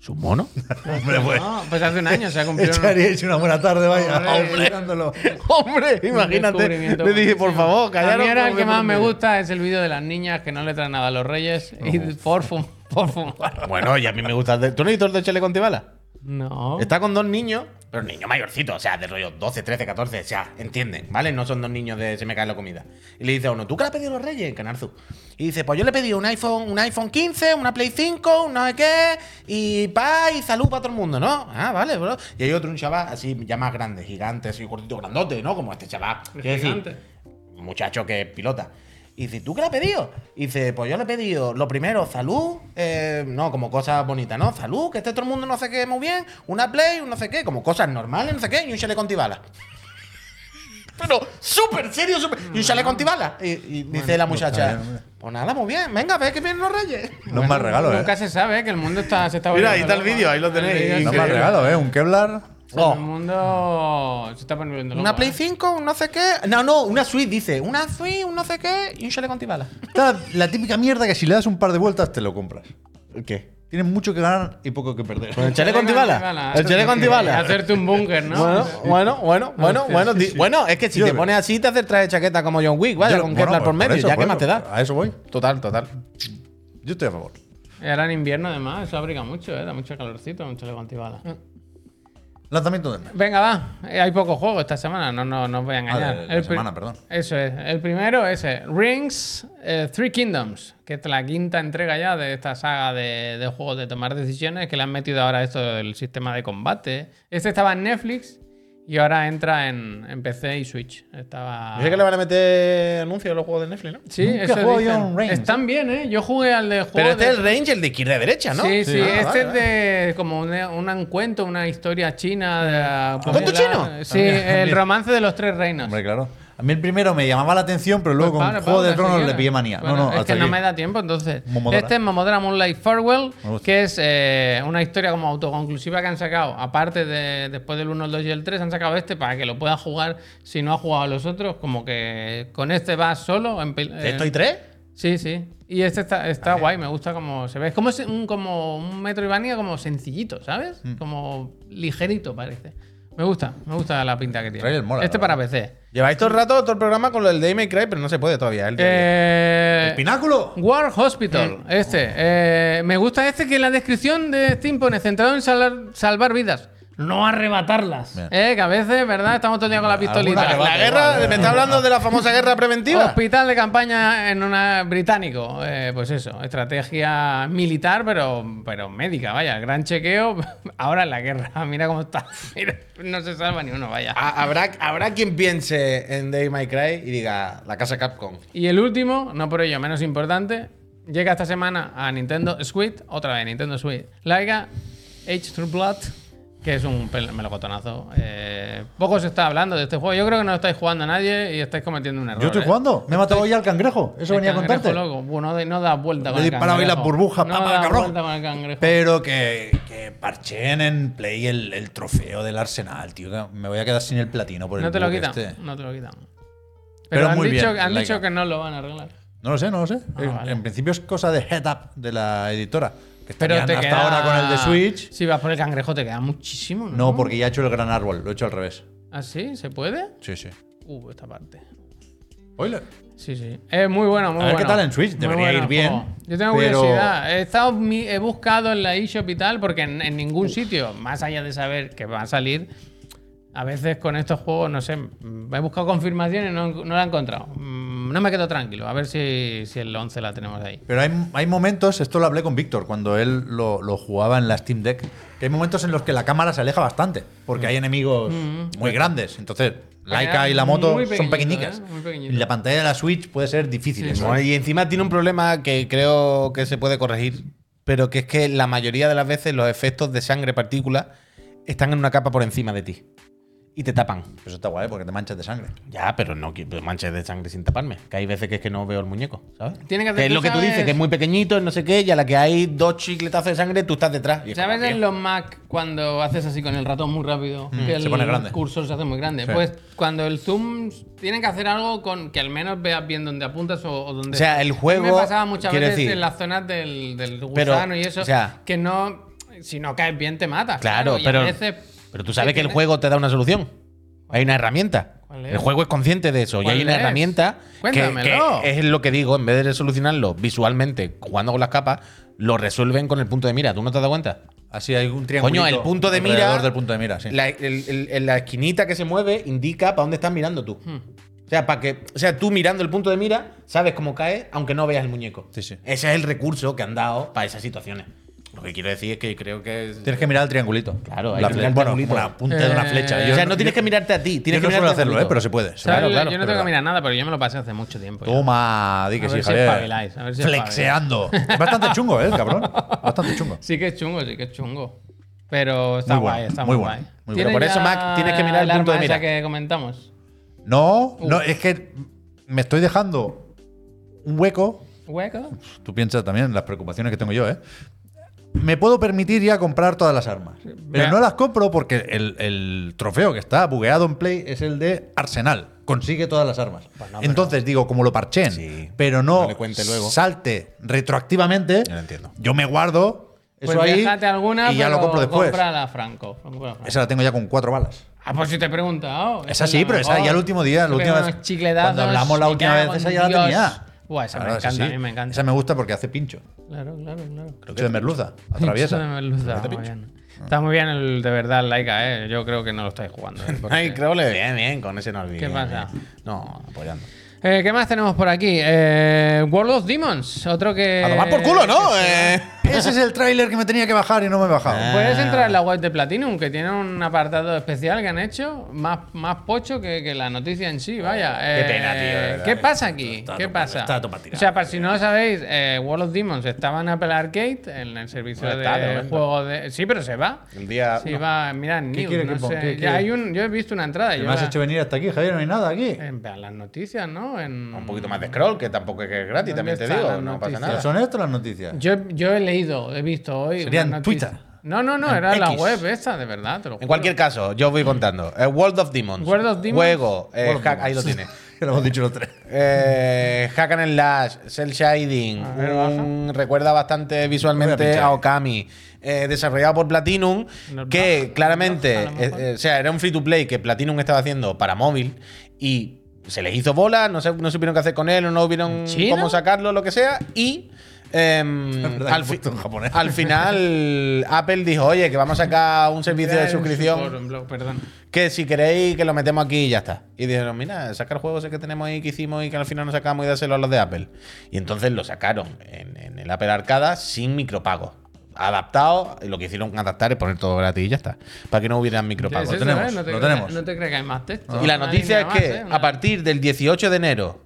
Speaker 2: ¿Su mono?
Speaker 3: Hombre, pues.
Speaker 1: No, pues hace un año se ha cumplido. ¿no?
Speaker 3: Echaríais una buena tarde, vaya.
Speaker 1: Hombre.
Speaker 3: explicándolo.
Speaker 2: Hombre, imagínate.
Speaker 1: descubrimiento
Speaker 2: Le dije, por
Speaker 1: buenísimo.
Speaker 2: favor, callaros.
Speaker 1: A mí ahora el
Speaker 2: porque
Speaker 1: que más me
Speaker 2: porque-
Speaker 1: gusta es el vídeo de las niñas que no le traen nada a los reyes y por fum- por fumar.
Speaker 2: Bueno, y a mí me gusta. el de- ¿Tú no has visto el de Chele con Tibala?
Speaker 1: No.
Speaker 2: Está con dos niños, pero niños mayorcitos, o sea, de rollo 12, 13, 14, o sea, entienden, ¿vale? No son dos niños de se me cae la comida. Y le dice a uno, ¿tú qué le has pedido a los reyes, Canarzu? Y dice, pues yo le he pedido un iPhone, un iPhone 15, una Play 5, un no sé qué, y pa, y salud para todo el mundo, ¿no? Ah, vale, bro. Y hay otro, un chaval así, ya más grande, gigante, así, gordito, grandote, ¿no? Como este chaval. Quiero decir,
Speaker 1: gigante.
Speaker 2: un muchacho que es pilota. Y dice, ¿tú qué le has pedido? Y dice, pues yo le he pedido, lo primero, salud, eh, no, como cosas bonitas, ¿no? Salud, que esté todo el mundo no sé qué muy bien, una play, un no sé qué, como cosas normales, no sé qué, y un chale con tibala. Pero súper serio, súper. Y un chale con tibala. Y, y dice la muchacha,
Speaker 3: está bien, hombre.
Speaker 2: pues nada, muy bien, venga, ve que vienen los reyes.
Speaker 3: No es mal regalo, ¿eh?
Speaker 1: Nunca se sabe que el mundo está, se está
Speaker 2: Mira, ahí
Speaker 1: volviendo
Speaker 2: está el
Speaker 1: loco.
Speaker 2: vídeo, ahí lo
Speaker 1: El
Speaker 2: tenéis.
Speaker 1: vídeo es
Speaker 3: No es mal
Speaker 1: increíble.
Speaker 3: regalo, ¿eh? Un Kevlar.
Speaker 1: El
Speaker 2: Oh,
Speaker 1: mundo se está volviendo loco.
Speaker 2: una Play
Speaker 1: ¿eh?
Speaker 2: 5, un no sé qué. No, no, una suite, dice. Una suite, un no sé qué y un chale con tibala.
Speaker 3: Está la típica mierda que si le das un par de vueltas te lo compras.
Speaker 2: ¿Qué?
Speaker 3: Tienes mucho que ganar y poco que perder.
Speaker 2: ¿Con el chaleco antibala? ¿El chaleco antibala?
Speaker 1: Hacerte un búnker, ¿no?
Speaker 2: Bueno, bueno, bueno, bueno,
Speaker 1: sí,
Speaker 2: bueno,
Speaker 1: sí,
Speaker 2: di- bueno, es que si
Speaker 3: Yo
Speaker 2: te
Speaker 3: lo-
Speaker 2: pones así te haces traje de chaqueta como John Wick, vaya,
Speaker 3: Yo-
Speaker 2: con
Speaker 3: bueno,
Speaker 2: Kevlar
Speaker 3: pues
Speaker 2: por medio,
Speaker 3: eso,
Speaker 2: ya que
Speaker 3: por
Speaker 2: más te
Speaker 3: eso.
Speaker 2: da.
Speaker 3: A eso voy.
Speaker 2: Total, total.
Speaker 3: Yo estoy a favor.
Speaker 1: Era en invierno, además, eso abriga mucho, ¿eh? Da mucho calorcito, un chaleco antibala.
Speaker 3: Lanzamiento del mes.
Speaker 1: Mm. Venga, va. Eh, Hay pocos juegos esta semana, no, no, no os voy a engañar.
Speaker 3: Ah, de- de
Speaker 1: pri-
Speaker 3: semana, perdón.
Speaker 1: Eso es. El primero es eh, Rings eh, Three Kingdoms, que es la quinta entrega ya de esta saga de, de juegos de tomar decisiones que le han metido ahora esto del sistema de combate. Este estaba en Netflix y ahora entra en, en PC y Switch. Estaba...
Speaker 2: Yo sé que le van a meter anuncios a los juegos de Netflix, ¿no?
Speaker 1: Sí,
Speaker 3: Nunca
Speaker 1: eso
Speaker 3: he jugado yo
Speaker 1: dicen.
Speaker 3: a un Rings,
Speaker 1: Están bien, ¿eh? Yo jugué al de juego
Speaker 2: Pero este
Speaker 1: de-
Speaker 2: es el range, el de izquierda a derecha, ¿no?
Speaker 1: Sí, sí,
Speaker 2: Ah,
Speaker 1: este
Speaker 2: vale,
Speaker 1: es
Speaker 2: vale.
Speaker 1: de como un, un encuentro, una historia china. De,
Speaker 3: Ah,
Speaker 2: ¿Cuento chino?
Speaker 1: Sí, el romance de los tres reinos.
Speaker 3: Hombre, claro. A mí el primero me llamaba la atención, pero luego
Speaker 1: Pues
Speaker 3: con
Speaker 1: para,
Speaker 3: Juego
Speaker 1: para,
Speaker 3: de
Speaker 1: si
Speaker 3: Tronos le
Speaker 1: quieres.
Speaker 3: pillé manía.
Speaker 1: Bueno,
Speaker 3: no, no,
Speaker 1: es que
Speaker 3: hasta
Speaker 1: no
Speaker 3: aquí.
Speaker 1: me da tiempo, entonces.
Speaker 3: Momodora.
Speaker 1: Este es Momodora Moonlight Farewell,
Speaker 3: Me gusta.
Speaker 1: que es eh, una historia como autoconclusiva que han sacado. Aparte de después del 1, el 2 y el 3, han sacado este para que lo puedas jugar si no has jugado a los otros. Como que con este vas solo. En, pil- eh,
Speaker 2: ¿Estoy tres?
Speaker 1: Sí, sí. Y este está, está guay, me gusta como se ve. Es como
Speaker 3: Mm.
Speaker 1: se- un, como un Metroidvania como sencillito, ¿sabes? Como ligerito parece. Me gusta, me gusta la pinta que tiene.
Speaker 3: Trailer mola,
Speaker 1: este
Speaker 3: la
Speaker 1: para PC.
Speaker 2: Lleváis todo el rato, todo el programa con lo del Day May Cry, pero no se puede todavía. el de-
Speaker 1: Eh,
Speaker 3: ¡Pináculo!
Speaker 1: War
Speaker 3: Mm.
Speaker 1: Hospital, este. Eh, me gusta este que en la descripción de Steam pone centrado en salar- salvar vidas, no arrebatarlas.
Speaker 3: Bien.
Speaker 1: Eh, que a veces, ¿verdad? Estamos todo el día con la
Speaker 3: Alguna
Speaker 1: pistolita.
Speaker 3: que eh. va.
Speaker 2: la guerra,
Speaker 1: eh.
Speaker 2: me está hablando de la famosa guerra preventiva.
Speaker 1: Hospital de campaña en una británico. Eh, pues eso, estrategia militar, pero, pero médica, vaya. Gran chequeo, ahora en la guerra. Mira cómo está. Mira, no se salva ni uno, vaya.
Speaker 2: Ha- Habrá, habrá quien piense en Day May Cry y diga la casa Capcom.
Speaker 1: Y el último, no por ello menos importante, llega esta semana a Nintendo Switch, otra vez Nintendo Switch, Laiga Age Through Blood, que es un pel- melocotonazo. Eh, poco se está hablando de este juego. Yo creo que no estáis jugando a nadie y estáis cometiendo un error.
Speaker 3: Yo estoy
Speaker 1: ¿eh?
Speaker 3: jugando. Me he matado hoy al cangrejo. Eso
Speaker 1: El
Speaker 3: venía a
Speaker 1: cangrejo,
Speaker 3: contarte.
Speaker 1: loco. Bueno, no, de- no das vuelta
Speaker 3: Le
Speaker 1: con
Speaker 3: he
Speaker 1: el
Speaker 3: disparado ahí
Speaker 1: cangrejo.
Speaker 3: las burbujas,
Speaker 1: No
Speaker 3: papá,
Speaker 1: das
Speaker 3: cabrón.
Speaker 1: vuelta con el cangrejo.
Speaker 3: Pero que, que parchen en Play el, el trofeo del Arsenal, tío. que me voy a quedar sin el platino por el
Speaker 1: no te lo
Speaker 3: bug
Speaker 1: quitan.
Speaker 3: este.
Speaker 1: No te lo quitan. Pero,
Speaker 3: Pero
Speaker 1: han,
Speaker 3: muy
Speaker 1: dicho,
Speaker 3: bien,
Speaker 1: han
Speaker 3: Laiga.
Speaker 1: dicho que no lo van a arreglar.
Speaker 3: No lo sé, no lo sé.
Speaker 1: Ah,
Speaker 3: en,
Speaker 1: vale.
Speaker 3: en principio es cosa de head up de la editora. Que
Speaker 1: Pero
Speaker 3: estarían
Speaker 1: te
Speaker 3: hasta
Speaker 1: queda-
Speaker 3: ahora con el de Switch.
Speaker 1: Si vas por el cangrejo, te queda muchísimo. No,
Speaker 3: No, porque ya he hecho el gran árbol. Lo he hecho al revés.
Speaker 1: ¿Ah, sí? ¿Se puede?
Speaker 3: Sí, sí.
Speaker 1: Uh, esta parte.
Speaker 3: Oye,
Speaker 1: Sí, sí. Es muy bueno, muy
Speaker 3: A ver qué
Speaker 1: bueno.
Speaker 3: tal en Switch,
Speaker 1: Muy
Speaker 3: debería
Speaker 1: bueno
Speaker 3: ir
Speaker 1: el
Speaker 3: bien,
Speaker 1: juego. Yo tengo
Speaker 3: pero-
Speaker 1: curiosidad. He, estado, mi- he buscado en la eShop y tal, porque en, en ningún sitio, más allá de saber que va a salir, a veces con estos juegos, no sé, mm, he buscado confirmación y no, no la he encontrado. Mm, No me quedo tranquilo. A ver si, si el 11 la tenemos ahí.
Speaker 3: Pero hay, hay momentos, esto lo hablé con Víctor cuando él lo, lo jugaba en la Steam Deck, que hay momentos en los que la cámara se aleja bastante, porque
Speaker 1: Mm.
Speaker 3: hay enemigos muy grandes. Entonces, Laika y la moto
Speaker 1: Muy pequeñito,
Speaker 3: son pequeñicas.
Speaker 1: ¿eh? Muy pequeñito.
Speaker 3: Y la pantalla de la Switch puede ser difícil. eso,
Speaker 2: No,
Speaker 3: ¿eh?
Speaker 2: Y encima tiene un problema que creo que se puede corregir, pero que es que la mayoría de las veces los efectos de sangre partícula están en una capa por encima de ti y te tapan.
Speaker 3: Pero Eso está guay porque te manchas de sangre.
Speaker 2: Ya, pero no qui- manches de sangre sin taparme. Que hay veces que es que no veo el muñeco, ¿sabes?
Speaker 1: Tiene que hacer-
Speaker 2: es
Speaker 1: tú
Speaker 2: lo que tú dices,
Speaker 1: sabes-
Speaker 2: que es muy pequeñito, no sé qué, y a la que hay dos chicletazos de sangre, tú estás detrás. Y es
Speaker 1: ¿Sabes
Speaker 2: como,
Speaker 1: en
Speaker 2: tío,
Speaker 1: los Mac cuando haces así con el ratón muy rápido?
Speaker 2: Mm,
Speaker 1: que el
Speaker 3: se pone grande.
Speaker 1: cursor se hace muy grande.
Speaker 3: Sí.
Speaker 1: Pues cuando el zoom tienen que hacer algo con que al menos veas bien dónde apuntas o, o dónde.
Speaker 2: O sea, el
Speaker 1: A mí Me
Speaker 2: juego,
Speaker 1: pasaba muchas
Speaker 2: quiero
Speaker 1: veces
Speaker 2: decir-
Speaker 1: en las zonas del, del gusano
Speaker 2: Pero,
Speaker 1: y eso.
Speaker 2: o sea-
Speaker 1: que no. Si no caes bien, te matas.
Speaker 2: Claro,
Speaker 1: y a
Speaker 2: pero,
Speaker 1: veces-
Speaker 2: pero tú sabes que el
Speaker 1: ¿Entiendes?
Speaker 2: juego te da una solución. Hay una herramienta.
Speaker 1: ¿Cuál es?
Speaker 2: El juego es consciente de eso. Y
Speaker 1: ¿Cuál
Speaker 2: hay una
Speaker 1: es?
Speaker 2: herramienta que- que,
Speaker 1: Cuéntamelo.
Speaker 2: es lo que digo, en vez de solucionarlo visualmente, jugando con las capas, lo resuelven con el punto de mira. ¿Tú no te has dado cuenta?
Speaker 3: Así hay un triángulo.
Speaker 2: Coño, el punto de mira.
Speaker 3: del punto de mira, sí.
Speaker 2: La, el- el- el- la esquinita que se mueve indica para dónde estás mirando tú.
Speaker 3: Hmm.
Speaker 2: O sea, para que, o sea, tú mirando el punto de mira, sabes cómo cae, aunque no veas el muñeco.
Speaker 3: Sí, sí.
Speaker 2: Ese es el recurso que han dado para esas situaciones. Lo que quiero decir es que creo que es-
Speaker 3: Tienes que mirar el triangulito.
Speaker 2: Claro, hay
Speaker 3: La
Speaker 2: que
Speaker 3: fle-
Speaker 2: mirar el
Speaker 3: bueno,
Speaker 2: triangulito.
Speaker 3: la punta de una
Speaker 1: Eh,
Speaker 3: flecha.
Speaker 1: o
Speaker 2: o
Speaker 3: Yo
Speaker 2: sea, no tienes
Speaker 3: yo-
Speaker 2: que mirarte a ti, tienes
Speaker 3: yo
Speaker 2: que
Speaker 3: no
Speaker 2: mirar
Speaker 3: suelo hacerlo, ¿eh?
Speaker 2: triangulito.
Speaker 3: pero se puede. se
Speaker 1: ¿Sabes?
Speaker 2: Claro,
Speaker 1: Yo
Speaker 2: claro, Pues
Speaker 1: no
Speaker 2: es
Speaker 1: tengo
Speaker 2: verdad.
Speaker 1: que mirar nada, pero yo me lo pasé hace mucho tiempo. ya.
Speaker 3: Toma, di
Speaker 1: A
Speaker 3: que sí,
Speaker 1: ver si
Speaker 3: Javier.
Speaker 1: espabiláis, a ver si
Speaker 3: Flexeando. Bastante chungo, ¿eh, el cabrón? Bastante chungo.
Speaker 1: Sí que es chungo, sí que es chungo. Pero está
Speaker 3: Muy bueno,
Speaker 1: guay, está
Speaker 3: muy
Speaker 1: muy,
Speaker 3: bueno,
Speaker 1: guay.
Speaker 3: muy bueno.
Speaker 1: ¿Tienes
Speaker 2: Por eso,
Speaker 1: ya
Speaker 2: Mac, tienes que mirar el punto de
Speaker 1: arma
Speaker 2: mira.
Speaker 1: esa que comentamos.
Speaker 3: No, no,
Speaker 1: Uh.
Speaker 3: es que me estoy dejando un hueco.
Speaker 1: ¿Hueco?
Speaker 3: Tú piensas también en las preocupaciones que tengo yo, ¿eh? Me puedo permitir ya comprar todas las armas. Pero
Speaker 1: Vea.
Speaker 3: no las compro porque el, el trofeo que está bugueado en Play es el de Arsenal. Consigue todas las armas.
Speaker 2: Pues
Speaker 3: Entonces digo, como lo parchen,
Speaker 2: Sí,
Speaker 3: pero no,
Speaker 2: no le cuente luego.
Speaker 3: salte retroactivamente,
Speaker 2: Ya lo entiendo.
Speaker 3: yo me guardo
Speaker 1: Pues
Speaker 3: eso ahí
Speaker 1: déjate alguna,
Speaker 3: y ya
Speaker 1: pero
Speaker 3: lo compro después.
Speaker 1: cómprala, Franco. cómprala, Franco.
Speaker 3: Esa la tengo ya con cuatro balas.
Speaker 1: Ah, pues si te he preguntado.
Speaker 3: Esa sí, pero esa ya el último día, la
Speaker 1: Pero
Speaker 3: última vez.
Speaker 1: unos chicletazos,
Speaker 3: Cuando hablamos la
Speaker 1: me
Speaker 3: última
Speaker 1: cago
Speaker 3: vez,
Speaker 1: en
Speaker 3: esa ya la
Speaker 1: Dios.
Speaker 3: tenía.
Speaker 1: Buah, esa
Speaker 3: Claro,
Speaker 1: me
Speaker 3: esa
Speaker 1: encanta,
Speaker 3: sí.
Speaker 1: a mí me encanta.
Speaker 3: Esa me gusta porque hace pincho.
Speaker 1: Claro, claro, claro.
Speaker 3: Pincho de merluza. Atraviesa.
Speaker 1: Pincho de merluza, muy bien. Está muy bien el de verdad, Laika, eh. Yo creo que no lo estáis jugando. eh, porque-
Speaker 2: Ay, creo que bien, bien, con ese no olvides.
Speaker 1: ¿Qué pasa?
Speaker 2: No, apoyando.
Speaker 1: Eh, ¿Qué más tenemos por aquí? Eh, World of Demons, otro que.
Speaker 2: A tomar por culo, ¿no? Eh,
Speaker 3: Ese es el tráiler que me tenía que bajar y no me he bajado.
Speaker 2: Ah,
Speaker 1: Puedes entrar en la web de Platinum, que tiene un apartado especial que han hecho, más, más pocho que, que la noticia en sí, vaya. Eh,
Speaker 2: pena, tío, de verdad.
Speaker 1: ¿Qué pasa aquí?
Speaker 3: Está
Speaker 1: ¿Qué
Speaker 3: todo-
Speaker 1: pasa?
Speaker 3: está todo para tirar.
Speaker 1: o sea, para si no lo sabéis, eh, World of Demons estaba en Apple Arcade, en el servicio
Speaker 2: Bueno, está, de
Speaker 1: de
Speaker 2: momento.
Speaker 1: juego de... Sí, pero se va.
Speaker 2: El día-
Speaker 1: Se
Speaker 2: no.
Speaker 1: va, mira, en
Speaker 3: ¿Qué
Speaker 1: News,
Speaker 3: quiere
Speaker 1: no
Speaker 3: que ponga?
Speaker 1: sé.
Speaker 3: ¿Qué
Speaker 1: Ya
Speaker 3: quiere?
Speaker 1: hay un, yo he visto una entrada.
Speaker 3: Que
Speaker 1: yo
Speaker 3: me has
Speaker 1: la-
Speaker 3: hecho venir hasta aquí, Javier, no hay nada aquí.
Speaker 1: en plan, las noticias, ¿no? En,
Speaker 2: Un poquito más de scroll, que tampoco es que es gratis,
Speaker 1: ¿Dónde
Speaker 2: también te
Speaker 1: están
Speaker 2: digo.
Speaker 1: las
Speaker 2: No pasa
Speaker 1: noticias?
Speaker 2: nada.
Speaker 3: ¿Son estas las noticias?
Speaker 1: Yo, yo he leído, he visto hoy.
Speaker 3: Sería
Speaker 1: una
Speaker 3: en
Speaker 1: noticia-
Speaker 3: Twitter.
Speaker 1: No, no, no,
Speaker 2: En
Speaker 1: era la
Speaker 2: X.
Speaker 1: web esta, de verdad. Te lo
Speaker 2: En
Speaker 1: juro.
Speaker 2: cualquier caso, yo os voy contando. Eh, World of Demons.
Speaker 1: World of Demons.
Speaker 2: Juego. eh,
Speaker 3: World of
Speaker 2: hack- ahí lo
Speaker 3: Demons.
Speaker 2: tiene.
Speaker 3: Que lo hemos dicho los tres.
Speaker 2: Eh, hack and Slash, Cell Shading.
Speaker 1: A ver,
Speaker 2: un- recuerda bastante visualmente
Speaker 3: pinchar.
Speaker 2: a Okami. eh, desarrollado por Platinum,
Speaker 1: Nos
Speaker 2: que
Speaker 1: baja,
Speaker 2: claramente,
Speaker 1: nos baja, a lo
Speaker 2: eh,
Speaker 1: mejor.
Speaker 2: eh, o sea, era un free to play que Platinum estaba haciendo para móvil y se les hizo bola, no, sé- no supieron qué hacer con él, no supieron
Speaker 1: ¿China?
Speaker 2: cómo sacarlo, lo que sea, y. em,
Speaker 3: verdad que
Speaker 2: al,
Speaker 3: he
Speaker 2: fi-
Speaker 3: puesto en japonés.
Speaker 2: al final Apple dijo oye que vamos a sacar un servicio de
Speaker 1: En su
Speaker 2: suscripción
Speaker 1: forum, blog, perdón.
Speaker 2: que si queréis que lo metemos aquí y ya está. Y dijeron, mira, saca el juego ese que tenemos ahí que hicimos y que al final no sacamos y dáselo a los de Apple. Y entonces lo sacaron en, en el Apple Arcada sin micropago. Adaptado, y lo que hicieron adaptar es poner todo gratis y ya está. Para que no hubieran micropagos.
Speaker 1: Sí, sí,
Speaker 3: tenemos,
Speaker 1: ¿sabes? No te
Speaker 3: lo
Speaker 1: creas-
Speaker 3: tenemos.
Speaker 1: No te creas que hay más texto.
Speaker 2: Y la
Speaker 1: Una
Speaker 2: noticia es
Speaker 1: línea
Speaker 2: que
Speaker 1: más, ¿eh? Una-
Speaker 2: a partir del 18 de enero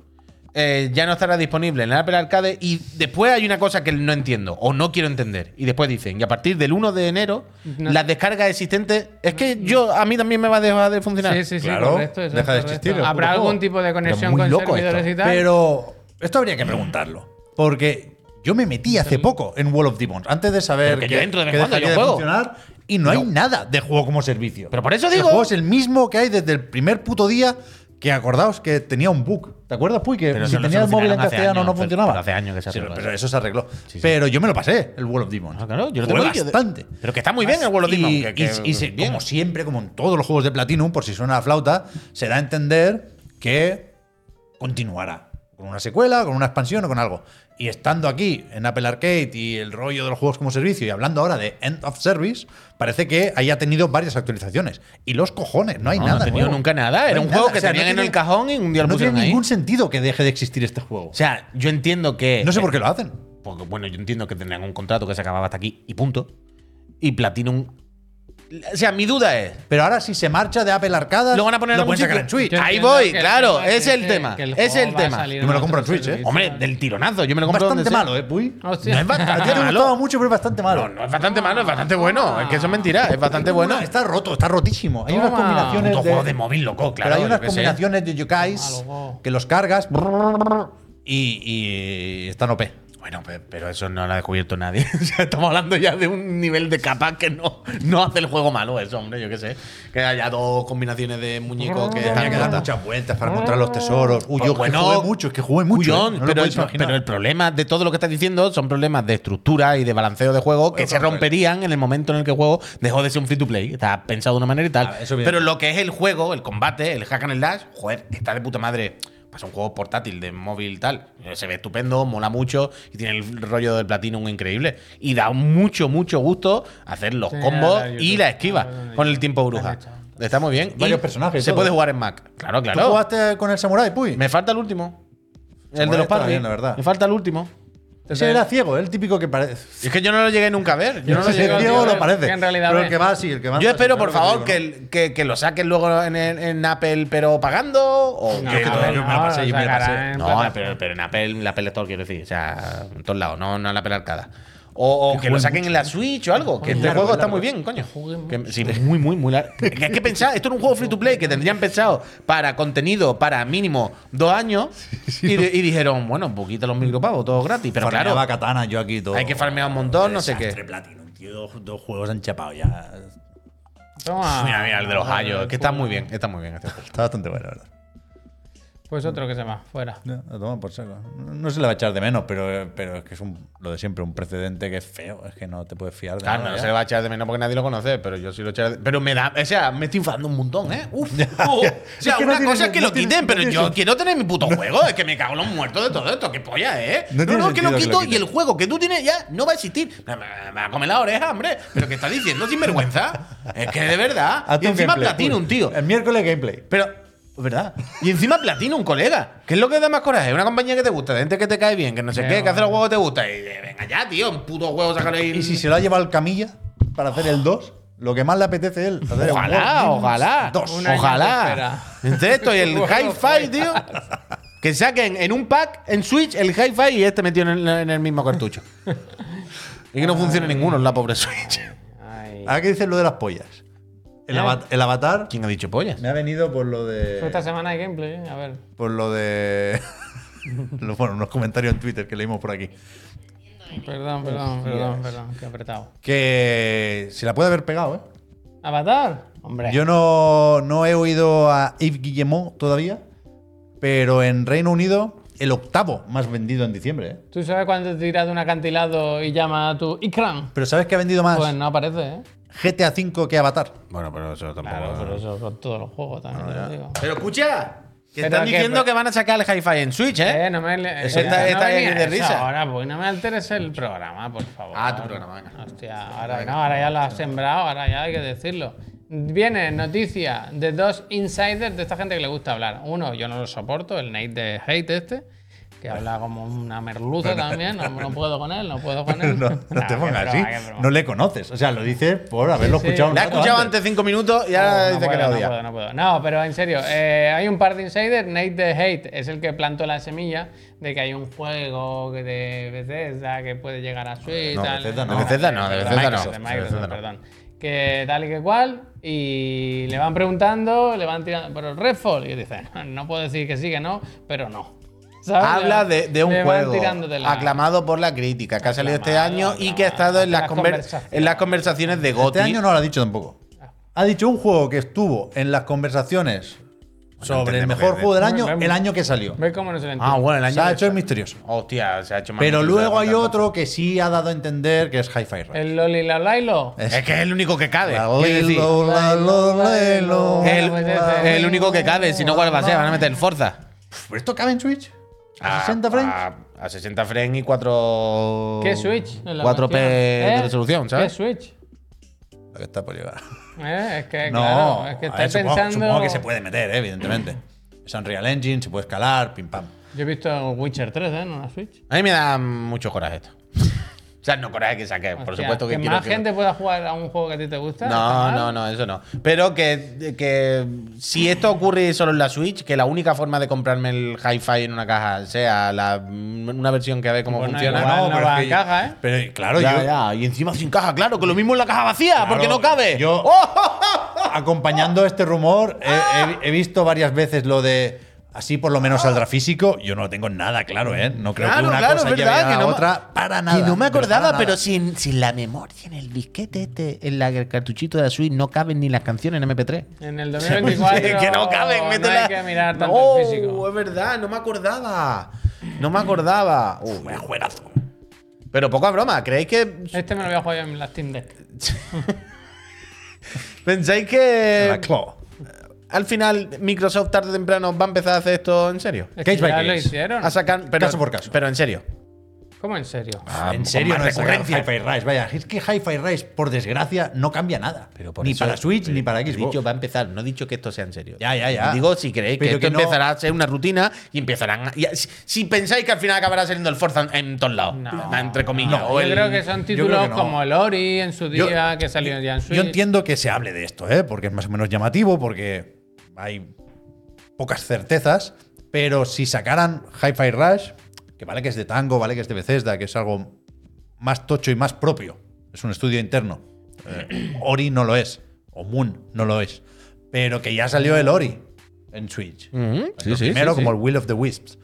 Speaker 2: eh, ya no estará disponible en el Apple Arcade. Y después hay una cosa que no entiendo o no quiero entender. Y después dicen, y a partir del 1 de enero,
Speaker 1: No. Mm.
Speaker 2: las descargas existentes. Es que yo a mí también me va a dejar de funcionar.
Speaker 1: Sí, sí, sí,
Speaker 3: Claro,
Speaker 1: correcto, eso es
Speaker 3: deja de
Speaker 1: correcto.
Speaker 3: existir el
Speaker 1: Habrá
Speaker 3: juego.
Speaker 1: algún tipo de
Speaker 3: Pero
Speaker 1: conexión
Speaker 3: muy
Speaker 1: con
Speaker 3: loco
Speaker 1: servidores
Speaker 3: esto.
Speaker 1: y tal.
Speaker 3: Pero esto habría que preguntarlo. Porque yo me metí hace poco en Wall of Demons, antes de saber
Speaker 2: Pero que yo entro de vez en
Speaker 3: que
Speaker 2: cuando,
Speaker 3: dejaría
Speaker 2: yo
Speaker 3: de
Speaker 2: juego.
Speaker 3: funcionar, y no, hay nada de juego como servicio.
Speaker 2: Pero por eso
Speaker 3: El
Speaker 2: digo-
Speaker 3: juego es el mismo que hay desde el primer puto día que acordaos que tenía un bug. ¿Te acuerdas, Puy? Que
Speaker 2: Pero
Speaker 3: si
Speaker 2: eso lo
Speaker 3: tenías el móvil en
Speaker 2: solucionaron hace
Speaker 3: castellano
Speaker 2: años,
Speaker 3: no
Speaker 2: pero-
Speaker 3: funcionaba.
Speaker 2: pero hace años que se
Speaker 3: Sí,
Speaker 2: arregló
Speaker 3: Pero
Speaker 2: eso.
Speaker 3: eso se arregló.
Speaker 2: sí.
Speaker 3: Pero yo me lo pasé, el Wall of Demons.
Speaker 2: Ah, claro, yo lo tengo
Speaker 3: Jugué
Speaker 2: ahí, yo-
Speaker 3: bastante. Ah,
Speaker 2: Pero que está muy bien el World of Demons.
Speaker 3: Y,
Speaker 2: que-
Speaker 3: y-
Speaker 2: que-
Speaker 3: y se-
Speaker 2: bien.
Speaker 3: como siempre, como en todos los juegos de Platinum, por si suena la flauta, se da a entender que continuará. Con una secuela, con una expansión o con algo. Y estando aquí en Apple Arcade y el rollo de los juegos como servicio y hablando ahora de End of Service, parece que haya tenido varias actualizaciones. Y los cojones, no hay
Speaker 2: No, no
Speaker 3: nada.
Speaker 2: ha tenido
Speaker 3: nuevo.
Speaker 2: nunca nada. Era
Speaker 3: No hay
Speaker 2: un juego que
Speaker 3: no
Speaker 2: tenían en
Speaker 3: tiene-
Speaker 2: el cajón y un día lo
Speaker 3: No tiene
Speaker 2: pusieron ahí.
Speaker 3: ningún sentido que deje de existir este juego.
Speaker 2: O sea, eh, yo entiendo que.
Speaker 3: No sé por qué lo hacen.
Speaker 2: Porque, bueno, yo entiendo que tendrían un contrato que se acababa hasta aquí y punto. Y Platinum. O sea, mi duda es.
Speaker 3: Pero ahora si se marcha de Apple Arcada,
Speaker 2: Lo van a poner en algún
Speaker 3: pueden sacar en
Speaker 2: sitio.
Speaker 3: Switch.
Speaker 1: Yo
Speaker 2: Ahí
Speaker 1: entiendo
Speaker 2: voy,
Speaker 1: que
Speaker 2: claro,
Speaker 1: tema
Speaker 2: ese es el
Speaker 1: que-
Speaker 2: tema,
Speaker 1: que el
Speaker 2: ese es
Speaker 1: juego
Speaker 2: el
Speaker 1: va a
Speaker 2: tema.
Speaker 1: salir
Speaker 3: Yo me lo
Speaker 1: en
Speaker 3: compro en
Speaker 1: otros
Speaker 3: Switch, ¿eh?
Speaker 1: servicios.
Speaker 2: Hombre, del tironazo. Yo me lo compro donde
Speaker 3: Bastante
Speaker 2: sea.
Speaker 3: malo, ¿eh, Puy?
Speaker 1: Hostia.
Speaker 3: No es ba- a ti te ha gustado mucho, pero es bastante malo.
Speaker 2: No, no es bastante malo, es bastante bueno. Es que eso es mentira, es bastante bueno.
Speaker 3: Está roto, está rotísimo. Hay unas
Speaker 1: Toma.
Speaker 3: combinaciones
Speaker 2: Puto
Speaker 3: de,
Speaker 2: juego de móvil, loco, claro.
Speaker 3: pero hay
Speaker 2: yo
Speaker 3: unas
Speaker 2: qué sé.
Speaker 3: combinaciones de yokais
Speaker 1: Malo, wow.
Speaker 3: que los cargas y, y están OP.
Speaker 2: Bueno, pe- pero eso no lo ha descubierto nadie. O sea, Estamos hablando ya de un nivel de capa que no, no hace el juego malo, eso, hombre, yo qué sé. Que haya dos combinaciones de muñecos que
Speaker 3: Tenía
Speaker 2: están
Speaker 3: que dar
Speaker 2: rotas.
Speaker 3: muchas vueltas para encontrar los tesoros. Uy,
Speaker 2: Pues
Speaker 3: yo que
Speaker 2: bueno,
Speaker 3: jugué mucho, es que jugué mucho.
Speaker 2: Cuyón,
Speaker 3: eh. No lo
Speaker 2: pero, el,
Speaker 3: podéis imaginar.
Speaker 2: pero el problema de todo lo que estás diciendo son problemas de estructura y de balanceo de juego que
Speaker 3: Bueno,
Speaker 2: se
Speaker 3: pero-
Speaker 2: romperían en el momento en el que el juego dejó de ser un free to play. Está pensado de una manera y tal.
Speaker 3: Ah, eso bien.
Speaker 2: pero lo que es el juego, el combate, el hack and el dash, joder, está de puta madre. Pasa un juego portátil de móvil y tal. Eh, Se ve estupendo, mola mucho y tiene el rollo del Platinum increíble. Y da mucho, mucho gusto hacer los
Speaker 1: Sí,
Speaker 2: combos
Speaker 1: la de
Speaker 2: y
Speaker 1: YouTube.
Speaker 2: la esquiva
Speaker 1: Ah, bueno,
Speaker 2: con
Speaker 1: ya.
Speaker 2: el tiempo bruja.
Speaker 1: Perfecto.
Speaker 2: Está muy bien.
Speaker 3: Varios
Speaker 2: Y
Speaker 3: personajes y
Speaker 2: Se
Speaker 3: todo.
Speaker 2: puede jugar en Mac. Claro,
Speaker 3: ¿Tú
Speaker 2: claro.
Speaker 3: jugaste con el Samurai, Puy?
Speaker 2: Me falta el último.
Speaker 3: Se
Speaker 2: El de los
Speaker 3: molesta
Speaker 2: padres.
Speaker 3: bien, la verdad.
Speaker 2: Me falta el último.
Speaker 3: Ese era ciego, el típico que parece.
Speaker 2: Es que yo no lo llegué nunca a ver. Yo no lo
Speaker 3: Ese
Speaker 2: llegué a
Speaker 3: ciego
Speaker 2: ver.
Speaker 3: lo parece.
Speaker 1: Que en realidad
Speaker 3: pero
Speaker 1: ve.
Speaker 3: el que va, sí, el que va.
Speaker 2: Yo espero, por
Speaker 3: Claro
Speaker 2: favor,
Speaker 3: que
Speaker 2: que,
Speaker 3: digo,
Speaker 2: el- que- que lo saquen luego en, el- en Apple, pero pagando. O
Speaker 1: No,
Speaker 2: que-
Speaker 1: a ver,
Speaker 3: yo me la pasé, yo me la pasé.
Speaker 1: sacarán en
Speaker 2: No,
Speaker 1: plataforma.
Speaker 2: pero, pero en Apple, en la Apple Store, quiero decir. O sea, en todos lados, no, no en la Apple Arcada. O, o que lo saquen en la Switch o algo. Que
Speaker 1: Jugué
Speaker 2: este
Speaker 1: largo,
Speaker 2: juego está
Speaker 1: largo.
Speaker 2: muy bien, coño.
Speaker 1: Jugué
Speaker 2: Que- sí, muy, muy, muy largo. Que es que pensar, esto era un juego free to play que tendrían pensado para contenido para mínimo dos años. y, de- y dijeron, bueno, pues quita los micropagos, todo gratis. Pero
Speaker 3: farmeaba
Speaker 2: claro,
Speaker 3: katana yo aquí todo.
Speaker 2: hay que farmear un montón, no sé qué.
Speaker 3: Desastre Platinum, tío, dos, dos juegos han chapado ya.
Speaker 1: Toma.
Speaker 2: Mira, mira, el de los Hayos.
Speaker 3: pues
Speaker 2: Es que está muy bien, está muy bien este juego.
Speaker 3: Está bastante bueno, la verdad.
Speaker 1: Pues otro que se va, fuera.
Speaker 3: Ya, lo toman por saco. No, no se le va a echar de menos, pero, pero es que es un, lo de siempre, un precedente que es feo. Es que no te puedes fiar de
Speaker 2: Claro,
Speaker 3: nada
Speaker 2: no
Speaker 3: ya.
Speaker 2: se le va a echar de menos porque nadie lo conoce, pero yo sí lo echaré de Pero me da. O sea, me estoy enfadando un montón, ¿eh? Uf. Oh. O sea,
Speaker 3: Es que no
Speaker 2: una
Speaker 3: tiene-
Speaker 2: cosa es que
Speaker 3: no
Speaker 2: lo
Speaker 3: tiene-
Speaker 2: quiten,
Speaker 3: no
Speaker 2: pero
Speaker 3: tiene
Speaker 2: yo
Speaker 3: sentido.
Speaker 2: quiero tener mi puto juego. Es que me cago en los muertos de todo esto. ¿Qué polla, eh?
Speaker 3: No
Speaker 2: No, no,
Speaker 3: tiene
Speaker 2: que lo
Speaker 3: sentido que
Speaker 2: quito
Speaker 3: lo
Speaker 2: y el
Speaker 3: quiten.
Speaker 2: juego que tú tienes ya no va a existir. Me, me- me va a comer la oreja, hombre. Pero ¿qué estás diciendo sin vergüenza? Es que de verdad.
Speaker 3: Hazte
Speaker 2: Y
Speaker 3: un
Speaker 2: encima
Speaker 3: gameplay,
Speaker 2: platino un
Speaker 3: uy.
Speaker 2: tío.
Speaker 3: El miércoles gameplay.
Speaker 2: Pero. ¿Verdad? Y encima platino un colega. ¿Qué es lo que da más coraje? Una compañía que te gusta, de gente que te cae bien, que no sé
Speaker 1: Qué
Speaker 2: qué, que hace
Speaker 1: va.
Speaker 2: los juegos que te gusta. Y eh, venga ya, tío, un puto juego sácale ahí.
Speaker 3: Y si se lo ha llevado el camilla para hacer el 2, lo que más le apetece a él. hacer el World
Speaker 2: Ojalá,
Speaker 3: Games
Speaker 2: ojalá.
Speaker 3: 2.
Speaker 1: Un año de
Speaker 2: Ojalá.
Speaker 1: espera.
Speaker 2: Entre esto y el hi-fi, tío. Que saquen en un pack, en Switch, el hi-fi y este metido en el, en el mismo cartucho. y que no funcione ninguno en la pobre Switch.
Speaker 1: Ay.
Speaker 2: Ah.
Speaker 3: Ahora que dices lo de las pollas. El,
Speaker 1: ¿Eh?
Speaker 3: ava- el avatar
Speaker 2: ¿Quién ha dicho pollas?
Speaker 3: me ha venido por lo
Speaker 1: Pues Esta
Speaker 3: de.
Speaker 1: semana hay gameplay, ¿eh? a ver.
Speaker 3: Por lo de. lo- bueno, unos comentarios en Twitter que leímos por aquí.
Speaker 1: Perdón, perdón, perdón, perdón, que apretado.
Speaker 3: Que se la puede haber pegado, ¿eh?
Speaker 1: ¿Avatar? Hombre.
Speaker 3: Yo no, no he oído a Yves Guillemot todavía, pero en Reino Unido el octavo más vendido en diciembre. ¿eh?
Speaker 1: ¿Tú sabes cuando te tiras de un acantilado y llama a tu Ikran?
Speaker 3: Pero ¿sabes qué ha
Speaker 2: Ah,
Speaker 3: vendido más
Speaker 1: Pues no aparece, ¿eh?
Speaker 3: GTA V que Avatar?
Speaker 2: Bueno, pero eso tampoco.
Speaker 1: Claro, pero eso con todos los juegos también te lo digo.
Speaker 4: Pero escucha.
Speaker 2: Que
Speaker 1: Pero
Speaker 2: están
Speaker 1: que-
Speaker 2: diciendo que van a sacar el hi-fi en Switch, ¿eh?
Speaker 1: Eh, no me, le-
Speaker 2: Eso
Speaker 1: eh,
Speaker 2: está-
Speaker 1: no
Speaker 2: está ahí
Speaker 1: venía
Speaker 2: de
Speaker 1: eso
Speaker 2: risa.
Speaker 1: Ahora, pues no me alteres el programa, por favor.
Speaker 2: Ah, tu programa, venga.
Speaker 1: Hostia, ahora, no, ahora ya lo has sembrado, ahora ya hay que decirlo. Viene noticia de dos insiders de esta gente que le gusta hablar. Uno, yo no lo soporto, el Nate de Hate este, que habla como una merluza también. No, no puedo con él, no puedo con él.
Speaker 3: No, no te
Speaker 1: qué
Speaker 3: pongas
Speaker 1: broma,
Speaker 3: así.
Speaker 1: qué broma.
Speaker 3: No le conoces. O sea, lo dice por haberlo
Speaker 1: Sí, sí.
Speaker 3: escuchado. un
Speaker 2: La he
Speaker 3: rato
Speaker 2: escuchado antes cinco minutos y ahora
Speaker 1: Oh, No
Speaker 2: Ah, dice que
Speaker 1: puedo,
Speaker 2: la
Speaker 1: no
Speaker 2: odia.
Speaker 1: puedo, no puedo. No, pero en serio, eh, hay un par de insiders. Nate the Hate es el que plantó la semilla de que hay un juego que de Bethesda que puede llegar a Switch.
Speaker 2: No,
Speaker 1: tal.
Speaker 2: Bethesda no. De Bethesda no, de Bethesda no.
Speaker 1: Microsoft, de Microsoft,
Speaker 2: De Bethesda no.
Speaker 1: perdón. Que tal y que cual, y le van preguntando, le van tirando por el Redfall, y dice, no puedo decir que sí, que no, pero no. ¿Sabes?
Speaker 2: Habla
Speaker 1: Le-
Speaker 2: de, de un
Speaker 1: le van
Speaker 2: juego
Speaker 1: tirando de la-
Speaker 2: aclamado por la crítica que ha salido este
Speaker 1: Aclamado,
Speaker 2: año y que ha
Speaker 1: aclamado.
Speaker 2: estado en las,
Speaker 1: Las
Speaker 2: conver-
Speaker 1: conversaciones.
Speaker 2: en las conversaciones de
Speaker 3: Este
Speaker 2: GOTY.
Speaker 3: año no lo ha dicho tampoco.
Speaker 1: Ah.
Speaker 3: Ha dicho un juego que estuvo en las conversaciones sobre el
Speaker 2: entendemos
Speaker 3: mejor
Speaker 2: que-
Speaker 3: juego del año,
Speaker 1: Bueno,
Speaker 3: el año que salió.
Speaker 1: ¿Ves cómo no se le entiende?
Speaker 2: Ah, bueno, el año.
Speaker 3: Se ha
Speaker 2: que-
Speaker 3: hecho el misterioso.
Speaker 2: Hostia, se ha hecho más
Speaker 3: Pero
Speaker 2: difícil
Speaker 3: luego
Speaker 2: de
Speaker 3: hay
Speaker 2: contar.
Speaker 3: otro que sí ha dado a entender que es Hi-Fi Rush.
Speaker 1: El Loli la Lailo.
Speaker 2: Es que es el único que cabe.
Speaker 3: La
Speaker 2: Quiero decir,
Speaker 3: lilo, la lo, la lo.
Speaker 1: Bueno,
Speaker 2: el,
Speaker 1: pues ese.
Speaker 2: el único que cabe, si no, ¿cuál va a ser? Van a meter el Forza. Ah,
Speaker 3: Pff, ¿Esto cabe en Switch? ¿A
Speaker 2: A-
Speaker 3: 60 frames?
Speaker 2: A, a 60 frames y 4.
Speaker 1: ¿Qué Switch? Es la
Speaker 2: 4P
Speaker 1: cuestión.
Speaker 2: de
Speaker 1: ¿Eh?
Speaker 2: resolución, ¿sabes?
Speaker 1: ¿Qué Switch?
Speaker 3: Lo que está por llegar.
Speaker 1: Eh, es que,
Speaker 3: No,
Speaker 1: claro, es que
Speaker 3: a
Speaker 1: estáis
Speaker 3: ver, supongo-
Speaker 1: pensando.
Speaker 3: supongo que se puede meter, eh, evidentemente. Es Unreal Engine, se puede escalar, pim pam.
Speaker 1: Yo he visto Witcher 3 ¿eh? en una Switch.
Speaker 2: A mí me da mucho coraje esto. o sea, no coraje que saque, por
Speaker 1: Hostia,
Speaker 2: supuesto que, quiero.
Speaker 1: más
Speaker 2: quiero-
Speaker 1: gente pueda jugar a un juego que a ti te gusta.
Speaker 2: No, no, no, eso no. Pero que, que si esto ocurre solo en la Switch, que la única forma de comprarme el hi-fi en una caja sea la, una versión que ve cómo
Speaker 1: Pues no,
Speaker 2: funciona.
Speaker 1: igual no
Speaker 3: pero
Speaker 1: va
Speaker 3: es
Speaker 1: en
Speaker 3: que-
Speaker 1: caja, ¿eh?
Speaker 3: Pero claro,
Speaker 2: ya,
Speaker 3: yo Ah,
Speaker 2: ya. Y encima sin caja, claro, que lo mismo en la caja vacía, porque no cabe. Oh,
Speaker 3: Yo, acompañando este rumor, he, he- he visto varias veces lo de así por lo menos saldrá físico. Yo no lo tengo nada claro, ¿eh? No creo que
Speaker 2: Ah. Claro,
Speaker 3: una
Speaker 2: claro,
Speaker 3: cosa
Speaker 2: es
Speaker 3: lleve
Speaker 2: verdad,
Speaker 3: a
Speaker 2: que no me-
Speaker 3: otra para nada.
Speaker 2: y no me
Speaker 3: pero
Speaker 2: acordaba,
Speaker 3: para
Speaker 2: pero,
Speaker 3: nada.
Speaker 2: sin, sin la memoria, en el disquete, este, en la, el cartuchito de la Switch, no caben ni las canciones en MP3.
Speaker 1: En el 2024.
Speaker 2: que no caben,
Speaker 1: no
Speaker 2: métela.
Speaker 1: hay que mirar tanto
Speaker 2: No,
Speaker 1: el físico.
Speaker 2: es verdad, no me acordaba. No me acordaba. Uy, vaya juegazo. Pero poca broma, ¿creéis que.
Speaker 1: Este me lo voy a jugar yo en la Steam Deck.
Speaker 2: ¿Pensáis que. eh,
Speaker 3: La claw.
Speaker 2: Al final, Microsoft tarde o temprano va a empezar a hacer esto en serio?
Speaker 1: Es
Speaker 3: Case
Speaker 1: que
Speaker 3: by
Speaker 1: ya lo
Speaker 3: case.
Speaker 1: hicieron.
Speaker 2: A sacar. Pero,
Speaker 3: Caso por caso.
Speaker 2: Pero en serio.
Speaker 1: ¿Cómo en serio?
Speaker 3: en serio,
Speaker 2: Ah, con
Speaker 3: no
Speaker 2: más
Speaker 3: es
Speaker 2: recurrencia.
Speaker 3: Hi-Fi Rise. Vaya, es que Hi-Fi Rise, por desgracia, no cambia nada.
Speaker 2: Pero por
Speaker 3: ni
Speaker 2: eso-
Speaker 3: para Switch, ni para
Speaker 2: He
Speaker 3: Xbox.
Speaker 2: dicho va a empezar, no he dicho que esto sea en serio.
Speaker 3: Ya, ya, ya.
Speaker 2: Digo, si creéis que
Speaker 3: Pero
Speaker 2: esto
Speaker 3: que no-
Speaker 2: empezará a ser una rutina y empezarán. a- y a- si, si pensáis que al final acabará saliendo el Forza en, en todos lados,
Speaker 1: No.
Speaker 2: entre comillas. o
Speaker 1: yo
Speaker 2: el-
Speaker 1: creo que son
Speaker 3: creo
Speaker 1: títulos
Speaker 3: que no.
Speaker 1: como el Ori en su
Speaker 3: Yo-
Speaker 1: día, que salió ya en Switch.
Speaker 3: Yo entiendo que se hable de esto, ¿eh? porque es más o menos llamativo, porque hay pocas certezas, pero si sacaran Hi-Fi Rush, que vale que es de Tango, vale que es de Bethesda, que es algo más tocho y más propio, es un estudio interno. Eh, Ori no lo es, o Moon no lo es, pero que ya salió el Ori en Switch.
Speaker 2: Ujú, sí,
Speaker 3: Lo
Speaker 2: sí,
Speaker 3: primero
Speaker 2: sí, sí.
Speaker 3: como el Will of the Wisps.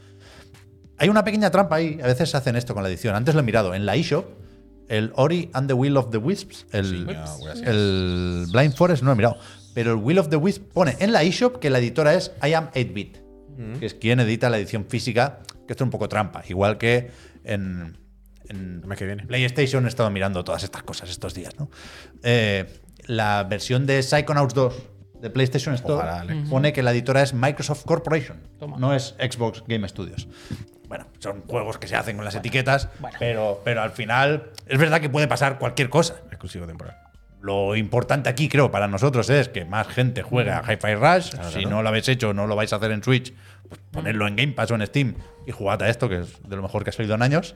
Speaker 3: Hay una pequeña trampa ahí, a veces hacen esto con la edición. Antes lo he mirado, en la eShop, el Ori and the Will of the Wisps, el, el Blind Forest no lo he mirado, pero el Will of the Wisps pone en la eShop que la editora es I Am 8-Bit,
Speaker 2: Mm.
Speaker 3: que es quien edita la edición física, que esto es un poco trampa, igual que en, en
Speaker 2: El mes que viene.
Speaker 3: PlayStation he estado mirando todas estas cosas estos días, ¿no? Eh, la versión de Psychonauts 2 de PlayStation Store
Speaker 2: Ojalá, Alex.
Speaker 3: pone que la editora es Microsoft Corporation,
Speaker 1: Toma.
Speaker 3: no es Xbox Game Studios. Bueno, son juegos que se hacen con las etiquetas, Pero, pero al final es verdad que puede pasar cualquier cosa.
Speaker 2: Exclusivo temporal.
Speaker 3: Lo importante aquí, creo, para nosotros es que más gente juegue a Hi-Fi Rush. si no lo habéis hecho, no lo vais a hacer en Switch, pues
Speaker 1: Mm.
Speaker 3: ponedlo en Game Pass o en Steam y jugad a esto, que es de lo mejor que ha salido en años.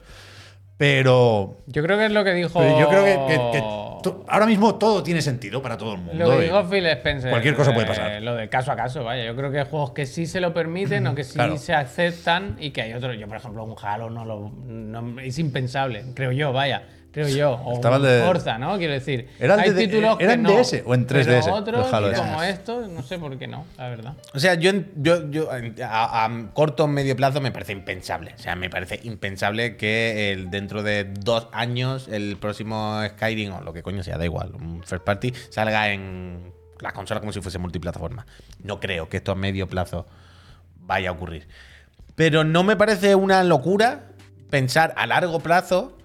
Speaker 3: Pero
Speaker 1: Yo creo que es lo que dijo.
Speaker 3: pero yo creo que, que- que to- ahora mismo todo tiene sentido para todo el mundo.
Speaker 1: Oh. Lo que
Speaker 3: y-
Speaker 1: dijo Phil Spencer.
Speaker 3: eh, cualquier cosa puede
Speaker 1: eh,
Speaker 3: pasar.
Speaker 1: Lo de caso a caso, vaya. Yo creo que hay juegos que sí se lo permiten o que sí
Speaker 3: Claro.
Speaker 1: se aceptan y que hay otros. Yo, por ejemplo, un Halo no lo. no- es impensable, creo yo, vaya. Creo yo. O
Speaker 3: Estaba
Speaker 1: un
Speaker 3: el de-
Speaker 1: Forza, ¿no? Quiero decir.
Speaker 3: Era el
Speaker 1: hay
Speaker 3: de-
Speaker 1: títulos
Speaker 3: era
Speaker 1: que
Speaker 3: en
Speaker 1: no,
Speaker 3: DS o en 3DS,
Speaker 1: Pero otros,
Speaker 3: el Halo ese.
Speaker 1: como estos, no sé por qué no, la verdad.
Speaker 2: O sea, yo, en- yo, yo en- a, a corto o medio plazo me parece impensable. O sea, me parece impensable que el- dentro de dos años el próximo Skyrim o lo que coño sea, da igual, un first party, salga en la consola como si fuese multiplataforma. No creo que esto a medio plazo vaya a ocurrir. Pero no me parece una locura pensar a largo plazo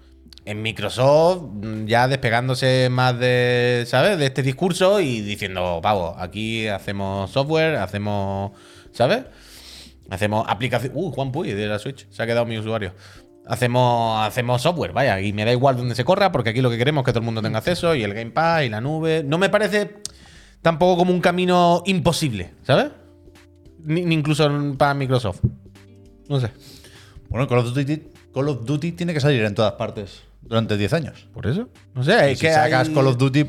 Speaker 2: en Microsoft mm, ya despegándose más de, ¿sabes? De este discurso y diciendo, pavo, aquí hacemos software, hacemos, ¿sabes? Hacemos aplicaciones. Uh, Juan Puy de la Switch. Se ha quedado mi usuario. Hacemos, hacemos software, vaya, y me da igual dónde se corra, porque aquí lo que queremos es que todo el mundo tenga acceso, y el Game Pass, y la nube. No me parece tampoco como un camino imposible, ¿sabes? Ni, ni incluso para Microsoft. No sé.
Speaker 3: Bueno, Call of, Duty, Call of Duty tiene que salir en todas partes durante 10 años.
Speaker 2: ¿Por eso? No sé,
Speaker 3: Y
Speaker 2: es
Speaker 3: si
Speaker 2: que
Speaker 3: sacas
Speaker 2: hay-
Speaker 3: Call of Duty,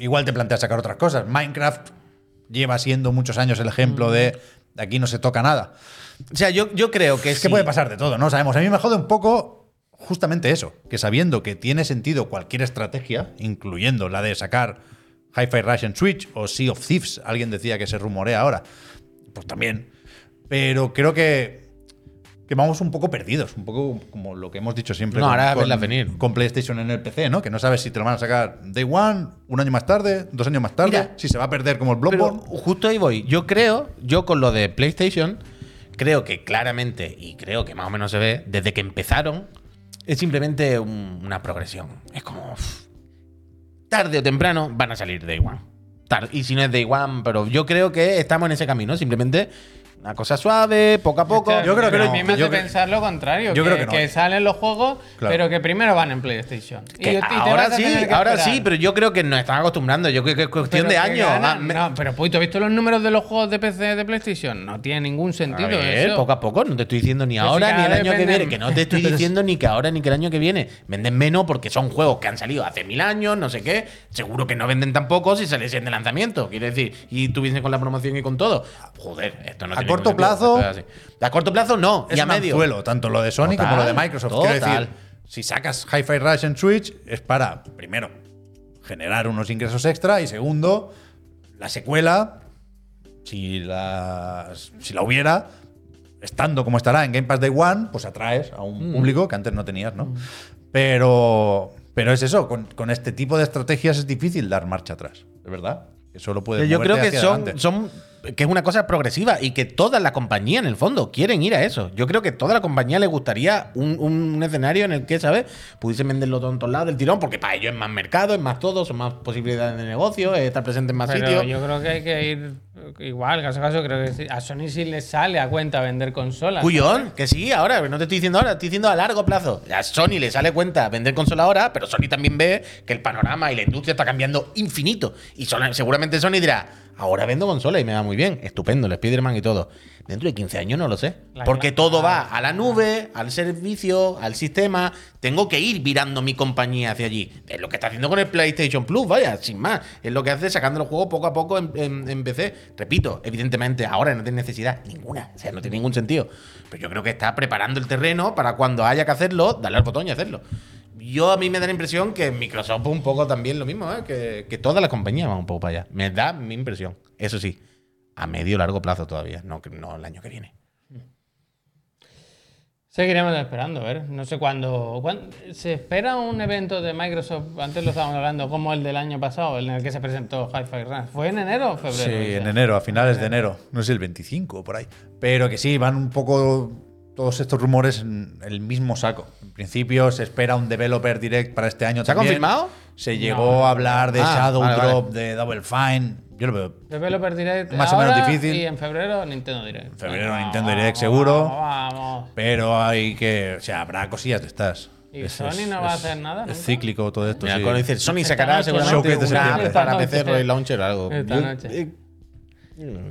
Speaker 3: igual te planteas sacar otras cosas. Minecraft lleva siendo muchos años el ejemplo de aquí no se toca nada.
Speaker 2: O sea, yo, yo creo que
Speaker 3: Es
Speaker 2: sí.
Speaker 3: que puede pasar de todo, no sabemos. A mí me jode un poco justamente eso, que sabiendo que tiene sentido cualquier estrategia, incluyendo la de sacar Hi-Fi Rush en Switch o Sea of Thieves, alguien decía que se rumorea ahora, pues también. Pero creo que, que vamos un poco perdidos, un poco como lo que hemos dicho siempre.
Speaker 2: No, ahora verlas venir.
Speaker 3: Con PlayStation en el PC, ¿no? Que no sabes si te lo van a sacar day one, un año más tarde, dos años más tarde,
Speaker 2: Mira.
Speaker 3: si se va a perder como el
Speaker 2: Pero
Speaker 3: Bloodborne.
Speaker 2: justo ahí voy. Yo creo, yo con lo de PlayStation, creo que claramente, y creo que más o menos se ve, desde que empezaron, es simplemente un- una progresión. Es como. uf, tarde o temprano van a salir de One. Tar- y si no es de One, pero yo creo que estamos en ese camino. Simplemente una cosa suave, poco a poco.
Speaker 1: O sea,
Speaker 3: yo creo que
Speaker 1: A
Speaker 3: no,
Speaker 1: mí me hace
Speaker 3: yo creo-
Speaker 1: pensar lo contrario.
Speaker 3: yo
Speaker 1: que,
Speaker 3: creo que no.
Speaker 1: salen los juegos,
Speaker 3: Claro.
Speaker 1: pero que primero van en PlayStation. Y- y
Speaker 2: Que
Speaker 1: te
Speaker 2: ahora
Speaker 1: vas a
Speaker 2: sí,
Speaker 1: tener que
Speaker 2: ahora
Speaker 1: esperar.
Speaker 2: sí, pero yo creo que nos están acostumbrando. Yo creo que es cuestión
Speaker 1: Pero
Speaker 2: de
Speaker 1: que
Speaker 2: años.
Speaker 1: ganan-
Speaker 2: Ah, me-
Speaker 1: No, pero Puy, ¿tú has visto los números de los juegos de PC de PlayStation? No tiene ningún
Speaker 2: A
Speaker 1: sentido
Speaker 2: ver,
Speaker 1: eso.
Speaker 2: poco a poco, no te estoy diciendo ni
Speaker 1: Pero si
Speaker 2: ahora ni
Speaker 1: cada
Speaker 2: el
Speaker 1: vez
Speaker 2: año que
Speaker 1: venden-
Speaker 2: viene, que no te estoy diciendo ni que ahora ni que el año que viene. Venden menos porque son juegos que han salido hace mil años, no sé qué. Seguro que no venden tampoco si saliesen de lanzamiento, quiero decir, y tuviesen con la promoción y con todo. Joder, esto no tiene
Speaker 3: A corto
Speaker 2: ningún sentido,
Speaker 3: plazo-
Speaker 2: esto es así. A corto plazo no,
Speaker 3: es
Speaker 2: y a
Speaker 3: un
Speaker 2: medio.
Speaker 3: anzuelo, tanto lo de Sony
Speaker 2: Total,
Speaker 3: como lo de Microsoft. Quiero
Speaker 2: total.
Speaker 3: decir, si sacas Hi-Fi Rush en Switch, es para, primero, generar unos ingresos extra y segundo, la secuela, si la, si la hubiera, estando como estará en Game Pass Day One, pues atraes a
Speaker 2: Mm.
Speaker 3: un público que antes no tenías, ¿no? Pero, pero es eso, con, con este tipo de estrategias es difícil dar marcha atrás, es verdad. Que solo puedes
Speaker 2: Yo creo
Speaker 3: moverte
Speaker 2: que
Speaker 3: hacia
Speaker 2: son,
Speaker 3: adelante.
Speaker 2: son que es una cosa progresiva y que toda la compañía en el fondo quieren ir a eso. Yo creo que toda la compañía le gustaría un, un escenario en el que, ¿sabes? Pudiesen venderlo todo en todos lados del tirón, porque para ellos es más mercado, es más todo, son más posibilidades de negocio, es estar presente en más
Speaker 1: Pero
Speaker 2: sitios.
Speaker 1: yo creo que hay que ir eh, igual, caso a caso. Creo que sí. a Sony sí le sale a cuenta vender consolas.
Speaker 2: Cuyón, que sí, ahora, no te estoy diciendo ahora, te estoy diciendo a largo plazo. A Sony le sale cuenta vender consola ahora, pero Sony también ve que el panorama y la industria está cambiando infinito. Y Sony- seguramente Sony dirá, ahora vendo consola y me va muy bien, estupendo, el Spider-Man y todo. Dentro de 15 años no lo sé.
Speaker 1: La-
Speaker 2: Porque
Speaker 1: la-
Speaker 2: todo va a la nube, al servicio, al sistema. Tengo que ir virando mi compañía hacia allí. Es lo que está haciendo con el PlayStation Plus, vaya, sin más. Es lo que hace sacando los juegos poco a poco en, en- en PC. Repito, evidentemente ahora no tiene necesidad ninguna. O sea, no tiene ningún sentido. Pero yo creo que está preparando el terreno para cuando haya que hacerlo, darle al botón y hacerlo. Yo a mí me da la impresión que Microsoft un poco también lo mismo, ¿eh? que, que todas las compañías van un poco para allá. Me da mi impresión. Eso sí, a medio largo plazo todavía, no, no el año que viene.
Speaker 1: Seguiremos esperando, a ver. No sé cuándo, cuán- ¿Se espera un evento de Microsoft? Antes lo estábamos hablando, como el del año pasado, en el que se presentó Hi-Fi Rush. ¿Fue en enero o febrero?
Speaker 3: Sí,
Speaker 1: No sé.
Speaker 3: en enero, a finales de enero. No sé, el 25 o por ahí. Pero que sí, van un poco todos estos rumores en el mismo saco. En principio se espera un developer direct para este año
Speaker 2: ¿Se ha
Speaker 3: también.
Speaker 2: confirmado?
Speaker 3: Se llegó a hablar de
Speaker 2: Ah,
Speaker 3: Shadow
Speaker 2: vale, vale.
Speaker 3: Drop, de Double Fine. Yo lo veo.
Speaker 1: Developer Direct.
Speaker 3: Más o menos
Speaker 1: ahora
Speaker 3: difícil.
Speaker 1: Y en febrero Nintendo Direct.
Speaker 3: En febrero
Speaker 1: Venga,
Speaker 3: Nintendo
Speaker 1: vamos,
Speaker 3: Direct seguro.
Speaker 1: Vamos, vamos.
Speaker 3: Pero hay que. O sea, habrá cosillas de estas.
Speaker 1: ¿Y Sony no va a hacer nada
Speaker 3: Es
Speaker 1: nunca?
Speaker 3: cíclico todo esto.
Speaker 2: Mira,
Speaker 3: sí.
Speaker 2: cuando dice Sony
Speaker 1: Esta
Speaker 2: sacará
Speaker 1: noche,
Speaker 2: seguramente
Speaker 3: ¿no? Showcase de
Speaker 2: una
Speaker 3: septiembre.
Speaker 2: app para
Speaker 1: Esta
Speaker 2: PC
Speaker 1: noche.
Speaker 2: Roy Launcher o algo.
Speaker 1: Esta
Speaker 2: Yo-
Speaker 1: noche.
Speaker 2: eh,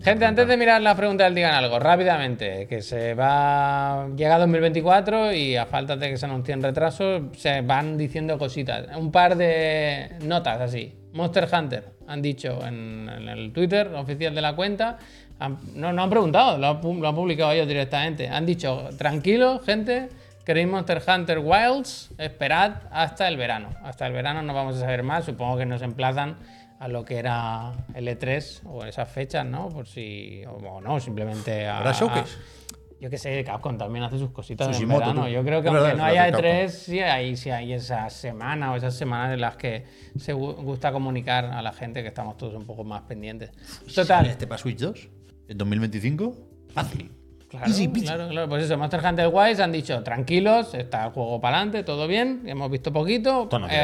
Speaker 1: Gente, antes de mirar las preguntas del Digan Algo, rápidamente, que se va. Llega 2024 y a falta de que se anuncien retrasos, se van diciendo cositas. Un par de notas así. Monster Hunter, han dicho en, en el Twitter oficial de la cuenta. Han- no, no han preguntado, lo han, pu- lo han publicado ellos directamente. Han dicho, tranquilo, gente, queréis Monster Hunter Wilds, esperad hasta el verano. Hasta el verano no vamos a saber más, supongo que nos emplazan a lo que era el E3 o esas fechas, ¿no? Por si. O, o no, simplemente a.
Speaker 3: ¿Habrá showcase?
Speaker 1: a- yo qué sé, Capcom también hace sus cositas en
Speaker 3: Tsushimoto,
Speaker 1: verano.
Speaker 3: tú.
Speaker 1: Yo creo que
Speaker 3: Es verdad,
Speaker 1: aunque no
Speaker 3: es verdad,
Speaker 1: haya
Speaker 3: hace
Speaker 1: E3, sí hay, sí hay esa semana o esas semanas en las que se gu- gusta comunicar a la gente que estamos todos un poco más pendientes. Total,
Speaker 3: ¿Este para Switch 2? ¿En 2025? Fácil.
Speaker 1: Claro, claro, claro. Pues eso, Monster Hunter Wise han dicho, tranquilos, está el juego para adelante, todo bien, hemos visto poquito.
Speaker 2: Esto no tiene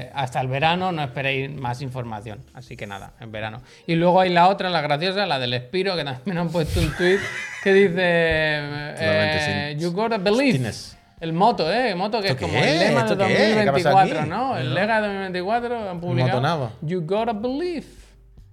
Speaker 1: eh, hasta el verano no esperéis más información. Así que nada, en verano. Y luego hay la otra, la graciosa, la del Espiro, que también han puesto un tweet que dice eh,
Speaker 2: sin-
Speaker 1: You gotta believe.
Speaker 2: tines.
Speaker 1: El moto, eh, moto que es
Speaker 2: ¿Esto
Speaker 1: como
Speaker 2: qué
Speaker 1: el
Speaker 2: es?
Speaker 1: lema de
Speaker 2: ¿Esto qué es? ¿Qué ha pasado
Speaker 1: 2024,
Speaker 2: aquí?
Speaker 1: ¿no? El lema de 2024 han publicado
Speaker 2: Motonava.
Speaker 1: You gotta believe.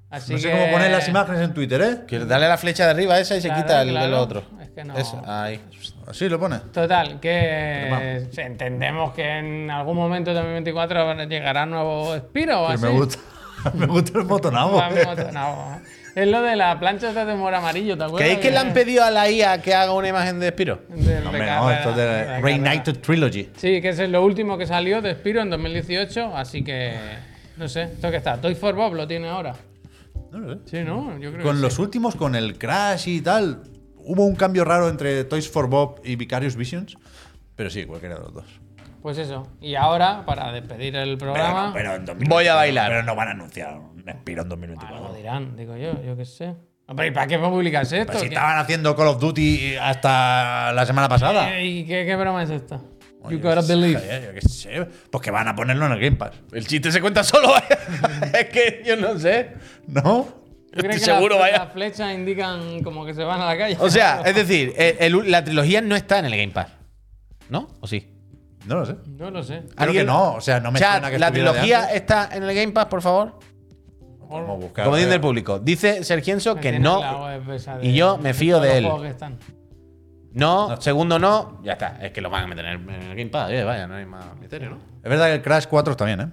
Speaker 1: Así
Speaker 3: No sé
Speaker 1: que-
Speaker 3: cómo poner las imágenes en Twitter, ¿eh?
Speaker 2: Que dale a la flecha de arriba a esa y se
Speaker 1: Claro,
Speaker 2: quita el, el
Speaker 1: claro.
Speaker 2: otro.
Speaker 1: Es que no.
Speaker 2: Eso, ahí.
Speaker 3: Así lo pone.
Speaker 1: Total, que entendemos que en algún momento de 2024 van a- llegará nuevo Spiro o
Speaker 3: Pero
Speaker 1: así.
Speaker 3: me gusta. Me gusta el motonabo.
Speaker 1: Ah, me gusta, no. Es lo de la plancha esta de humor amarillo, ¿te acuerdas?
Speaker 2: ¿Creéis que le han pedido a la IA que haga una imagen de Spiro?
Speaker 1: de-
Speaker 3: No,
Speaker 1: de
Speaker 3: hombre, no,
Speaker 1: carrera,
Speaker 3: esto es
Speaker 1: de
Speaker 3: de
Speaker 1: carrera.
Speaker 3: Reignited Trilogy.
Speaker 1: Sí, que ese es lo último que salió de Spiro en 2018, así que no sé, esto que está, Toy for Bob lo tiene ahora.
Speaker 3: No lo sé.
Speaker 1: Sí, ¿no? Yo creo que
Speaker 3: Con
Speaker 1: sí.
Speaker 3: los últimos, con el Crash y tal, hubo un cambio raro entre Toys for Bob y Vicarious Visions. Pero sí, cualquiera de los dos.
Speaker 1: Pues eso. Y ahora, para despedir el
Speaker 4: Pero,
Speaker 1: programa,
Speaker 4: no, pero en 2024,
Speaker 2: Voy a bailar.
Speaker 4: Pero no van a anunciar un Spiro en
Speaker 1: algo
Speaker 4: 2024.
Speaker 1: ah, dirán, digo yo, yo qué sé. Hombre, ¿y para qué publicas esto?
Speaker 3: Pero Pues si
Speaker 1: ¿Qué-
Speaker 3: estaban haciendo Call of Duty hasta la semana pasada.
Speaker 1: Eh, ¿Y qué, qué broma es esta? You
Speaker 3: Yo
Speaker 1: gotta
Speaker 3: qué sé,
Speaker 1: believe.
Speaker 3: Yo qué sé. Pues que van a ponerlo en el Game Pass.
Speaker 2: El chiste se cuenta solo.
Speaker 3: ¿eh?
Speaker 2: es que yo no sé.
Speaker 3: ¿No?
Speaker 1: ¿Tú crees que
Speaker 2: Estoy seguro,
Speaker 1: las,
Speaker 2: vaya.
Speaker 1: las flechas indican como que se van a la calle?
Speaker 2: O sea, es decir, el- el- la trilogía no está en el Game Pass. ¿No? ¿O sí?
Speaker 3: No lo sé.
Speaker 1: no lo sé.
Speaker 3: Creo que
Speaker 2: ¿Alguien-
Speaker 3: no. O sea, no me
Speaker 2: Chat,
Speaker 3: suena que
Speaker 2: la
Speaker 3: estuviera de
Speaker 2: trilogía
Speaker 3: antes.
Speaker 2: está en el Game Pass, por favor.
Speaker 3: Vamos a buscar.
Speaker 2: Como dicen
Speaker 3: eh.
Speaker 2: del público. Dice Sergienzo que
Speaker 1: Tienen la
Speaker 2: no.
Speaker 1: web esa
Speaker 2: y yo me fío
Speaker 1: todos
Speaker 2: de
Speaker 1: los
Speaker 2: él.
Speaker 1: juegos que están.
Speaker 2: No, segundo no. Ya está. Es que lo van a meter en el Game Pass. eh, vaya, no hay más misterio, ¿no?
Speaker 3: Es verdad que el Crash 4 está bien, ¿eh?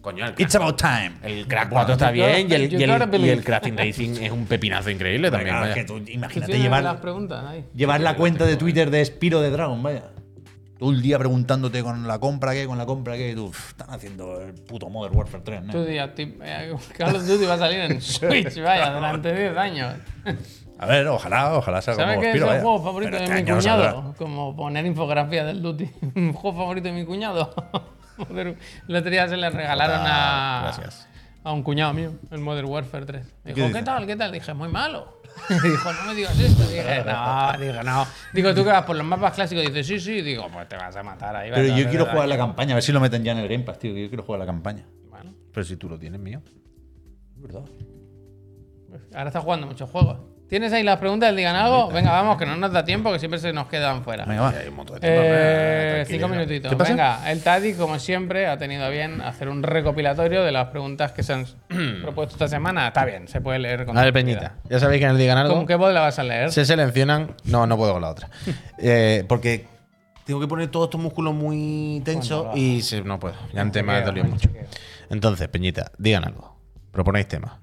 Speaker 2: Coño, el crack,
Speaker 3: It's about time.
Speaker 2: el crack 4 está
Speaker 1: You gotta-
Speaker 2: bien y el,
Speaker 1: you
Speaker 2: y el-
Speaker 1: gotta believe.
Speaker 2: y el Crafting Racing es un pepinazo increíble también.
Speaker 3: Claro,
Speaker 2: vaya.
Speaker 3: es que tú
Speaker 1: ¿Tú
Speaker 3: imagínate
Speaker 1: tienes las
Speaker 3: llevar,
Speaker 1: preguntas ahí?
Speaker 3: llevar la cuenta de Twitter de Spiro de Dragon, vaya. Todo el día preguntándote con la compra qué, con la compra qué. Y tú, "Uf, están haciendo el puto Modern Warfare 3,
Speaker 1: Tú
Speaker 3: ¿no?
Speaker 1: digas, tip- eh, Call of Duty va a salir en Switch, vaya, durante 10 años.
Speaker 3: A ver, ojalá, ojalá salga
Speaker 1: ¿Sabes
Speaker 3: como
Speaker 1: qué es
Speaker 3: Spiro,
Speaker 1: el
Speaker 3: vaya.
Speaker 1: juego favorito
Speaker 3: Pero
Speaker 1: de
Speaker 3: este
Speaker 1: mi
Speaker 3: año no saldrá.
Speaker 1: cuñado? Como poner infografía del Duty. Un juego favorito de mi cuñado. Modern- El otro día se le regalaron
Speaker 2: Ah,
Speaker 1: a,
Speaker 2: gracias.
Speaker 1: a un cuñado mío, el Modern Warfare 3. Dijo,
Speaker 3: dice?
Speaker 1: ¿qué, tal? ¿Qué tal? Dije, muy malo. Dijo, no me digas esto. Dije, no, digo, no. Digo, tú que vas por los mapas clásicos. Dice, sí, sí. Digo, pues te vas a matar ahí. vas
Speaker 3: Pero
Speaker 1: a
Speaker 3: yo
Speaker 1: hacer
Speaker 3: quiero
Speaker 1: daño".
Speaker 3: jugar la campaña, a ver si lo meten ya en el Game Pass, tío. que Yo quiero jugar la campaña.
Speaker 1: Bueno,
Speaker 2: Pero si tú lo tienes mío.
Speaker 1: pues ahora estás jugando muchos juegos. ¿Tienes ahí las preguntas del Digan Algo? Venga, vamos, que no nos da tiempo, que siempre se nos quedan fuera.
Speaker 3: Venga, va.
Speaker 2: Hay un montón de tiempo,
Speaker 1: Eh,
Speaker 2: hombre,
Speaker 1: cinco
Speaker 2: tranquilidad.
Speaker 1: minutitos.
Speaker 3: ¿Qué pasa?
Speaker 1: Venga, el Tadi, como siempre, ha tenido a bien hacer un recopilatorio de las preguntas que se han propuesto esta semana. Está bien, se puede leer con
Speaker 2: A ver,
Speaker 1: tranquilidad.
Speaker 2: Peñita. Ya sabéis que en el Digan Algo
Speaker 1: ¿Con qué voz la vas a leer?
Speaker 2: se seleccionan. No, no puedo con la otra. Eh, porque tengo que poner todos estos músculos muy tensos
Speaker 1: Bueno, va.
Speaker 2: y se- no puedo. Ya antes me ha
Speaker 1: Chequeo,
Speaker 2: dolido
Speaker 1: no,
Speaker 2: mucho.
Speaker 1: chequeo.
Speaker 2: Entonces, Peñita, digan algo. Proponéis temas.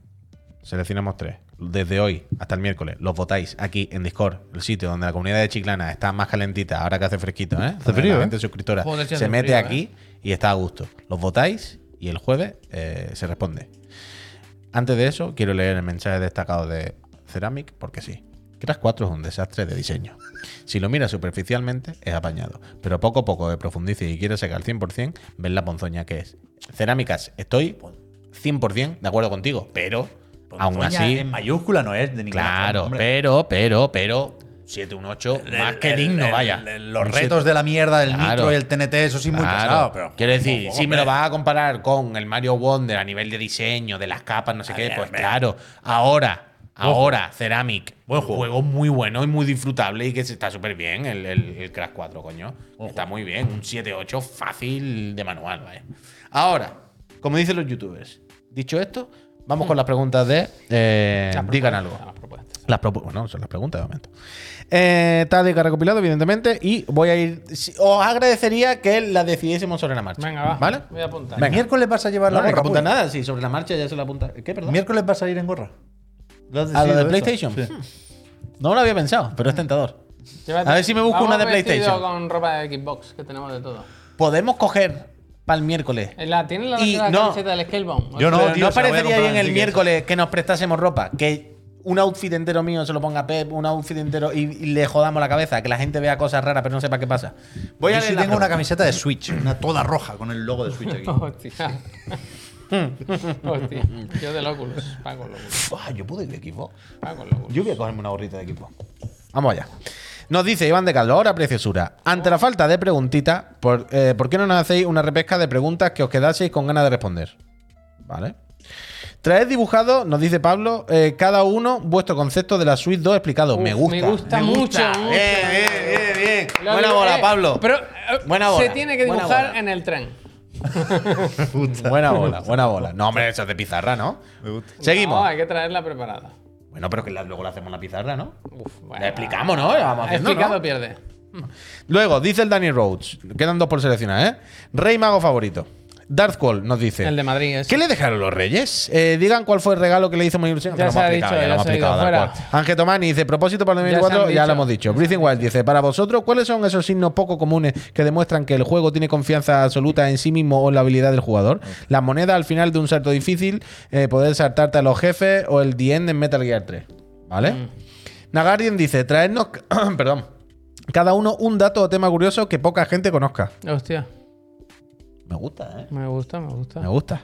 Speaker 2: Seleccionamos tres. Desde hoy hasta el miércoles los votáis aquí en Discord, el sitio donde la comunidad de Chiclana está más calentita, ahora que hace fresquito, ¿eh? Donde
Speaker 3: frío,
Speaker 2: la
Speaker 3: ¿eh?
Speaker 2: gente suscriptora
Speaker 1: Joder, si hace
Speaker 2: se mete
Speaker 1: frío, ¿eh?
Speaker 2: aquí y está a gusto. Los votáis y el jueves eh, se responde. Antes de eso, quiero leer el mensaje destacado de Ceramic, porque sí. Crash 4 es un desastre de diseño. Si lo miras superficialmente, es apañado. Pero poco a poco de profundices y quieres sacar al 100%, ves la ponzoña que es. Cerámicas, estoy 100% de acuerdo contigo, pero aún
Speaker 3: Ponzoña
Speaker 2: así.
Speaker 3: En mayúscula no es de ninguna
Speaker 2: Claro,
Speaker 3: forma, hombre.
Speaker 2: pero, pero, pero. 7, un 8,
Speaker 3: El-
Speaker 2: más que
Speaker 3: el-
Speaker 2: digno,
Speaker 3: el-
Speaker 2: vaya.
Speaker 3: el- los
Speaker 2: Un
Speaker 3: retos de la mierda del
Speaker 2: Claro.
Speaker 3: Nitro y el TNT, eso sí, muy
Speaker 2: Claro.
Speaker 3: pesado. Pero,
Speaker 2: Quiero decir,
Speaker 3: Ojo,
Speaker 2: si me lo
Speaker 3: hombre.
Speaker 2: vas a comparar con el Mario Wonder a nivel de diseño, de las capas,
Speaker 1: Ah,
Speaker 2: no sé qué,
Speaker 3: ver,
Speaker 2: pues
Speaker 3: hombre.
Speaker 2: claro, ahora, ahora, Ceramic,
Speaker 3: Buen
Speaker 2: un
Speaker 3: juego.
Speaker 2: juego muy bueno y muy disfrutable y que se- está súper bien el, el- el Crash 4, coño. Está muy bien, un 7-8 fácil de manual, vaya. Ahora, como dicen los youtubers, dicho esto, vamos con las preguntas de... eh,
Speaker 1: Las
Speaker 2: digan
Speaker 1: propuestas,
Speaker 2: algo.
Speaker 1: las propuestas.
Speaker 2: Las propu- bueno, son las preguntas de momento. Eh, Tadek ha recopilado, evidentemente, y voy a ir. si- Os agradecería que la decidiésemos sobre la marcha.
Speaker 1: Venga, va.
Speaker 2: ¿Vale?
Speaker 1: Voy a apuntar.
Speaker 2: Venga.
Speaker 3: Miércoles vas a llevar
Speaker 2: No,
Speaker 3: la pues.
Speaker 2: no hay que
Speaker 3: gorra.
Speaker 2: apuntar
Speaker 3: Puy.
Speaker 2: nada, sí, sobre la marcha ya se la apunta. ¿Qué, perdón?
Speaker 3: Miércoles vas a ir en gorra. ¿Lo has
Speaker 2: ¿A lo
Speaker 3: decidido
Speaker 2: de
Speaker 3: eso?
Speaker 2: PlayStation?
Speaker 3: Sí.
Speaker 2: Hmm. No lo había pensado, pero es tentador.
Speaker 1: Llévate-
Speaker 2: A ver si me busco
Speaker 1: Vamos
Speaker 2: una de
Speaker 1: vestido
Speaker 2: PlayStation.
Speaker 1: con ropa de Xbox, que tenemos de todo.
Speaker 2: Podemos coger para el miércoles.
Speaker 1: Eh, ¿La, ¿Tienes la,
Speaker 2: Y
Speaker 1: la
Speaker 2: no.
Speaker 1: camiseta del Scalebound?
Speaker 3: Yo no,
Speaker 2: Pero
Speaker 3: tío,
Speaker 2: ¿No os
Speaker 3: se la voy a
Speaker 2: parecería
Speaker 3: comprar
Speaker 2: bien
Speaker 3: en
Speaker 2: el
Speaker 3: Tickets.
Speaker 2: miércoles que nos prestásemos ropa? Que un outfit entero mío se lo ponga Pep, un outfit entero y, y le jodamos la cabeza. Que la gente vea cosas raras, pero no sepa qué pasa. Voy a
Speaker 3: Yo
Speaker 2: leer
Speaker 3: sí
Speaker 2: la
Speaker 3: tengo una
Speaker 2: pregunta.
Speaker 3: camiseta de Switch, una toda roja con el logo de Switch aquí.
Speaker 1: Hostia. Hostia. Yo del Oculus. Pago el Oculus.
Speaker 2: Buah, Yo puedo ir de equipo.
Speaker 1: Pago el Oculus.
Speaker 2: Yo voy a cogerme una gorrita de equipo. Vamos allá. Nos dice Iván de Carlos, ahora preciosura. Ante la falta de preguntitas, por, eh, ¿por qué no nos hacéis una repesca de preguntas que os quedaseis con ganas de responder? Vale. Traed dibujado, nos dice Pablo, eh, cada uno vuestro concepto de la Suite 2 explicado. me gusta. Eh,
Speaker 1: Me gusta
Speaker 2: me
Speaker 1: mucho.
Speaker 2: gusta.
Speaker 1: mucho.
Speaker 2: Bien, bien, bien, bien.
Speaker 1: Lo
Speaker 2: Buena
Speaker 1: digo,
Speaker 2: bola,
Speaker 1: eh,
Speaker 2: Pablo.
Speaker 1: Pero eh,
Speaker 2: Buena
Speaker 1: se
Speaker 2: bola,
Speaker 1: tiene que
Speaker 2: buena
Speaker 1: dibujar
Speaker 2: bola.
Speaker 1: en el tren.
Speaker 2: Buena bola, buena bola. No, hombre, eso es de pizarra, ¿no?
Speaker 3: Me gusta.
Speaker 2: Seguimos.
Speaker 1: No, hay que traerla preparada.
Speaker 2: Bueno, pero que la- luego lo hacemos en la pizarra, ¿no?
Speaker 1: Uf, bueno.
Speaker 2: La explicamos, ¿no? La vamos haciendo,
Speaker 1: Explicado
Speaker 2: ¿no?
Speaker 1: pierde.
Speaker 2: Luego, dice el Danny Rhodes. Quedan dos por seleccionar, ¿eh? Rey mago favorito. Darth Call nos dice.
Speaker 1: El de Madrid es.
Speaker 2: ¿Qué le dejaron los reyes? Eh, digan cuál fue el regalo que le hizo muy ilusión.
Speaker 1: Ya
Speaker 2: Lo
Speaker 1: se
Speaker 2: hemos
Speaker 1: ha
Speaker 2: explicado,
Speaker 1: dicho,
Speaker 2: ya
Speaker 1: ya
Speaker 2: lo hemos
Speaker 1: se ha ido
Speaker 2: explicado, tal
Speaker 1: fuera.
Speaker 2: cual. Ángel Tomani dice, propósito para el
Speaker 1: Ya se han
Speaker 2: 2024, ya, lo
Speaker 1: dicho.
Speaker 2: hemos dicho. Breathing Wild dice, para vosotros, ¿cuáles son esos signos poco comunes que demuestran que el juego tiene confianza absoluta en sí mismo o en la habilidad del jugador? Las monedas al final de un salto difícil, eh, poder saltarte a los jefes o el The End en Metal Gear 3. ¿Vale?
Speaker 1: Mm.
Speaker 2: Nagarien dice, traernos, perdón, cada uno un dato o tema curioso que poca gente conozca.
Speaker 1: Hostia,
Speaker 2: Me gusta, ¿eh?
Speaker 1: me gusta, me gusta.
Speaker 2: Me gusta.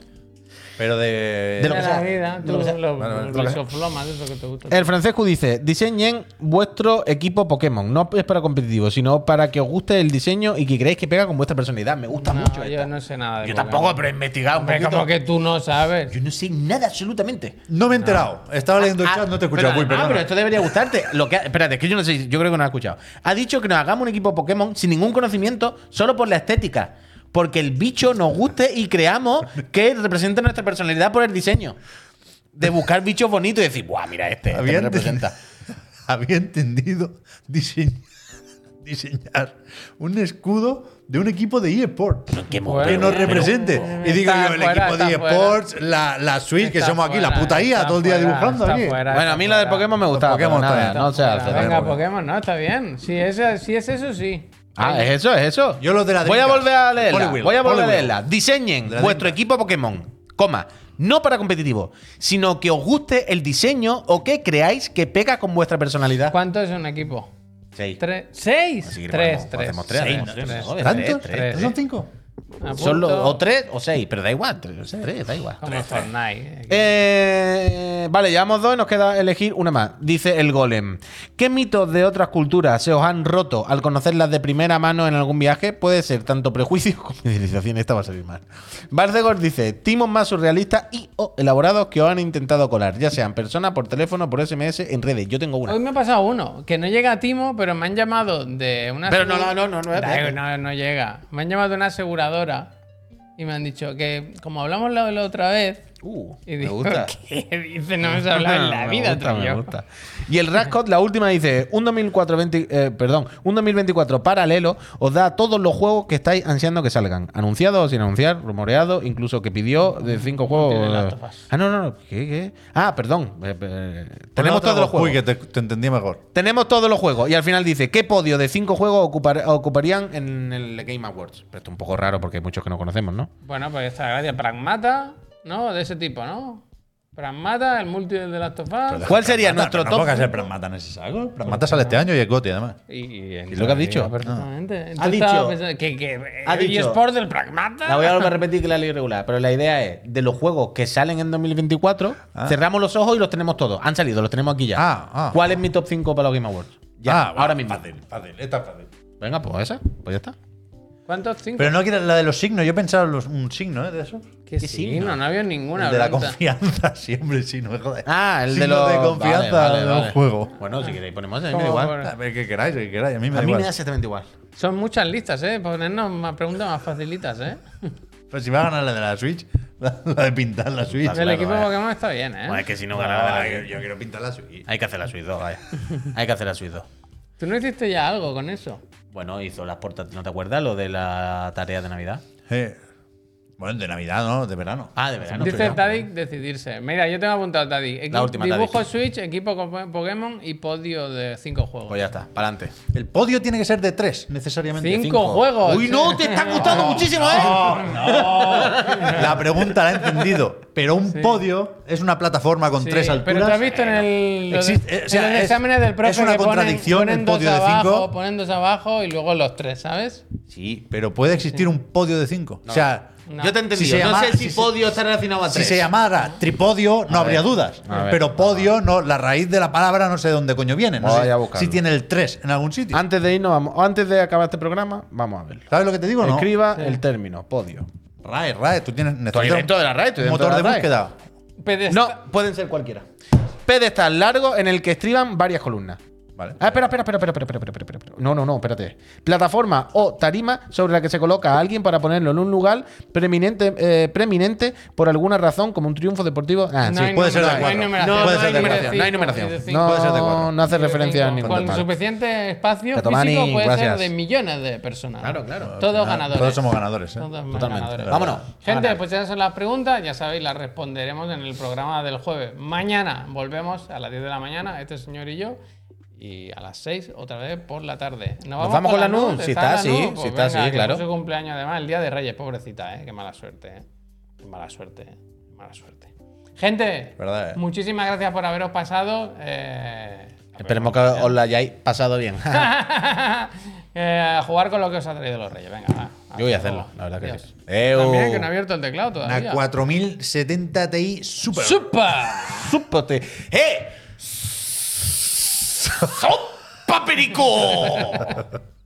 Speaker 3: Pero de.
Speaker 2: De lo
Speaker 1: De
Speaker 2: que
Speaker 1: la
Speaker 2: sea.
Speaker 1: vida, tú,
Speaker 2: lo que sea. Eh,
Speaker 1: lo-
Speaker 3: Vale, vale.
Speaker 1: los soflomas, eso que te gusta.
Speaker 2: El francesco dice: diseñen vuestro equipo Pokémon. No es para competitivo, sino para que os guste el diseño y que creáis que pega con vuestra personalidad. Me gusta
Speaker 1: No,
Speaker 2: mucho.
Speaker 1: yo
Speaker 2: esta.
Speaker 1: no sé nada de
Speaker 2: Yo
Speaker 1: Pokémon.
Speaker 2: tampoco, pero he investigado un
Speaker 1: Hombre,
Speaker 2: poquito.
Speaker 1: como que tú no sabes.
Speaker 2: Yo no sé nada absolutamente.
Speaker 3: No me he enterado. Estaba leyendo el
Speaker 2: Ah,
Speaker 3: chat, no te he escuchado.
Speaker 2: pero-
Speaker 3: Uy,
Speaker 2: ah,
Speaker 3: perdona.
Speaker 2: pero esto debería gustarte. Lo que ha- espérate, es que yo no sé, yo creo que no has escuchado. Ha dicho que nos hagamos un equipo Pokémon sin ningún conocimiento, solo por la estética. Porque el bicho nos guste y creamos que representa nuestra personalidad por el diseño. De buscar bichos bonitos y decir, ¡buah, mira este! este me
Speaker 3: Había enten-
Speaker 2: representa.
Speaker 3: Había entendido diseñar, diseñar un escudo de un equipo de eSports.
Speaker 2: Qué
Speaker 1: Bueno,
Speaker 3: que
Speaker 2: pero-
Speaker 3: nos
Speaker 1: bueno,
Speaker 3: represente.
Speaker 1: bueno.
Speaker 3: y digo
Speaker 1: Está
Speaker 3: yo, el
Speaker 1: fuera,
Speaker 3: equipo de
Speaker 1: está fuera.
Speaker 3: eSports, la, la Switch, que
Speaker 1: Está
Speaker 3: somos aquí, la
Speaker 1: fuera,
Speaker 3: puta IA,
Speaker 1: está
Speaker 3: todo el día
Speaker 1: fuera,
Speaker 3: dibujando
Speaker 1: está
Speaker 3: aquí.
Speaker 1: fuera,
Speaker 2: Bueno,
Speaker 1: está
Speaker 2: a mí la del
Speaker 1: fuera.
Speaker 2: Pokémon me gustaba.
Speaker 3: Pokémon
Speaker 2: pero nada,
Speaker 3: está bien.
Speaker 2: no se hace.
Speaker 1: Venga,
Speaker 2: tampoco.
Speaker 1: Pokémon, no, está bien. Si es, si es eso, sí.
Speaker 2: Ah, es eso, es eso.
Speaker 3: Yo los de la
Speaker 2: Voy a
Speaker 3: Dreamcast.
Speaker 2: volver a leerla.
Speaker 3: Holy Wheel,
Speaker 2: Voy a volver a
Speaker 3: Holy Wheel.
Speaker 2: leerla. Diseñen
Speaker 3: De la
Speaker 2: vuestro equipo Pokémon, coma, no para competitivo, sino que os guste el diseño o que creáis que pega con vuestra personalidad.
Speaker 1: ¿Cuánto es un equipo?
Speaker 2: Seis.
Speaker 1: ¿Tres? ¿Seis?
Speaker 2: Así que
Speaker 1: tres,
Speaker 2: ponemos-
Speaker 1: tres.
Speaker 2: hacemos tres,
Speaker 1: Seis,
Speaker 2: hacemos tres,
Speaker 1: tres.
Speaker 2: joder,
Speaker 3: ¿Tantos?
Speaker 2: tres,
Speaker 1: tres.
Speaker 3: ¿Son cinco?
Speaker 1: Apunto
Speaker 2: Son los- o tres o seis, pero da igual. Tres, o sea, tres, da igual.
Speaker 1: Como Fortnite.
Speaker 2: Eh, vale, llevamos dos y nos queda elegir una más. Dice el golem. ¿Qué mitos de otras culturas se os han roto al conocerlas de primera mano en algún viaje? Puede ser tanto prejuicios como idealización. Esta va a salir mal. Barcegor dice, timos más surrealistas y o elaborados que os han intentado colar, ya sean personas, por teléfono, por SMS, en redes. Yo tengo una.
Speaker 1: Hoy me ha pasado uno, que no llega a Timo, pero me han llamado de una
Speaker 2: Pero no,
Speaker 1: asegura-
Speaker 2: no, no, no, no,
Speaker 1: Da
Speaker 2: espérate.
Speaker 1: igual, no, no llega. Me han llamado de una aseguradora y me han dicho que, como hablamos la, la otra vez,
Speaker 2: Uh,
Speaker 1: y
Speaker 2: me
Speaker 1: digo,
Speaker 2: gusta.
Speaker 1: ¿qué dices? No hemos hablado en la
Speaker 2: Me
Speaker 1: vida,
Speaker 2: gusta,
Speaker 1: tú y
Speaker 2: me
Speaker 1: yo.
Speaker 2: gusta. Y el Rascot, la última, dice: un 2004, 20, eh, perdón, un 2024 paralelo os da todos los juegos que estáis ansiando que salgan. Anunciados o sin anunciar, rumoreados, incluso que pidió de cinco
Speaker 1: tiene
Speaker 2: juegos.
Speaker 1: el Last of Us.
Speaker 2: ah, no, no, no. ¿Qué, qué? Ah, perdón. eh, eh,
Speaker 3: Ponle
Speaker 2: tenemos
Speaker 3: otra
Speaker 2: todos los
Speaker 3: voz.
Speaker 2: juegos.
Speaker 3: Uy, que te, te entendí mejor.
Speaker 2: Tenemos todos los juegos. Y al final dice, ¿qué podio de cinco juegos ocupar- ocuparían en el Game Awards? Pero esto es un poco raro porque hay muchos que no conocemos, ¿no?
Speaker 1: Bueno, pues esta gracia. Pragmata, ¿no? De ese tipo, ¿no? Pragmata, el multi del de Last of Us.
Speaker 2: ¿Cuál sería nuestro
Speaker 3: no
Speaker 2: top?
Speaker 3: pongas el Pragmata en ese saco. Pragmata sale este año y es Goti, además.
Speaker 1: Y, y
Speaker 2: ¿Y lo que has dicho? Ah.
Speaker 1: entraría Perfectamente.
Speaker 2: Ha
Speaker 1: Yo estaba
Speaker 2: dicho-
Speaker 1: pensando que, que,
Speaker 2: ha
Speaker 1: el
Speaker 2: dicho-
Speaker 1: eSport del Pragmata.
Speaker 2: La voy a volver a repetir que la ley regular. Pero la idea es, de los juegos que salen en 2024, cerramos los ojos y los tenemos todos. Han salido, los tenemos aquí ya.
Speaker 3: Ah, ah.
Speaker 2: ¿Cuál es mi top 5 para los Game Awards? Ya,
Speaker 3: Ah,
Speaker 2: ahora mismo.
Speaker 3: Fácil, fácil. Esta es fácil.
Speaker 2: Venga, pues esa. Pues ya está.
Speaker 1: ¿Cuántos? ¿Cinco?
Speaker 3: Pero no quieres la de los signos. Yo pensaba los, un signo, ¿eh? De esos.
Speaker 1: ¿Qué signo? No, había ninguna.
Speaker 3: El de la
Speaker 1: bronca.
Speaker 3: confianza, siempre sí, no me jodas.
Speaker 2: Ah, el de
Speaker 3: Signo
Speaker 2: los...
Speaker 3: de confianza
Speaker 2: Vale, vale,
Speaker 3: de un
Speaker 2: vale.
Speaker 3: juego.
Speaker 2: Bueno, si queréis ponemos esa, a mí me da
Speaker 1: ¿Cómo
Speaker 2: igual.
Speaker 1: poner?
Speaker 3: A ver, que queráis, que queráis. A mí me
Speaker 2: A
Speaker 3: da
Speaker 2: mí me
Speaker 3: igual.
Speaker 2: da exactamente igual.
Speaker 1: Son muchas listas, ¿eh? Ponernos más preguntas más facilitas, ¿eh?
Speaker 3: Pero si va a ganar la de la Switch, la, la de pintar la Switch.
Speaker 1: el equipo Pokémon está bien, ¿eh?
Speaker 2: que si no
Speaker 3: Ah, yo, yo quiero pintar la Switch.
Speaker 2: Hay que hacer la Switch 2, vaya. Hay que hacer la Switch 2.
Speaker 1: ¿Tú no hiciste ya algo con eso?
Speaker 2: Bueno, hizo las portas, ¿no te acuerdas? Lo de la tarea de Navidad.
Speaker 3: Eh, Bueno, de Navidad, ¿no? De verano.
Speaker 2: Ah, de verano.
Speaker 1: Dice Tadic decidirse. Mira, yo tengo apuntado Tadic. Equi-
Speaker 2: La última,
Speaker 1: Dibujo
Speaker 2: Tadic.
Speaker 1: Switch, equipo co- Pokémon y podio de cinco juegos.
Speaker 2: Pues ya está, para adelante.
Speaker 3: El podio tiene que ser de tres, necesariamente.
Speaker 1: Cinco, juegos.
Speaker 2: Uy, no, te está gustando muchísimo, ¿eh?
Speaker 3: La pregunta la he entendido. Pero un podio es una plataforma con
Speaker 1: Sí,
Speaker 3: tres alturas. eh,
Speaker 1: Pero tú has visto en el, lo de-
Speaker 3: Existe- eh, o sea,
Speaker 1: en los
Speaker 3: es-
Speaker 1: exámenes del profe
Speaker 3: es una
Speaker 1: que ponen-
Speaker 3: contradicción
Speaker 1: ponen
Speaker 3: el
Speaker 1: dos
Speaker 3: podio de
Speaker 1: abajo,
Speaker 3: cinco.
Speaker 1: ponen dos abajo y luego los tres, ¿sabes?
Speaker 3: Sí, pero puede existir un podio de cinco. o sea,
Speaker 1: No.
Speaker 2: Yo te he entendido.
Speaker 3: se
Speaker 2: no
Speaker 3: llama-
Speaker 2: sé si,
Speaker 3: si se-
Speaker 2: podio está relacionado a
Speaker 3: Si
Speaker 2: tres.
Speaker 3: se llamara tripodio, no
Speaker 2: A
Speaker 3: habría
Speaker 2: ver,
Speaker 3: dudas.
Speaker 2: a ver.
Speaker 3: Pero podio, no, la raíz de la palabra no sé de dónde coño viene. No
Speaker 2: Voy
Speaker 3: sé
Speaker 2: a buscarlo. Ah,
Speaker 3: si tiene el 3 en algún sitio.
Speaker 2: Antes de irnos, vamos, o antes de acabar este programa, vamos a verlo.
Speaker 3: ¿Sabes lo que te digo? o No?
Speaker 2: Escriba el término, podio.
Speaker 3: RAE, RAE, tú tienes necesitas
Speaker 2: Estoy dentro de la RAE, estoy dentro de
Speaker 3: motor de,
Speaker 2: la RAE.
Speaker 3: búsqueda.
Speaker 1: Pedestal-
Speaker 2: No, pueden ser cualquiera. Pedestal largo en el que escriban varias columnas.
Speaker 3: Vale.
Speaker 2: Ah, espera, espera, espera, espera, espera, espera, espera, espera, espera. No, no, no, espérate. Plataforma o tarima sobre la que se coloca a alguien para ponerlo en un lugar preeminente, eh, preeminente por alguna razón, como un triunfo deportivo. Ah,
Speaker 1: No
Speaker 2: sí.
Speaker 1: hay
Speaker 3: puede ser de
Speaker 1: numeración,
Speaker 3: cuatro.
Speaker 1: No, hay
Speaker 3: No,
Speaker 1: numeración,
Speaker 3: puede ser de
Speaker 1: hay
Speaker 3: cuatro.
Speaker 2: No hay
Speaker 1: numeración,
Speaker 2: numeración.
Speaker 1: cinco,
Speaker 2: No,
Speaker 1: puede ser
Speaker 3: de cuatro.
Speaker 2: no hace
Speaker 1: cinco,
Speaker 2: referencia a
Speaker 1: cinco.
Speaker 2: ningún
Speaker 1: Eh, Con
Speaker 2: tal.
Speaker 1: suficiente espacio
Speaker 2: Catomani,
Speaker 1: físico puede ser
Speaker 2: gracias.
Speaker 1: de millones de personas.
Speaker 2: Claro, claro.
Speaker 1: Todos
Speaker 3: Ah,
Speaker 1: ganadores.
Speaker 3: Todos somos ganadores. ¿eh?
Speaker 1: Todos
Speaker 2: Totalmente.
Speaker 1: ganadores.
Speaker 2: Vámonos.
Speaker 1: Gente, pues esas son las preguntas, ya sabéis, las responderemos en el programa del jueves. Mañana volvemos a las 10 de la mañana, este señor y yo, y a las 6 otra vez por la tarde. Nos vamos,
Speaker 2: vamos con la NU? Si está
Speaker 1: la
Speaker 2: así,
Speaker 1: NU?
Speaker 2: si está así,
Speaker 1: que
Speaker 2: claro.
Speaker 1: fue su cumpleaños además, el día de Reyes, pobrecita, ¿eh? qué mala suerte, ¿eh? Qué mala suerte, ¿eh? mala suerte. Gente,
Speaker 3: ¿Verdad, eh?
Speaker 1: muchísimas gracias por haberos pasado. eh,
Speaker 2: Esperemos que os lo hayáis pasado bien.
Speaker 1: eh, a jugar con lo que os ha traído los Reyes, venga. va.
Speaker 2: Yo voy a hacerlo, la verdad que
Speaker 1: Adiós.
Speaker 2: sí. Eh, oh.
Speaker 1: También
Speaker 2: ¡Eu!
Speaker 1: que no ha abierto el teclado
Speaker 3: Una
Speaker 1: todavía.
Speaker 3: 4070 Ti Super.
Speaker 1: ¡Supa!
Speaker 2: ¡Súpote! ¡Eh! ¡Sopa, perico!